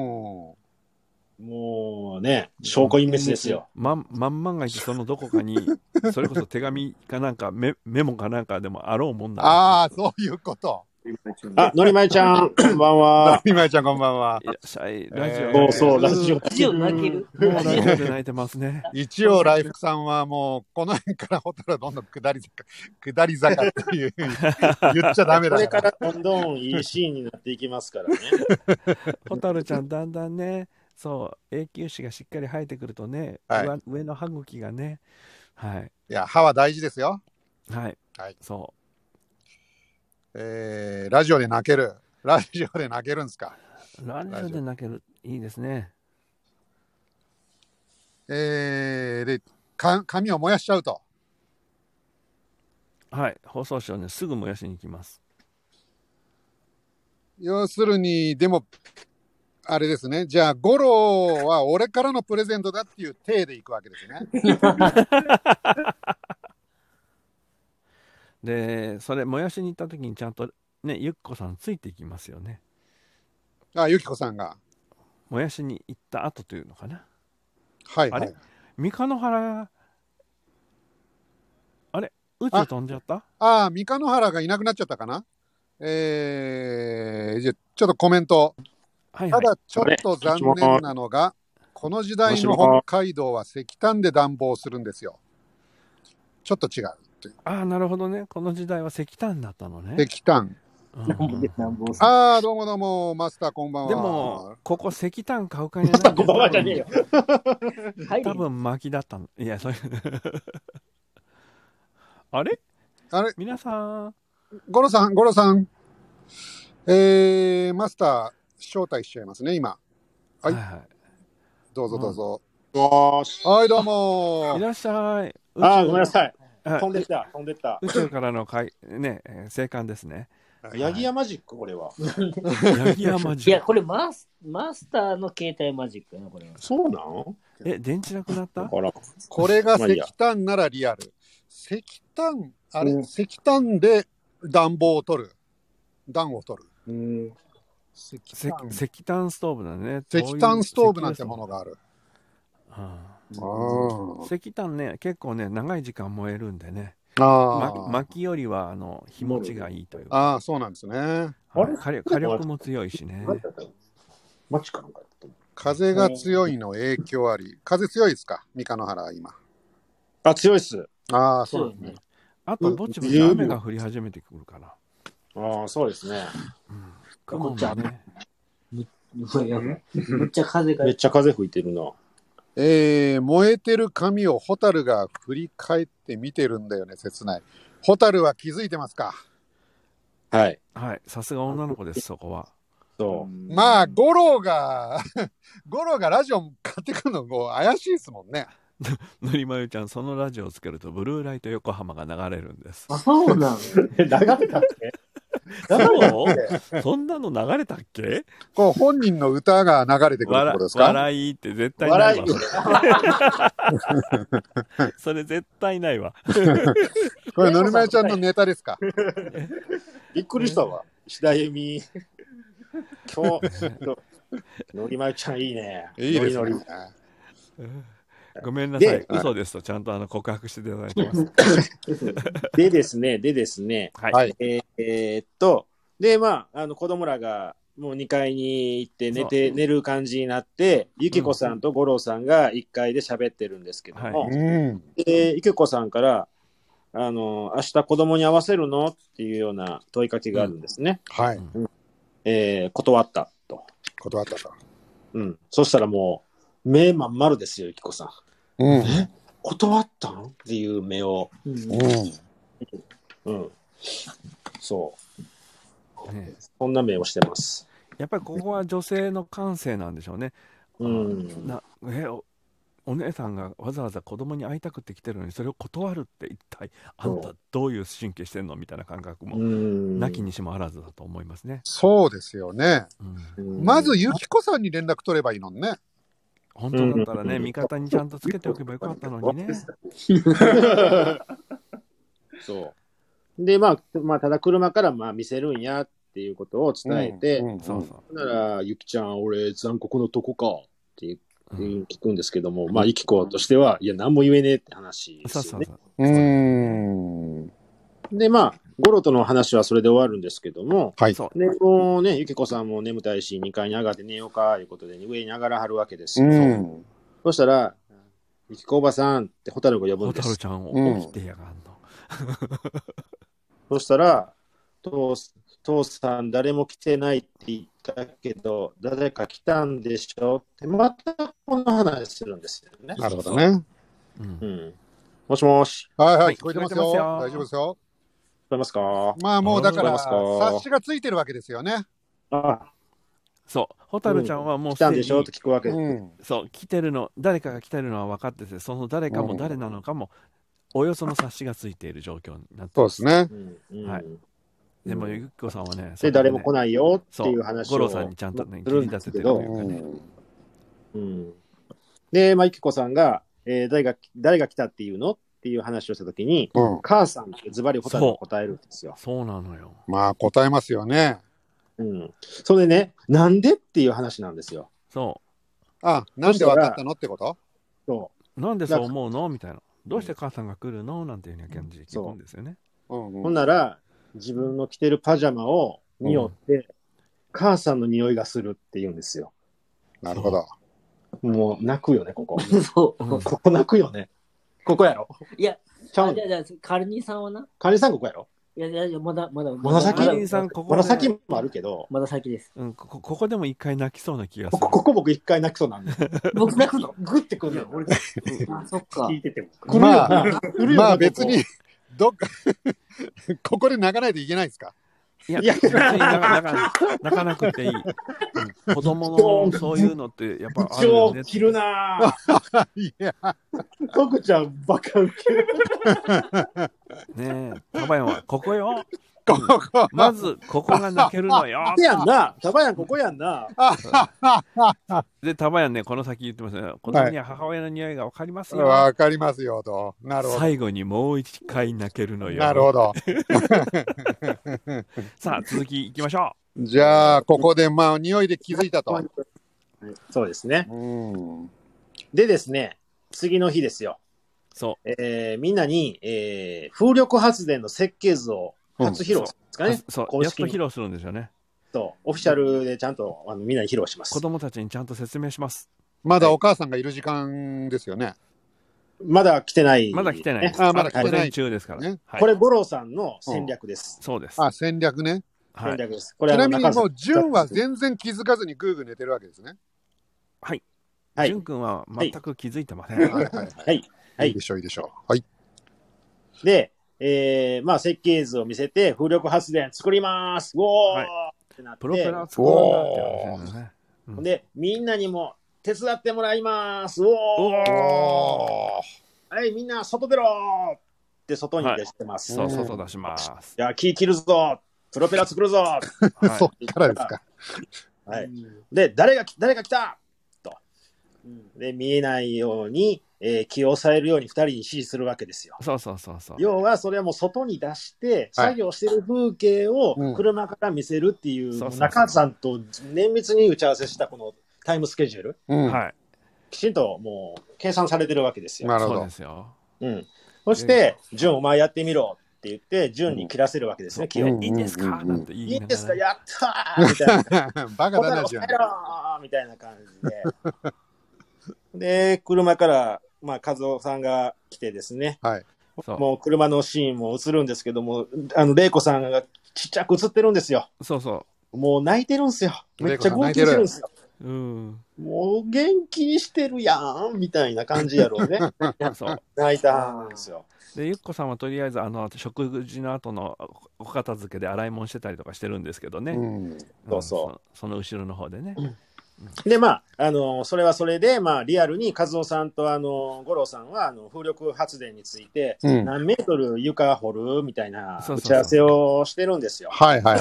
Speaker 3: もうね、証拠隠滅ですよ。
Speaker 2: まん、まんまんがいそのど
Speaker 1: <laughs>
Speaker 2: こかに、それこそ手紙かなんか、メメモかなんかでもあろうもんだ。
Speaker 1: ああ、そういうこと。
Speaker 3: あ、のりまゆちゃ <laughs> ん、こんばんは。
Speaker 1: みまちゃんこんばんは。
Speaker 2: いらっしゃい、ラジオ。
Speaker 3: そうそう、ラジオ。
Speaker 4: ラジオ泣ける。
Speaker 2: もうラジオで泣いてますね。
Speaker 1: 一応、来福さんはもう、この辺からホタルはどんどん下り坂、 <laughs> 下り坂っていうふうに言っちゃダメ
Speaker 3: これ
Speaker 1: だ
Speaker 3: か
Speaker 1: から
Speaker 3: どんどんいいシーンになっていきます <laughs> からね。
Speaker 2: <laughs> ホタルちゃん、だんだんね、そう、永久歯がしっかり生えてくるとね、
Speaker 1: はい
Speaker 2: 上上の歯茎がね、はい、
Speaker 1: いや、歯は大事ですよ。
Speaker 2: はい、
Speaker 1: はい
Speaker 2: そ
Speaker 1: えー、ラジオで泣ける。ラジオで泣けるんですか。
Speaker 2: う、ラジオで泣ける、いいですね。
Speaker 1: えー、で、か紙を燃やしちゃうと。
Speaker 2: はい、放送紙をね、すぐ燃やしに行きます。
Speaker 1: 要するに、でも、あれですね。じゃあ、ゴロは俺からのプレゼントだっていう体でいくわけですね。 <laughs>
Speaker 2: で、それ、燃やしに行った時に、ちゃんとね、ゆっこさんついていきますよね。
Speaker 1: あ、ゆきこさんが。
Speaker 2: 燃やしに行った後というのかな。
Speaker 1: はい、
Speaker 2: あ
Speaker 1: は
Speaker 2: れ
Speaker 1: い。
Speaker 2: 三河の原、あれ、宇宙飛んじゃった
Speaker 1: ああ、三河野原がいなくなっちゃったかな。えー、じゃあちょっとコメント。
Speaker 2: はいは
Speaker 1: た
Speaker 2: い。
Speaker 1: だちょっと残念なのが、この時代の北海道は石炭で暖房するんですよ。ちょっと違うっていう。
Speaker 2: ああ、なるほどね。この時代は石炭だったのね。
Speaker 1: 石炭。
Speaker 2: うん
Speaker 4: なんぼでなんぼさ。
Speaker 1: ああ、どうもどうも、マスターこんばんは。
Speaker 2: でも、ここ石炭買うかにな
Speaker 3: こんばんはじゃねえよ。
Speaker 4: 入れ
Speaker 2: 多分薪だったの。いや、そういう。あれ
Speaker 1: あれ、
Speaker 2: 皆さん、
Speaker 1: ゴロさん、ゴロさん。えー、マスター、招待しちゃいますね、今。はいどうぞどうぞ。
Speaker 3: よーし。
Speaker 1: はい、どう
Speaker 2: い
Speaker 1: も
Speaker 2: いらっしゃい。
Speaker 3: あー、ごめんなさい。
Speaker 2: はい
Speaker 3: 飛んでった、飛んでった。
Speaker 2: 宇宙からのかい、ね、えー生還ですね。
Speaker 3: ヤギヤマジック、これは。
Speaker 2: ヤギ山
Speaker 4: いや、
Speaker 2: 城。
Speaker 4: これマスマスターの携帯マジックやな、これは。
Speaker 3: そうなん
Speaker 2: え、電池なくなった
Speaker 3: ほら。
Speaker 1: これが
Speaker 3: まあいいや
Speaker 1: 石炭ならリアル。石炭、あれ、
Speaker 3: うん
Speaker 1: 石炭で暖房を取る。暖を取る。
Speaker 3: うん。
Speaker 1: 石
Speaker 2: 石
Speaker 1: 炭。
Speaker 2: 石炭ストーブだね。
Speaker 1: 石炭ストーブなんてものがある。
Speaker 2: うん
Speaker 1: あ
Speaker 2: 石炭ね、結構ね、長い時間燃えるんでね。ま
Speaker 1: あ、
Speaker 2: 薪よりは、あの、日持ちがいいというか。
Speaker 1: ああ、そうなんですね。
Speaker 2: は
Speaker 3: あ
Speaker 2: い
Speaker 3: れ
Speaker 2: 火力火力も強いしね。
Speaker 3: マジかなんかやった
Speaker 1: 風が強いの影響あり。風強いですか三河原は今。
Speaker 3: あ、強いっす。
Speaker 1: ああ、そ
Speaker 4: そうう
Speaker 1: で
Speaker 4: ですす
Speaker 1: ね
Speaker 4: ね。。
Speaker 2: あと、ぼちぼち雨が降り始めてくるから。
Speaker 3: ああ、そうですね。
Speaker 2: 雲がね。
Speaker 4: いやめっちゃ風が
Speaker 3: めっ。ちゃ風吹いてるな。
Speaker 1: えー燃えてる髪をホタルが振り返って見てるんだよね、切ない。ホタルは気づいてますか
Speaker 3: はい。
Speaker 2: はい。さすが女の子です、そこは。
Speaker 3: そう。
Speaker 1: まあ、ゴロが、 <laughs> ゴロがラジオ買ってくるのもう怪しいですもんね。
Speaker 2: ぬりまゆちゃん、そのラジオをつけると、ブルーライト横浜が流れるんです。
Speaker 4: あ、そうなの
Speaker 6: 流れたっけ
Speaker 2: <laughs> そうそんなの流れたっけ
Speaker 1: こう本人の歌が流れてくるって
Speaker 2: 笑
Speaker 1: ことですか
Speaker 2: 笑いって絶対な
Speaker 6: 笑
Speaker 2: い
Speaker 6: い
Speaker 2: わ。 <laughs> それ絶対ないわ。
Speaker 1: これ、のりまゆちゃんのネタですか
Speaker 3: びっくりしたわ。しだゆみ。今日、のりまゆちゃんいいね。
Speaker 1: いいです
Speaker 3: のり
Speaker 1: ね
Speaker 3: のり。
Speaker 2: ごめんなさい
Speaker 3: で。
Speaker 2: 嘘ですと、ちゃんとあの告白していただいてます。
Speaker 3: でですね、でですね、
Speaker 2: はい。
Speaker 1: はい
Speaker 3: えーえーっと、で、まあ、あの子供らがもう2階に行って寝て、寝る感じになって、ゆきこさんと五郎さんが1階で喋ってるんですけども、
Speaker 2: は
Speaker 1: うん。
Speaker 3: で、ゆきこさんから、あの、明日子供に会わせるのっていうような問いかけがあるんですね。
Speaker 1: はい。
Speaker 3: えー断ったと。
Speaker 1: 断ったと。
Speaker 3: うん。そしたらもう、目まん丸ですよ、ゆきこさん。
Speaker 1: うん。
Speaker 3: 断ったんっていう目を。
Speaker 4: うん
Speaker 1: うん。
Speaker 3: うん。そう。
Speaker 2: ね
Speaker 3: そんな目をしてます。
Speaker 2: やっぱりここは女性の感性なんでしょうね。
Speaker 3: うん。
Speaker 2: なえおお姉さんがわざわざ子供に会いたくて来てるのにそれを断るって一体あんたどういう神経してんのみたいな感覚も
Speaker 3: ん
Speaker 2: なきにしもあらずだと思いますね。
Speaker 1: そうですよね。
Speaker 2: うん
Speaker 1: まず、ゆきこさんに連絡取ればいいのにね。
Speaker 2: 本当だったらね、
Speaker 3: うん
Speaker 2: 味方にちゃんとつけておけばよかったのにね。
Speaker 3: <laughs> そう。で、まあ、まあ、ただ車からまあ見せるんやっていうことを伝えて、
Speaker 1: うん
Speaker 2: そうそ
Speaker 3: ほんなら、ゆきちゃん、俺、残酷のとこかっていう
Speaker 2: う。
Speaker 3: っていう聞くんですけども、まあ、ゆきことしては、いや、何も言えねえって話です
Speaker 2: そ
Speaker 3: よ
Speaker 2: う
Speaker 3: ね。
Speaker 2: そうそう。
Speaker 1: うん。
Speaker 3: で、まあ、ゴロとの話はそれで終わるんですけども、
Speaker 1: はい
Speaker 2: そう
Speaker 3: で、もうね、ゆきこさんも眠たいし、2階に上がって寝ようか、いうことで、上に上がらはるわけです
Speaker 1: う
Speaker 3: よ。
Speaker 1: ん。
Speaker 3: そしたら、ゆきこおばさんってホタルが呼ぶん
Speaker 2: ホ
Speaker 3: で
Speaker 2: タル
Speaker 3: す。
Speaker 2: ちゃんを起きてやがんの。
Speaker 3: そしたら、父父さん、誰も来てないって言ったけど、誰か来たんでしょって、またこの話するんですよね。
Speaker 1: なるほどね。
Speaker 2: うん
Speaker 3: うん。もしもし、聞
Speaker 1: はいは、
Speaker 2: はいい
Speaker 1: 聞こえてます
Speaker 2: 聞
Speaker 1: よ。
Speaker 2: こえてますよ
Speaker 1: 大丈夫ですよ。
Speaker 3: こえますか
Speaker 1: まあもうだから、
Speaker 3: ありがとうございます
Speaker 1: 察しがついてるわけですよね。
Speaker 3: あ、
Speaker 2: そう、ホタルちゃんはもう
Speaker 3: 来
Speaker 2: す
Speaker 3: たん
Speaker 2: で
Speaker 3: で
Speaker 2: に
Speaker 3: しょって聞くわけ。
Speaker 1: うん。
Speaker 2: そう、来てるの、誰かが来てるのは分かってて、その誰かも誰なのかも、およその察しがついている状況になって
Speaker 1: そうで
Speaker 2: ま
Speaker 1: すね。
Speaker 3: うんうん
Speaker 2: はいでも、ゆきこさんはね、
Speaker 3: で、誰も来
Speaker 2: い
Speaker 3: ないよって
Speaker 2: そう
Speaker 3: いう話を。
Speaker 2: 五郎さんにちゃんとね、
Speaker 3: す
Speaker 2: 切
Speaker 3: る
Speaker 2: り
Speaker 3: んで
Speaker 2: 立
Speaker 3: す
Speaker 2: てて
Speaker 3: け
Speaker 2: ると
Speaker 3: ど
Speaker 2: い、うかね。
Speaker 3: うんで、まあ、ゆきこさんが、えー誰が、誰が来たっていうのっていう話をしたときに、
Speaker 1: うん。
Speaker 3: 母さんってズバリホタルが答えるんですよ。
Speaker 2: そうなのよ。
Speaker 1: まあ答えますよね。
Speaker 3: うん。それでね、なんでっていう話なんですよ。
Speaker 2: そ。
Speaker 1: あ、なんでわかったのってこと
Speaker 3: そう
Speaker 2: なんでそう思うのみたいな。どうして母さんが来るのなんていうような感じで聞くんですよね。
Speaker 1: うん
Speaker 3: う。
Speaker 1: う
Speaker 3: ほん
Speaker 1: ん。
Speaker 3: なら、自分の着てるパジャマを匂って、母さんの匂いがするって言うんですよ。
Speaker 1: なるほど。
Speaker 3: もう泣くよね、ここ。
Speaker 4: そうう。
Speaker 2: ん
Speaker 3: ここ泣くよね。ここやろ。
Speaker 4: いや、
Speaker 3: ちゃう
Speaker 4: あ
Speaker 3: の
Speaker 4: じゃあじゃあカルニーさんはな。
Speaker 3: カニさんここやろ。
Speaker 4: いやいやいや、まだまだ。
Speaker 3: まだ先
Speaker 2: カ
Speaker 4: ま
Speaker 2: リンさん、
Speaker 4: だ
Speaker 2: ここ
Speaker 3: ま
Speaker 2: で
Speaker 3: だ先もあるけど、
Speaker 4: まだ
Speaker 2: <laughs>
Speaker 4: 先です。
Speaker 2: うん、ここここでも一回泣きそうな気がす
Speaker 3: こ
Speaker 2: る
Speaker 3: こ。ここ僕一回泣きそうなんで。
Speaker 4: 僕泣くの
Speaker 3: グッてくるのよ。俺
Speaker 4: あ、そっか。
Speaker 6: 聞。いてても。
Speaker 1: まあ、
Speaker 3: 来るよ
Speaker 1: まあ
Speaker 3: ここ
Speaker 1: 別に、どっか、 <laughs> ここで泣かないといけないですか
Speaker 2: いや、
Speaker 3: いや
Speaker 2: 別に泣かなか泣かなくていい。うん子供のそういうのってやっぱあるよ
Speaker 6: 超
Speaker 2: ね。
Speaker 6: 切るなぁ。
Speaker 1: いや、
Speaker 3: コクちゃんバカウケる。
Speaker 2: ねえ、タバヤンはここよ。
Speaker 1: ここ。
Speaker 2: まず、ここが泣けるのよ。
Speaker 3: やんな。タバヤンここやんな。
Speaker 2: で、タバヤンね、この先言ってますね。子供には母親の匂いがわかりますよ。
Speaker 1: わかりますよと。なるほど。
Speaker 2: 最後にもう一回泣けるのよ。
Speaker 1: なるほど。
Speaker 2: さあ、続き行きましょ
Speaker 1: じゃあ、ここでまあ匂いで気づいたと。
Speaker 3: そうですね。
Speaker 1: うん。
Speaker 3: でですね、次の日ですよ。
Speaker 2: う。そう。
Speaker 3: えーみんなに、えー風力発電の設計図を初披露するんですかね。
Speaker 2: あそう、
Speaker 3: 公
Speaker 2: やっ
Speaker 3: 式
Speaker 2: と披
Speaker 3: に
Speaker 2: 露するんですよね。
Speaker 3: とオフィシャルでちゃんとあのみんなに披露します
Speaker 2: 子。供たちにちゃんと説明します。
Speaker 1: まだお母さんがいる時間ですよね。
Speaker 3: まだ来てない。
Speaker 2: まだ来てない
Speaker 3: ね
Speaker 2: です。
Speaker 1: あまだ来てない
Speaker 2: 午前中ですから。
Speaker 1: ね
Speaker 2: はい、
Speaker 3: これ、五郎さんの戦略です。
Speaker 2: そうです。
Speaker 1: あ、戦略ね。
Speaker 2: は
Speaker 3: 戦
Speaker 2: い、
Speaker 3: 略です。これ
Speaker 1: ちな
Speaker 3: あの
Speaker 1: みにも
Speaker 3: 中
Speaker 1: う、純は全然気づかずにぐーぐー寝てるわけですね。
Speaker 3: はい
Speaker 2: 淳君は全く気づいてません。
Speaker 1: はいはいはい。
Speaker 3: はい。はい
Speaker 1: いいでしょう、いいでしょう。はい。
Speaker 3: 田で、えー、まあ設計図を見せて、風力発電作ります。うおー、
Speaker 2: はい
Speaker 3: ってなって。
Speaker 2: プロペラを作るんだって話ですよね。うん
Speaker 3: で、みんなにも手伝ってもらいます。うおー
Speaker 2: おー
Speaker 3: はい、みんな外出ろーって外に出してます。
Speaker 2: そう、
Speaker 3: い、
Speaker 2: 外出します。
Speaker 3: や、木切るぞプロペラ作るぞ
Speaker 2: はい
Speaker 1: そっからですか。
Speaker 3: はいう
Speaker 4: ん
Speaker 3: で、誰が、誰が来た
Speaker 4: うん
Speaker 3: で、見えないように、えー気を抑えるように二人に指示するわけですよ。
Speaker 2: そうそうそうそう。
Speaker 3: 要は、それはもう外に出して、
Speaker 1: はい
Speaker 3: 作業してる風景
Speaker 1: うん
Speaker 3: を車から見せるっていう、
Speaker 2: そうそうそう
Speaker 3: 中さんと綿密に打ち合わせしたこのタイムスケジュール、
Speaker 1: うん。
Speaker 2: は
Speaker 3: きちんともう計算されてるわけです
Speaker 1: な
Speaker 3: よ。
Speaker 2: い。
Speaker 1: るほ
Speaker 2: そう
Speaker 1: ど
Speaker 2: で。すよ。
Speaker 3: うん。そして、順お前やってみろって言って、順に切らせるわけですね、気
Speaker 2: え
Speaker 3: を。
Speaker 1: うん
Speaker 2: いいんですかなんて言
Speaker 3: い
Speaker 2: い
Speaker 3: い
Speaker 2: ながら
Speaker 3: んですかやったーみたいな。
Speaker 1: <laughs> バカ
Speaker 3: 答
Speaker 1: だ
Speaker 3: え
Speaker 1: な、
Speaker 3: ろ
Speaker 1: 純
Speaker 3: 答え。ろみたいな感じで。で、車から、まあ、和夫さんが来てですね、
Speaker 1: はい。
Speaker 2: そう
Speaker 3: もう車のシーンも映るんですけども、あの、玲子さんがちっちゃく映ってるんですよ。
Speaker 2: そうそ
Speaker 3: もう泣いてるんですよ。めっちゃ号泣し
Speaker 1: 玲子さん泣いてる
Speaker 3: てるんですよ。
Speaker 2: う。うん。
Speaker 3: もう元気にしてるやんみたいな感じやろうね。
Speaker 2: そう。
Speaker 3: 泣いたんですよ。
Speaker 2: で、ゆっこさんはとりあえず、あの、食事の後のおお片付けで洗い物してたりとかしてるんですけどね。。
Speaker 1: うんん。
Speaker 3: そうそう
Speaker 2: その後ろの方でね。
Speaker 3: で、まあ、あの、それはそれで、まあ、リアルに、和夫さんと、あの、五郎さんは、あの、風力発電について、
Speaker 1: うん。はい
Speaker 3: 何メートル床掘るみたいな
Speaker 2: そうそうそう
Speaker 3: 打ち合わせをしてるんですよ。
Speaker 1: はいはい。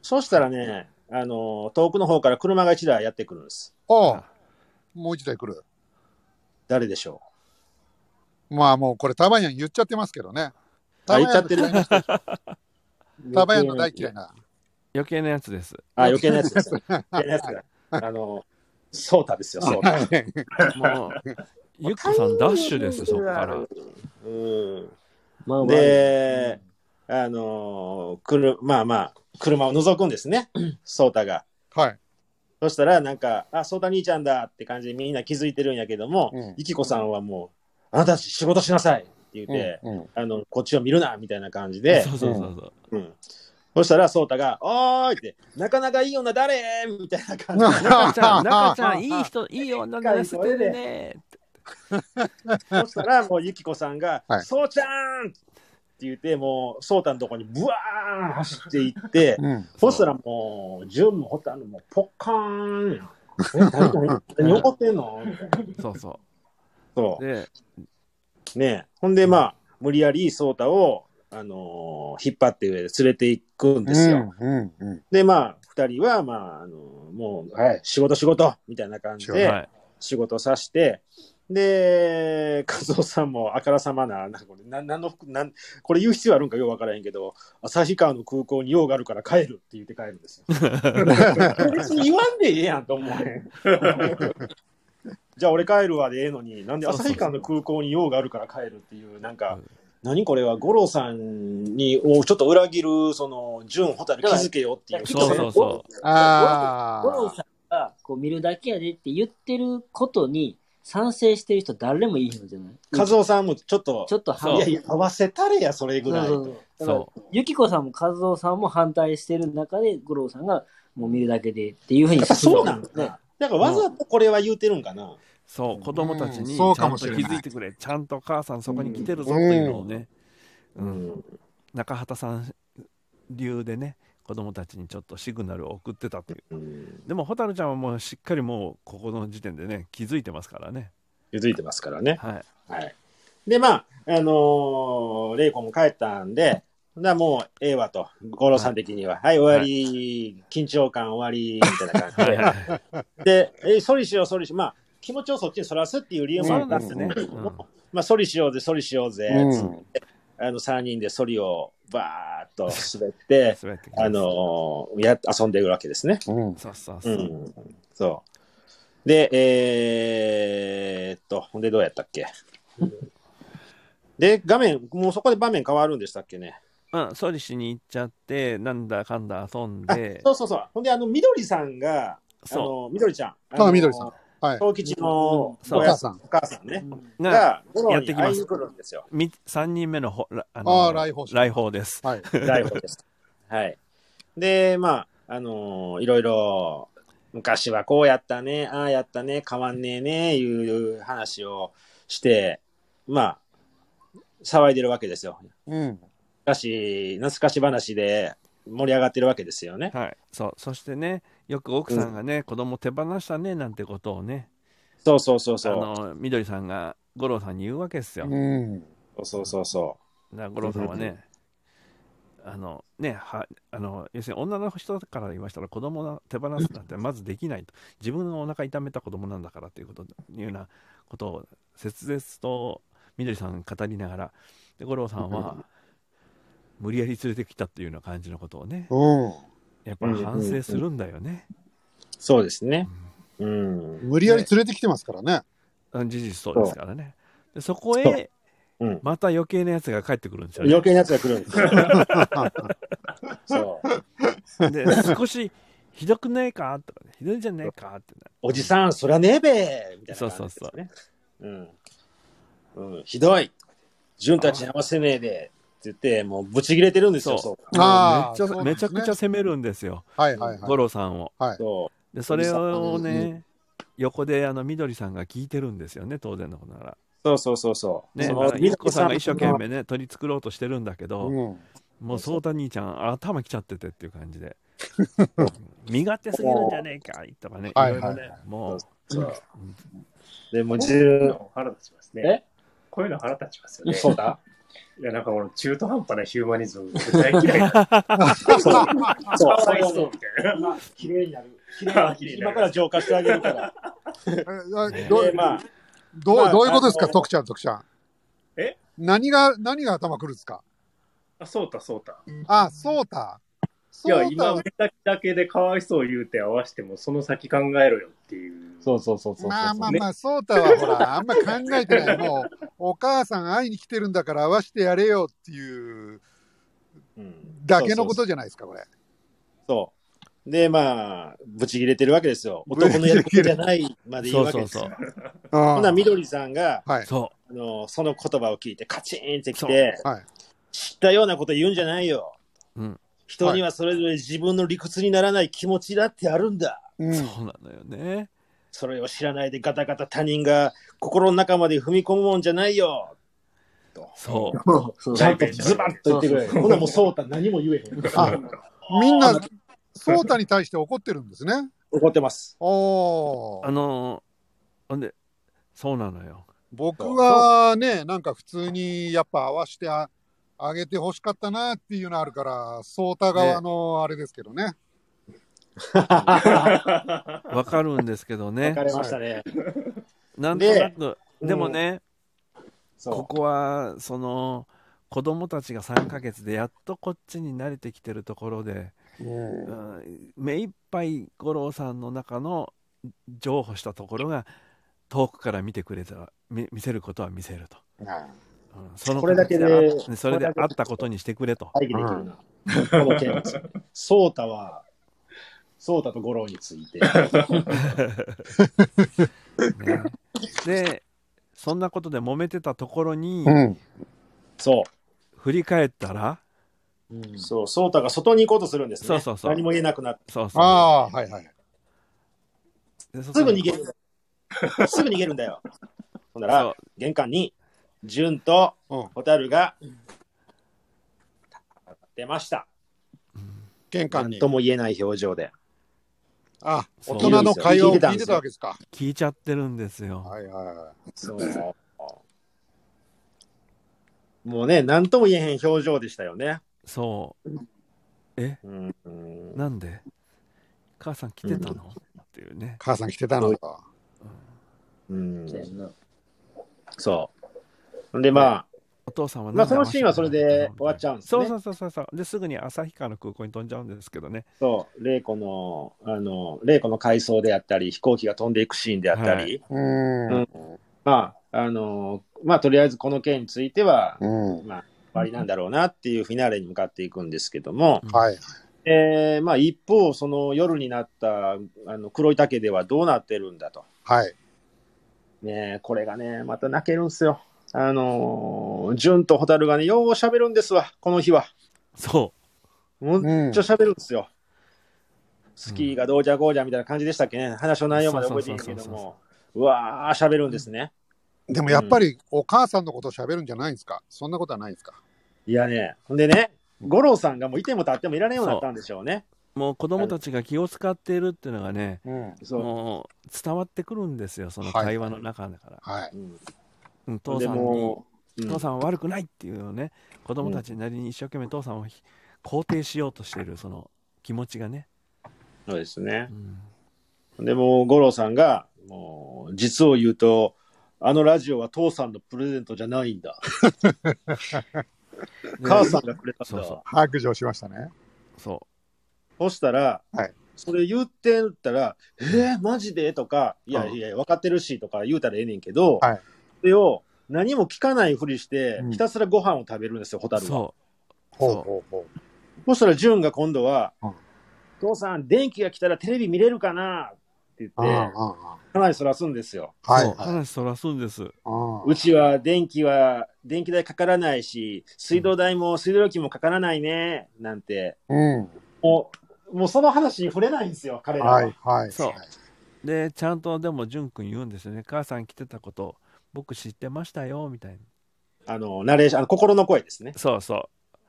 Speaker 3: そうしたらね、あの、遠くの方から車が一台やってくるんです。
Speaker 1: おうもう一台来る。
Speaker 3: 誰でしょ
Speaker 1: まあもうこれ、タバヤン言っちゃってますけどね。
Speaker 3: あ言っちゃってる
Speaker 1: タバヤンの嫌いな人タバヤンの大嫌いな。
Speaker 2: 余計なや
Speaker 1: <laughs>
Speaker 2: つです。
Speaker 3: あ、余計なやつです。余計なやつだ。あの、ソータですよ、ソータ。
Speaker 2: もう、ゆっこさんダッシュですよ、そこから。
Speaker 3: うん。
Speaker 4: まあまあ
Speaker 3: で、あの、くる、まあまあ、車を覗くんで
Speaker 1: <clears throat>
Speaker 3: すね、ソータが。
Speaker 1: はい。
Speaker 3: そしたら、なんか、あ、ソータ兄ちゃんだって感じでみんな気づいてるんやけども、
Speaker 1: うん
Speaker 3: ゆきこさんはもう、あなたたち仕事しなさいって言って、
Speaker 1: うんうん
Speaker 3: あの、こっちを見るな、みたいな感じで
Speaker 2: そ、うそうそうそう。
Speaker 3: うん。そしたら、ソータが、おーいって、なかなかいい女誰みたいな感じで。
Speaker 2: 中ちゃん、中
Speaker 1: <laughs>
Speaker 2: ちゃん、いい人、いい女だね、
Speaker 4: しっ
Speaker 2: 捨
Speaker 4: かり
Speaker 2: て
Speaker 4: それで
Speaker 2: るね。
Speaker 3: そしたら、もう、ゆきこさんが
Speaker 1: は、い
Speaker 3: そうちゃんって言って、もう、ソータのとこに、ブワーン走っていって、
Speaker 1: うん。
Speaker 3: そしたらもう、ジュンもホタルも、ポッカーン。え、何何何怒ってんのみたいな
Speaker 2: そうそ。
Speaker 3: そう
Speaker 2: で、
Speaker 3: う。ねえほんで、まあ、無理やり、ソータを、あのー引っ張って連れていくんですよ。
Speaker 1: うんうん。
Speaker 3: で、まあ、二人は、まあ、あの、もう、はい、仕事仕事みたいな感じ
Speaker 1: え
Speaker 3: で、
Speaker 2: はい。
Speaker 3: 仕事さして、で、和夫さんもあからさまな、なんかこれ、ななんの服、なん、これ言う必要あるんかようわからへんけど、旭川の空港に用があるから帰るって言って帰るん <laughs> ですよ。別に言わんでええやんと思うねん。 <laughs> じゃあ俺帰るわでええのに、なんで旭川の空港に用があるから帰るっていう、なんか、何これは五郎さんにをちょっと裏切る、その、純ホタル気づけよっていう。
Speaker 2: そうそうそ
Speaker 1: あ
Speaker 4: 五郎さんがこう見るだけやでって言ってることに賛成してる人誰もいいのじゃない
Speaker 3: 和夫さんもちょっと、
Speaker 4: ちょっと
Speaker 2: そう
Speaker 3: い
Speaker 4: 反
Speaker 3: や
Speaker 4: 対
Speaker 3: いや、合わせたれや、それぐ
Speaker 4: そう
Speaker 3: らい。
Speaker 4: そうそうだから
Speaker 2: そ
Speaker 4: ゆきこさんも和夫さんも反対してる中で五郎さんがもう見るだけでっていうふうに
Speaker 3: やっぱそうなんだ
Speaker 4: ね
Speaker 3: な。なんかわざとこれは言うてるんかな。
Speaker 2: そう、子供たち
Speaker 1: うん
Speaker 2: にちゃ
Speaker 1: そ
Speaker 2: ん
Speaker 1: うか
Speaker 2: と
Speaker 1: も
Speaker 2: 気
Speaker 1: しれない
Speaker 2: づいてくれ、ちゃんと母さんそこに来てるぞっていうのをね、う、
Speaker 3: うんん。
Speaker 2: 中畑さん流でね、子供たちにちょっとシグナルを送ってたっていう。でも、蛍ちゃんはもうしっかりもう、ここの時点でね、気づいてますからね。
Speaker 3: 気づいてますからね。
Speaker 2: はい。
Speaker 3: はい。で、まあ、あのー、レイコも帰ったんで、なもうええわと、五郎さん的には。はい、終わり、緊張感終わり、みたいな
Speaker 2: はい
Speaker 3: 感
Speaker 2: はい
Speaker 3: じで。で、え、ソリしよう、ソリしよう。まあ、気持ちをそっちにそらすっていう理由もあ
Speaker 2: そ
Speaker 3: る
Speaker 2: うん
Speaker 3: で
Speaker 2: ですすね。。
Speaker 3: ねもうまあ、ソリしようぜ、ソリしようぜ、
Speaker 1: うん
Speaker 3: つってあの、3人でソリをバーっと滑って、
Speaker 2: 滑ってきます
Speaker 3: あ、のーや、遊んでいくわけですね。
Speaker 1: うん。うん。
Speaker 2: そうそう
Speaker 3: う
Speaker 2: そう。
Speaker 3: ん、そう。で、えー、っと、ほんでどうやったっけで、画面、もうそこで場面変わるんでしたっけね。
Speaker 2: うん、ソリしに行っちゃって、なんだかんだ遊んで、
Speaker 3: そうそうそう。ほんで、あの、みどりさんが、あ
Speaker 2: そう
Speaker 3: の、みどりちゃん。
Speaker 1: あみどりさん。はい。
Speaker 3: 小吉の
Speaker 2: そう
Speaker 1: お母さん。
Speaker 3: お母さんね。
Speaker 2: が
Speaker 3: が、ゴロ
Speaker 2: やっ
Speaker 3: に
Speaker 2: てきます
Speaker 3: 会いに来るんですよ。
Speaker 2: み3人目のほらあ
Speaker 1: ああ、来訪者。
Speaker 2: 来訪です。
Speaker 1: はい。
Speaker 3: ライブです。はい。で、まあ、あのーいろいろ、昔はこうやったね、ああやったね、変わんねえね、いう話をして、まあ、騒いでるわけですよ。
Speaker 1: うん。
Speaker 3: だし、懐かし話で盛り上がってるわけですよね。
Speaker 2: はい、そうそしてねよく奥さんがね、子供手放したねなんてことをね
Speaker 3: そうそうそう
Speaker 2: あ
Speaker 3: そ
Speaker 2: のみどりさんが五郎さんに言うわけですよ。だか
Speaker 1: うん。
Speaker 3: う。そうそうそ
Speaker 2: ら五郎さんはねあのねはあの要するに女の人から言いましたら子供の手放すなんてまずできないと自分のお腹痛めた子供なんだからというこというようなことを切々とみどりさんが語りながらで五郎さんは無理やり連れてきたっていうような感じのことをね
Speaker 1: うん。
Speaker 2: やっぱ反省するんだよね。
Speaker 3: う。そうですね。
Speaker 2: うん
Speaker 3: うん。
Speaker 1: 無理やり連れてきてますからね。
Speaker 2: うん事実そうですからね。でそこへ、
Speaker 3: そううん
Speaker 2: また余計なやつが帰ってくるんですよ、ね
Speaker 3: 余計なやつが来るんですよ。そう。
Speaker 2: で、少しひどくないかとかね、ひどいじゃないかってな
Speaker 3: おじさん、そらねえべみたいな感じですよね。
Speaker 2: そうそうそう
Speaker 3: うん。うん、ひどい潤たちに合わせねえでって言って、もうブチ切れてるんですよ、
Speaker 2: そ
Speaker 3: そう
Speaker 1: ああ
Speaker 2: めっちゃ、
Speaker 1: そうで
Speaker 2: めち
Speaker 1: す
Speaker 2: ゃ
Speaker 1: ね
Speaker 2: くちゃ責めるんですよ、
Speaker 1: はいはいは
Speaker 2: 五
Speaker 1: い。
Speaker 2: 郎さんを。
Speaker 1: はい。
Speaker 3: そ
Speaker 2: で、それを
Speaker 1: うんう
Speaker 2: ね、横であのみどりさんが聞いてるんですよね、当然のことなら。
Speaker 3: うそうそうそう。
Speaker 2: ね、あ
Speaker 3: そ
Speaker 2: の
Speaker 3: の
Speaker 2: ゆっこさんが一生懸命ね、取り繕ろうとしてるんだけど、
Speaker 1: うん。
Speaker 2: もうそうた兄ちゃん、頭きちゃっててっていう感じで。身勝手すぎるんじゃねえかいとかね、い
Speaker 1: はい
Speaker 2: ろいろ
Speaker 1: はい
Speaker 2: ね、もう、
Speaker 6: そう
Speaker 3: でもう
Speaker 6: こういう
Speaker 3: 自
Speaker 6: の腹立ちますね。こういうの腹立ちますよ
Speaker 3: 分、
Speaker 6: ね。
Speaker 3: そうだ。
Speaker 6: いや、なんかこの中途半端なヒューマニズム、大嫌いな。か
Speaker 3: <laughs> そう、
Speaker 6: わい <laughs> そうみたいな。
Speaker 4: 今、綺麗になる。綺麗にな
Speaker 6: あ
Speaker 4: る。
Speaker 6: 綺麗にな
Speaker 3: 今
Speaker 6: る
Speaker 3: から浄化してあげるから。
Speaker 1: えあ <laughs> <laughs>
Speaker 2: ね
Speaker 1: どう
Speaker 3: で、まあ、
Speaker 1: ど
Speaker 3: ま
Speaker 1: う
Speaker 3: あ
Speaker 1: どういうことですか、
Speaker 3: あの
Speaker 1: 徳ちゃん、徳ちゃん。
Speaker 6: え
Speaker 1: 何が、何が頭くるんですか
Speaker 6: あ、そうた、そうた。
Speaker 1: あ、そうた。
Speaker 6: い
Speaker 1: そ
Speaker 6: や、
Speaker 1: う
Speaker 6: 今、
Speaker 1: た
Speaker 6: 俺。だけだけでかわいそう言うて合わせても、その先考えろよっていう。
Speaker 3: そうそうそうそうそう。
Speaker 1: まあまあまあ、そうたはほら、あんま考えてない。もう、お母さん会いに来てるんだから会わしてやれよっていう
Speaker 3: うん
Speaker 1: だけのことじゃないですか、これ。
Speaker 3: そう。で、まあ、ブチ切れてるわけですよ。男のやることじゃないまで言
Speaker 2: そうう
Speaker 3: わけ
Speaker 2: そう
Speaker 3: ですよ。
Speaker 2: そう。
Speaker 1: あ
Speaker 3: ほな、みどりさんが、
Speaker 1: はい。
Speaker 2: そ
Speaker 3: あの、その言葉を聞いて、カチーンってきて、
Speaker 1: そうはい
Speaker 3: 知ったようなこと言うんじゃないよ。
Speaker 2: うん
Speaker 3: 人にはそれぞれ自分の理屈にならない気持ちだってあるんだ。
Speaker 1: う
Speaker 2: う、
Speaker 1: ん。
Speaker 2: そうなのよね。
Speaker 3: それを知らないでガタガタ他人が心の中まで踏み込むもんじゃないよ。
Speaker 2: そう。
Speaker 4: そうそう
Speaker 3: ちゃんとズバッと言ってくれ。
Speaker 4: そうそうそう
Speaker 3: ほなもうそうた何も言えへん。
Speaker 1: あみんな、そうたに対して怒ってるんですね。
Speaker 3: 怒ってます。
Speaker 1: お
Speaker 2: あ
Speaker 1: ー
Speaker 2: のー、ほんで、そうなのよ。
Speaker 1: 僕はね、なんか普通にやっぱ会わしてああげてほしかったなっていうのあるから、そうた側のあれですけどね。
Speaker 2: わかるんですけど
Speaker 3: 分か
Speaker 2: ね。
Speaker 3: れましたね。
Speaker 2: なんとなく、
Speaker 3: で
Speaker 2: でもね、
Speaker 3: そう
Speaker 2: ここは、その、子供たちが3ヶ月でやっとこっちに慣れてきてるところで、うん、目いっぱい五郎さんの中の譲歩したところが遠くから見てくれたら見見せることは見せると、うん、その
Speaker 3: これだけで
Speaker 2: 形あそれであ
Speaker 3: これだけで
Speaker 2: ったことにしてくれと
Speaker 3: 会議できるな。この件ですね。そうたは、そうたと五郎について。 <laughs>
Speaker 2: ね、でそんなことで揉めてたところに
Speaker 1: ん。
Speaker 3: そ
Speaker 2: 振り返ったら
Speaker 3: う。そう、そうたが外に行こうとするんですね。
Speaker 2: そうそうそう
Speaker 3: 何も言えなくなって。
Speaker 2: そうそう
Speaker 1: ああー、はいはい。
Speaker 2: でそ
Speaker 3: す
Speaker 2: こ
Speaker 3: ぐ
Speaker 2: に
Speaker 3: 逃げるんだよ。すぐ逃げるんだよ。ほんな
Speaker 2: そ
Speaker 3: ら
Speaker 2: う、
Speaker 3: 玄関に、純と
Speaker 1: うん。
Speaker 3: 蛍が、出ました。
Speaker 1: 玄
Speaker 3: な
Speaker 1: 関
Speaker 3: ん
Speaker 1: に
Speaker 3: と。も言えない表情で。
Speaker 1: あ、
Speaker 2: そう
Speaker 1: 大人の会話を聞いてたわけですか。
Speaker 2: 聞いちゃってるんですよ。
Speaker 1: はいはいはい。
Speaker 3: そう。もうね、なんとも言えへん表情でしたよね。
Speaker 2: そう。
Speaker 3: うんうん
Speaker 2: なんで母さん来てたの、っていうね。
Speaker 1: 母さん来てたのか。
Speaker 3: うん
Speaker 4: そうやんな
Speaker 3: そう。んで、まあ、
Speaker 2: お父さんは
Speaker 3: まあそのシーンはそれで終わっち
Speaker 2: ゃ
Speaker 3: ゃうん
Speaker 2: う
Speaker 3: です
Speaker 2: そう
Speaker 3: ね。
Speaker 2: そうそうそうそう。で、すぐに旭川の空港に飛んじゃうんですけどね。
Speaker 3: そう、玲子の、あの、玲子の回想であったり、飛行機が飛んでいくシーンであったり、
Speaker 1: うん。
Speaker 3: まあ、あの、まあ、とりあえずこの件については、
Speaker 1: うん。
Speaker 3: まあ、終わりなんだろうなっていうフィナーレに向かっていくんですけども、
Speaker 1: はい。
Speaker 3: えーまあ、一方、その夜になったあの黒い竹ではどうなってるんだと。
Speaker 1: はい。
Speaker 3: ねえこれがね、また泣けるんですよ。あのー、純と蛍がね、よう喋るんですわ、この日は。
Speaker 2: そ
Speaker 1: う
Speaker 3: もう
Speaker 1: ん
Speaker 3: めっちゃ喋るんですよ。スキーがどうじゃこうじゃみたいな感じでしたっけね。話の内容まで覚えていいけ
Speaker 2: そ
Speaker 3: ど
Speaker 2: うそうそうそう
Speaker 3: も。うわー、喋るんですね。
Speaker 1: でもやっぱりお母さんのこと喋るんじゃないんですかそんなことはないんですか
Speaker 3: いやね。ほんでね、五郎さんがもういても立ってもいられんようになったんでしょうね。
Speaker 2: うもう子供たちが気を使っているっていうのがね
Speaker 1: うん。
Speaker 3: そう。
Speaker 2: もう伝わってくるんですよその
Speaker 1: はい
Speaker 2: 会話の中だから、
Speaker 1: はい。
Speaker 3: うん
Speaker 2: うん、
Speaker 3: ほん
Speaker 2: 父
Speaker 3: で
Speaker 2: さんに
Speaker 3: もう、うん
Speaker 2: 父さんは悪くないっていうのをね子供たちなりに一生懸命父さんをひ肯定しようとしているその気持ちがね、
Speaker 3: そうですね
Speaker 2: う。ん、
Speaker 3: でも、五郎さんが、もう、実を言うと、あのラジオは父さんのプレゼントじゃないんだ。母さんがくれたんだ。
Speaker 2: そうそう
Speaker 1: 白状しましたね。
Speaker 2: そ
Speaker 3: そしたら、
Speaker 1: はい
Speaker 3: それ言ってったら、えー、マジでとか、いや
Speaker 2: うん
Speaker 3: いや、分かってるしとか言うたらええねんけど、
Speaker 1: はい
Speaker 3: それを何も聞かないふりして
Speaker 1: う、ん
Speaker 3: ひたすらご飯を食べるんですよ、ホタ
Speaker 2: う
Speaker 3: ルは。
Speaker 2: そ
Speaker 1: ほうほうほう。
Speaker 3: そしたら、ジュンが今度は、
Speaker 1: うん
Speaker 3: 父さん、電気が来たらテレビ見れるかなって
Speaker 1: うんうんう
Speaker 3: 言っ
Speaker 1: ん
Speaker 3: て、話そらすんですよ。
Speaker 2: う、
Speaker 1: はい
Speaker 2: そう
Speaker 1: はい。
Speaker 2: 話そらすんです
Speaker 1: うん
Speaker 3: うちは電気は、電気代かからないし、水道代も水道料金もかからないね、なんて。
Speaker 1: うん。
Speaker 3: もう、もうその話に触れないんですよ、彼らは。
Speaker 1: はいはい。
Speaker 2: そうでちゃんとでも淳君言うんですよね母さん来てたこと僕知ってましたよみたいな
Speaker 3: あの、ナレーション、あの心の声ですね。
Speaker 2: そうそう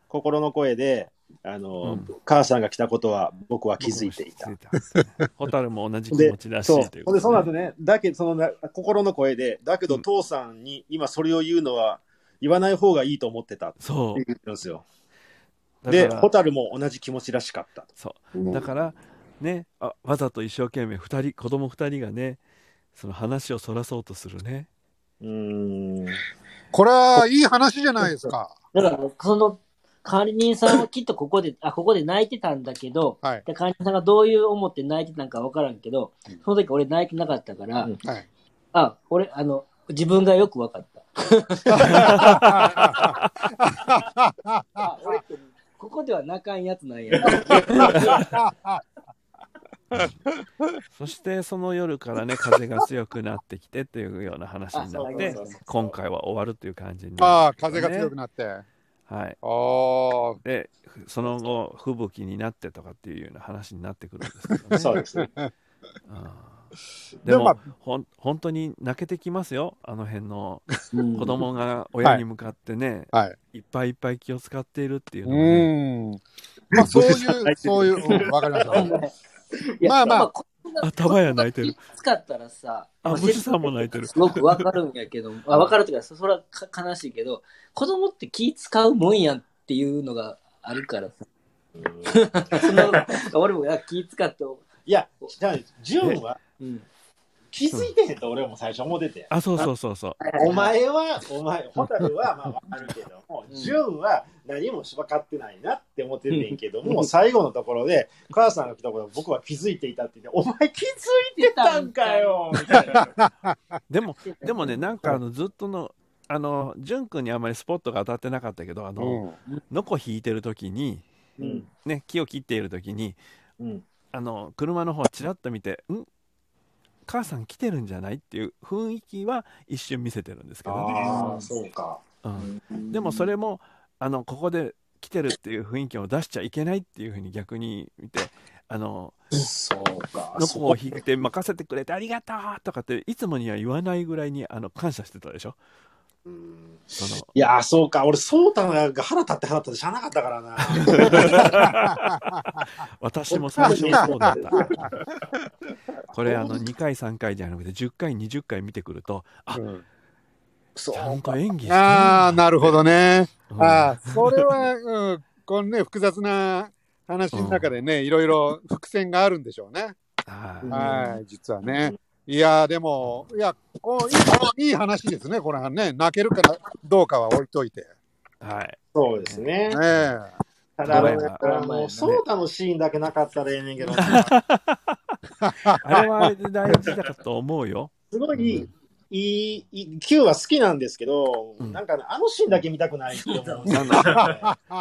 Speaker 3: 心の声で、あの、
Speaker 2: うん
Speaker 3: 母さんが来たことは僕は気づいていた。
Speaker 2: 僕も気づいて <laughs> た蛍も同じ気持ちらし
Speaker 3: そう
Speaker 2: いという。
Speaker 3: ほ
Speaker 2: ことで
Speaker 3: んで、その後ね、だけど、そのな心の声で、だけど父さんに今それを言うのは言わない方がいいと思ってたって
Speaker 2: そ
Speaker 3: 言ってるんですよ。
Speaker 2: う
Speaker 3: で、
Speaker 2: だから
Speaker 3: ホタルも同じ気持ちらしかったと。
Speaker 2: そうだからねあわざと一生懸命二人子供二人がねその話をそらそうとするね
Speaker 3: うーん。
Speaker 1: これはいい話じゃないですか。
Speaker 4: だから、その、管理人さんはきっとここで、あ、ここで泣いてたんだけど、
Speaker 1: はい
Speaker 4: で管理人さんがどういう思って泣いてたんかわからんけど、その時俺泣いてなかったから、
Speaker 3: うん
Speaker 1: はい
Speaker 4: あ、俺、あの、自分がよくわかった。あ、俺って、ここでは泣かんやつなんや。
Speaker 2: そしてその夜からね風が強くなってきてっていうような話にな
Speaker 4: あ
Speaker 2: っ
Speaker 4: そう
Speaker 2: て
Speaker 4: そうそう
Speaker 2: 今回は終わるという感じになるんで
Speaker 1: ああ、風
Speaker 2: すよね
Speaker 1: が強くなって。あ
Speaker 2: はい
Speaker 1: あ。
Speaker 2: でその後吹雪になってとかっていうような話になってくるんですけ
Speaker 1: <laughs>
Speaker 2: どね
Speaker 3: そう <laughs> ですね。
Speaker 2: あー
Speaker 1: で
Speaker 2: で
Speaker 1: もまあ
Speaker 2: もほん本当に泣けてきますよあの辺の
Speaker 4: うん
Speaker 2: 子供が親に向かってね、、
Speaker 1: はいはい
Speaker 2: っぱいいっぱい気を使っているっていう
Speaker 1: う
Speaker 2: のはね、
Speaker 1: ん。まあ、そういう、そういう、うんわかりまし
Speaker 4: お前
Speaker 1: た。
Speaker 4: いや
Speaker 1: まあまあ
Speaker 4: こんな
Speaker 2: あタバヤ泣いてる。
Speaker 4: きつかったらさ、
Speaker 2: あ
Speaker 4: まあ
Speaker 2: ムシさんも泣いてる
Speaker 4: すごくわかるん
Speaker 2: <laughs>
Speaker 4: やけど、あわかるっていうか、そそれはか悲しいけど、子供って気使うもんやんっていうのがあるからさ。そんな俺もあ気使って、
Speaker 3: いや、じゃあ、ジュンは
Speaker 4: うん。
Speaker 3: 気づいてへんと俺も最初思ってて。
Speaker 2: あそうそうそうそう
Speaker 3: お前は、お前、ホタルはまあわかるけども、
Speaker 4: うん
Speaker 3: ジュンは何もしばかってないなって思ってんねんけども、最後のところで、母さんが来たこと僕は気づいていたって言って、お前気づいてたんかよみたいな。
Speaker 2: でもでもねなんかあのずっとのあの淳君にあんまりスポットが当たってなかったけどあ
Speaker 1: う
Speaker 2: の、
Speaker 1: ん。
Speaker 2: のこ引いてる時に
Speaker 3: うん。
Speaker 2: ね木を切っている時に
Speaker 3: うん。
Speaker 2: あの車の方をちらっと見て「ん母さん来てるんじゃない?」っていう雰囲気は一瞬見せてるんですけどね、
Speaker 3: ああ、そうか。
Speaker 2: うんでもそれもあのここで来てるっていう雰囲気を出しちゃいけないっていうふうに逆に見てあの
Speaker 3: そうか。
Speaker 2: のこを引いて任せてくれてありがとうとかっていつもには言わないぐらいにあの感謝してたでしょ
Speaker 3: うん
Speaker 2: そ
Speaker 1: <laughs>
Speaker 2: の
Speaker 3: いやー、そうか。俺、ソータが腹立って腹立ってしゃあなかったからな。
Speaker 2: 私も最初そ
Speaker 1: <laughs>
Speaker 2: うだったこれあの2回3回じゃなくて10回20回見てくるとあ
Speaker 3: そ
Speaker 2: ちゃ
Speaker 3: うんか
Speaker 2: と。演技してる
Speaker 1: ああ、なるほどね。
Speaker 2: うん
Speaker 1: ああ、それは、うん、このね、複雑な話の中でね、いろいろ伏線があるんでしょうね。
Speaker 2: はい
Speaker 1: はい、実はね。いやー、でも、いや、こういい、いい話ですね、この辺ね。泣けるかなどうかは置いといて。
Speaker 2: はい
Speaker 3: そうですね
Speaker 1: ね。え。
Speaker 3: ただ、
Speaker 2: ごめん
Speaker 3: だからもう、ソータのシーンだけなかったらええねんけどな。
Speaker 2: あれはあれで大事だかと思うよ
Speaker 3: すご
Speaker 2: う
Speaker 3: い
Speaker 2: ん、
Speaker 3: いい、いい Q は好きなんですけど、
Speaker 2: うん
Speaker 3: なんかねあのシーンだけ見たくないって思うんですよね。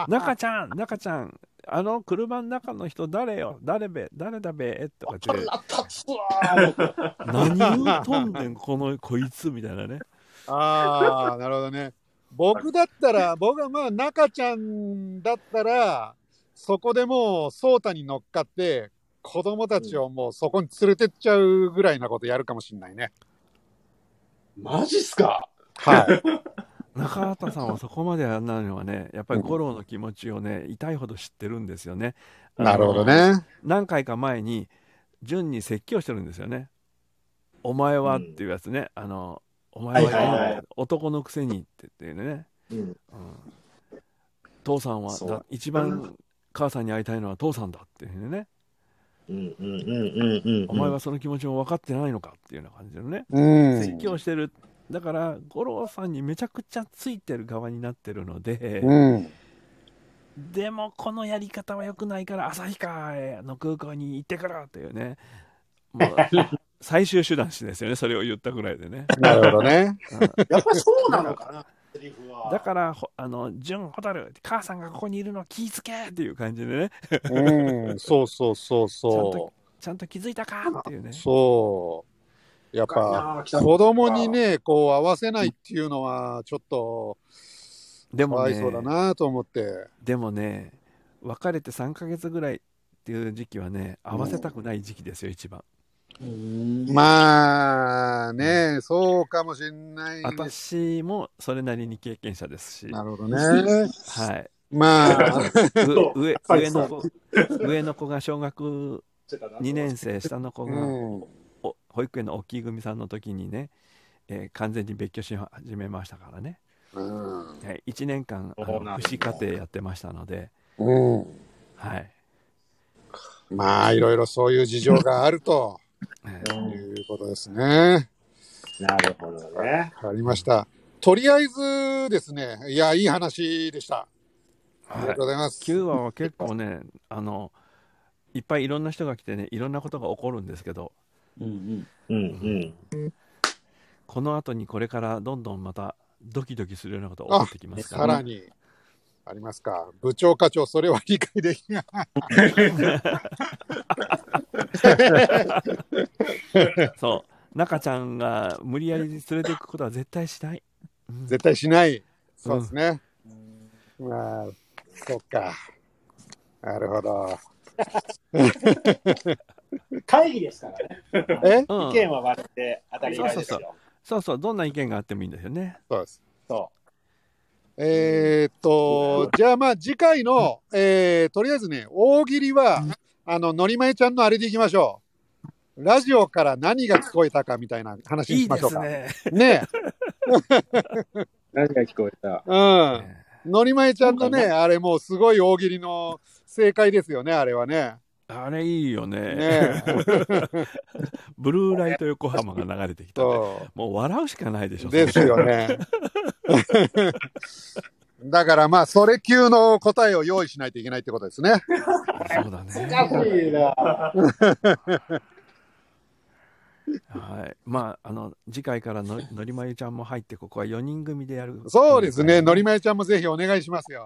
Speaker 2: 中ちゃん中ちゃんあの車の中の人誰よ誰べ誰だべとか言って
Speaker 3: 腹立つわー
Speaker 2: 何言うとんねんこのこいつみたいなね
Speaker 1: あ <laughs> あ、なるほどね。僕だったら、僕はまあ、中ちゃんだったら、そこでもう、ソータに乗っかって、子供たちをもうそこに連れてっちゃうぐらいなことやるかもしんないね。
Speaker 3: <laughs> マジっすか
Speaker 1: はい。
Speaker 2: 中畑さんはそこまでやんないのはねやっぱり五郎の気持ちをね痛いほど知ってるんですよね
Speaker 1: <laughs> なるほどね。
Speaker 2: 何回か前に順に説教してるんですよね。お前はっていうやつね、あの、お前は,、
Speaker 3: はいはいは
Speaker 2: 男のくせにって言ってね、
Speaker 3: うん
Speaker 2: うん父さんは
Speaker 3: そう
Speaker 2: だ一番母さんに会いたいのは父さんだっていうね、
Speaker 3: うんうんうんうんうん
Speaker 2: お前はその気持ちも分かってないのかっていうような感じでね、
Speaker 7: うん
Speaker 2: 説。教してる。だから、五郎さんにめちゃくちゃついてる側になってるので、
Speaker 7: うん。
Speaker 2: でもこのやり方は良くないから旭川への空港に行ってくるっていうねもう最終手段ですよねそれを言ったぐらいでね
Speaker 1: なるほどね。
Speaker 3: やっぱりそうなのかなセリフは
Speaker 2: だからほあの純蛍母さんがここにいるのを気ぃつけっていう感じでね
Speaker 7: うん。
Speaker 1: そうそうそう
Speaker 2: ちゃんと
Speaker 1: そ
Speaker 2: ちゃんと気づいたかっていうね
Speaker 1: う。そう。やっぱ、
Speaker 3: あー北
Speaker 1: 子供にね、こう合わせないっていうのは、ちょっと、
Speaker 2: で
Speaker 1: か
Speaker 2: も
Speaker 1: わい
Speaker 2: ね
Speaker 1: そうだなと思って。
Speaker 2: でもね別れて3ヶ月ぐらいっていう時期はね合わせたくない時期ですよ一番
Speaker 1: まあね、そうかもしんないです。
Speaker 2: 私もそれなりに経験者ですし
Speaker 1: なるほどね。
Speaker 2: はい
Speaker 1: まあ、
Speaker 2: う
Speaker 3: う
Speaker 2: 上
Speaker 3: ぱり
Speaker 2: 上の子 <laughs> 上の子が小学2年生下の子
Speaker 7: う
Speaker 2: が、
Speaker 7: ん。
Speaker 2: お保育園の大きい組さんの時にね、えー完全に別居し始めましたからね、
Speaker 1: うん
Speaker 2: はい、1年間あ
Speaker 3: そうな
Speaker 2: の
Speaker 3: んだ
Speaker 2: 不死家庭やってましたので、
Speaker 7: うん。
Speaker 2: はい
Speaker 1: まあ、いろいろそういう事情があると
Speaker 2: え
Speaker 1: い
Speaker 2: ー
Speaker 1: うことですね。
Speaker 3: なるほどね
Speaker 1: わかりました。とりあえずですね、いや、いい話でした。ありがとうございます。
Speaker 2: 9話は結構ねあのいっぱいいろんな人が来てねいろんなことが起こるんですけど
Speaker 4: うんうん。
Speaker 3: うんうん
Speaker 2: この後にこれからどんどんまたドキドキするようなことが起こってきますか
Speaker 1: さ
Speaker 2: ら、
Speaker 1: ら
Speaker 2: ね、
Speaker 1: に、ありますか。部長課長、それは理解できない。
Speaker 2: そう中ちゃんが無理やり連れていくことは絶対しない、うん
Speaker 1: 絶対しない。そうですね。まあ、そっか。なるほ
Speaker 2: <laughs>
Speaker 1: ど。
Speaker 8: 会議ですからね。
Speaker 1: え
Speaker 2: うん
Speaker 8: 意見は割れて当たり前です
Speaker 2: そう
Speaker 8: よ。
Speaker 2: そうそうどんな意見があってもいいんですよね
Speaker 1: そうです。
Speaker 8: そ
Speaker 1: えーっと、じゃあまあ次回の、えー、とりあえずね、大喜利は、あの、のりまえちゃんのあれでいきましょう。ラジオから何が聞こえたかみたいな話に
Speaker 2: い
Speaker 1: し
Speaker 2: い
Speaker 1: ま
Speaker 2: で
Speaker 1: しょうか。
Speaker 2: す
Speaker 1: <laughs>
Speaker 2: ね <laughs>
Speaker 1: ね
Speaker 8: う。何が聞こえた
Speaker 1: え。うん。のりまえちゃんのね、あれもうすごい大喜利の正解ですよね、あれはね。
Speaker 2: あれいいよね
Speaker 1: ねえ。
Speaker 2: ブルーライト横浜が流れてきたね、
Speaker 1: そ
Speaker 2: もう笑うしかないでしょ
Speaker 1: う。ですよね。 <laughs> だからまあ、それ級の答えを用意しないといけないってことですね。
Speaker 2: そう
Speaker 1: <laughs>
Speaker 2: だね
Speaker 8: 難しいな。
Speaker 2: はいまああの次回からののりまゆちゃんも入ってここは4人組でやる
Speaker 1: そうですね。のりまえちゃんもぜひお願いしますよ。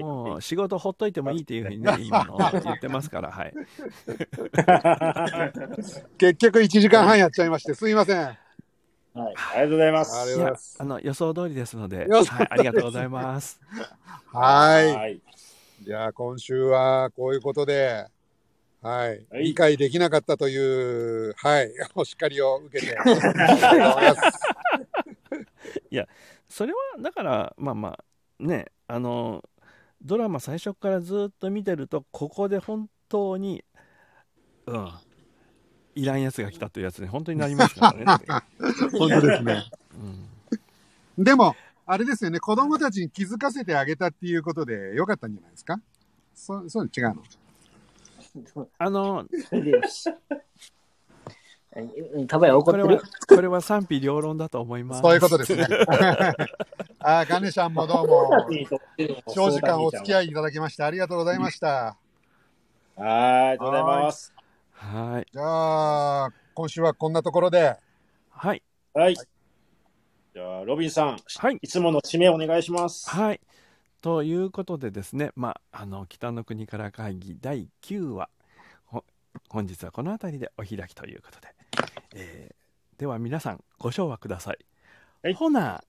Speaker 2: もう仕事ほっといてもいいっていうふうに
Speaker 1: <laughs>
Speaker 2: ね今の言ってますからはい
Speaker 1: 結局1時間半やっちゃいまして、すいません。
Speaker 8: はい、ありがとうございま
Speaker 1: あり
Speaker 2: い
Speaker 1: が
Speaker 8: す。
Speaker 1: とうござい
Speaker 2: や
Speaker 1: ます
Speaker 2: あの予想通りですので、
Speaker 1: 予想通りです
Speaker 2: はい、ありがとうございます
Speaker 1: は
Speaker 3: はい
Speaker 1: い。じゃあ今週はこういうことで、はい。
Speaker 3: はい
Speaker 1: 理解できなかったという、はい、お叱りを受けて、ありがとうございます
Speaker 2: それはだからまあまあねあのドラマ最初からずっと見てるとここで本当にうんいらんやつが来たというやつに本当になりますからね、
Speaker 1: <laughs> 本当ですね。
Speaker 2: うん、
Speaker 1: でも、あれですよね、子供たちに気づかせてあげたっていうことでよかったんじゃないですかそそう違うの。
Speaker 2: あの
Speaker 4: <laughs> たばや
Speaker 2: こ
Speaker 4: 怒っ
Speaker 2: れ
Speaker 4: てる
Speaker 2: は。これは賛否両論だと思います
Speaker 1: そういうこと <laughs> ですね。あーガネシャンもどう <laughs> も、長時間お付き
Speaker 3: い
Speaker 1: 合いいただきましてありがとうございました。
Speaker 3: はいありがとうございます
Speaker 2: はい
Speaker 1: じゃあ、今週はこんなところで、
Speaker 2: はい
Speaker 3: はいじゃあロビンさん
Speaker 2: はい
Speaker 3: いつもの締めお願いします
Speaker 2: はいということでですね、まあ、あの北の国から会議第9話ほ本日はこの辺りでお開きということで、えーでは皆さんご唱和ください、
Speaker 3: はい
Speaker 2: ほな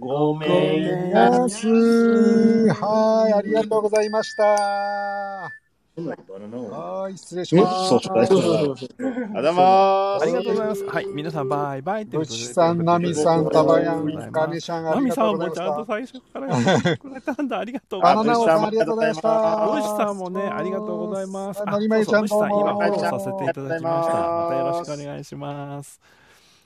Speaker 3: ごめん
Speaker 1: ごめん
Speaker 3: な
Speaker 1: な
Speaker 3: さ
Speaker 1: すはい、ありがとうございました。はい、失礼します。
Speaker 3: そうそう
Speaker 4: そうそうそう。
Speaker 3: い。あざまーす。
Speaker 2: ありがとうございますはい皆さんバイバイという
Speaker 1: ぶ
Speaker 2: ことで
Speaker 1: ちさん、ナミさん、タバヤ
Speaker 2: ありがとう
Speaker 1: ン、
Speaker 2: ござ
Speaker 1: ガ
Speaker 2: いま
Speaker 1: ネ
Speaker 2: す
Speaker 1: シャン、あ
Speaker 2: ナ
Speaker 1: り
Speaker 2: ミ
Speaker 1: が
Speaker 2: さん
Speaker 1: とうございうま
Speaker 2: はもち
Speaker 1: し
Speaker 2: ゃん
Speaker 1: た。
Speaker 2: と最初からやってくれたんだありがとうござ
Speaker 1: バ
Speaker 2: い
Speaker 1: ナナ
Speaker 2: ます
Speaker 1: オさん、ありがとうございました。
Speaker 2: ムシさんもね、ありがとうございます。
Speaker 1: あのりまゆちゃん
Speaker 2: そうそうムシ
Speaker 1: ど
Speaker 2: さん、
Speaker 1: うも
Speaker 2: 今フォローさせていただきました。またよろしくお願いします。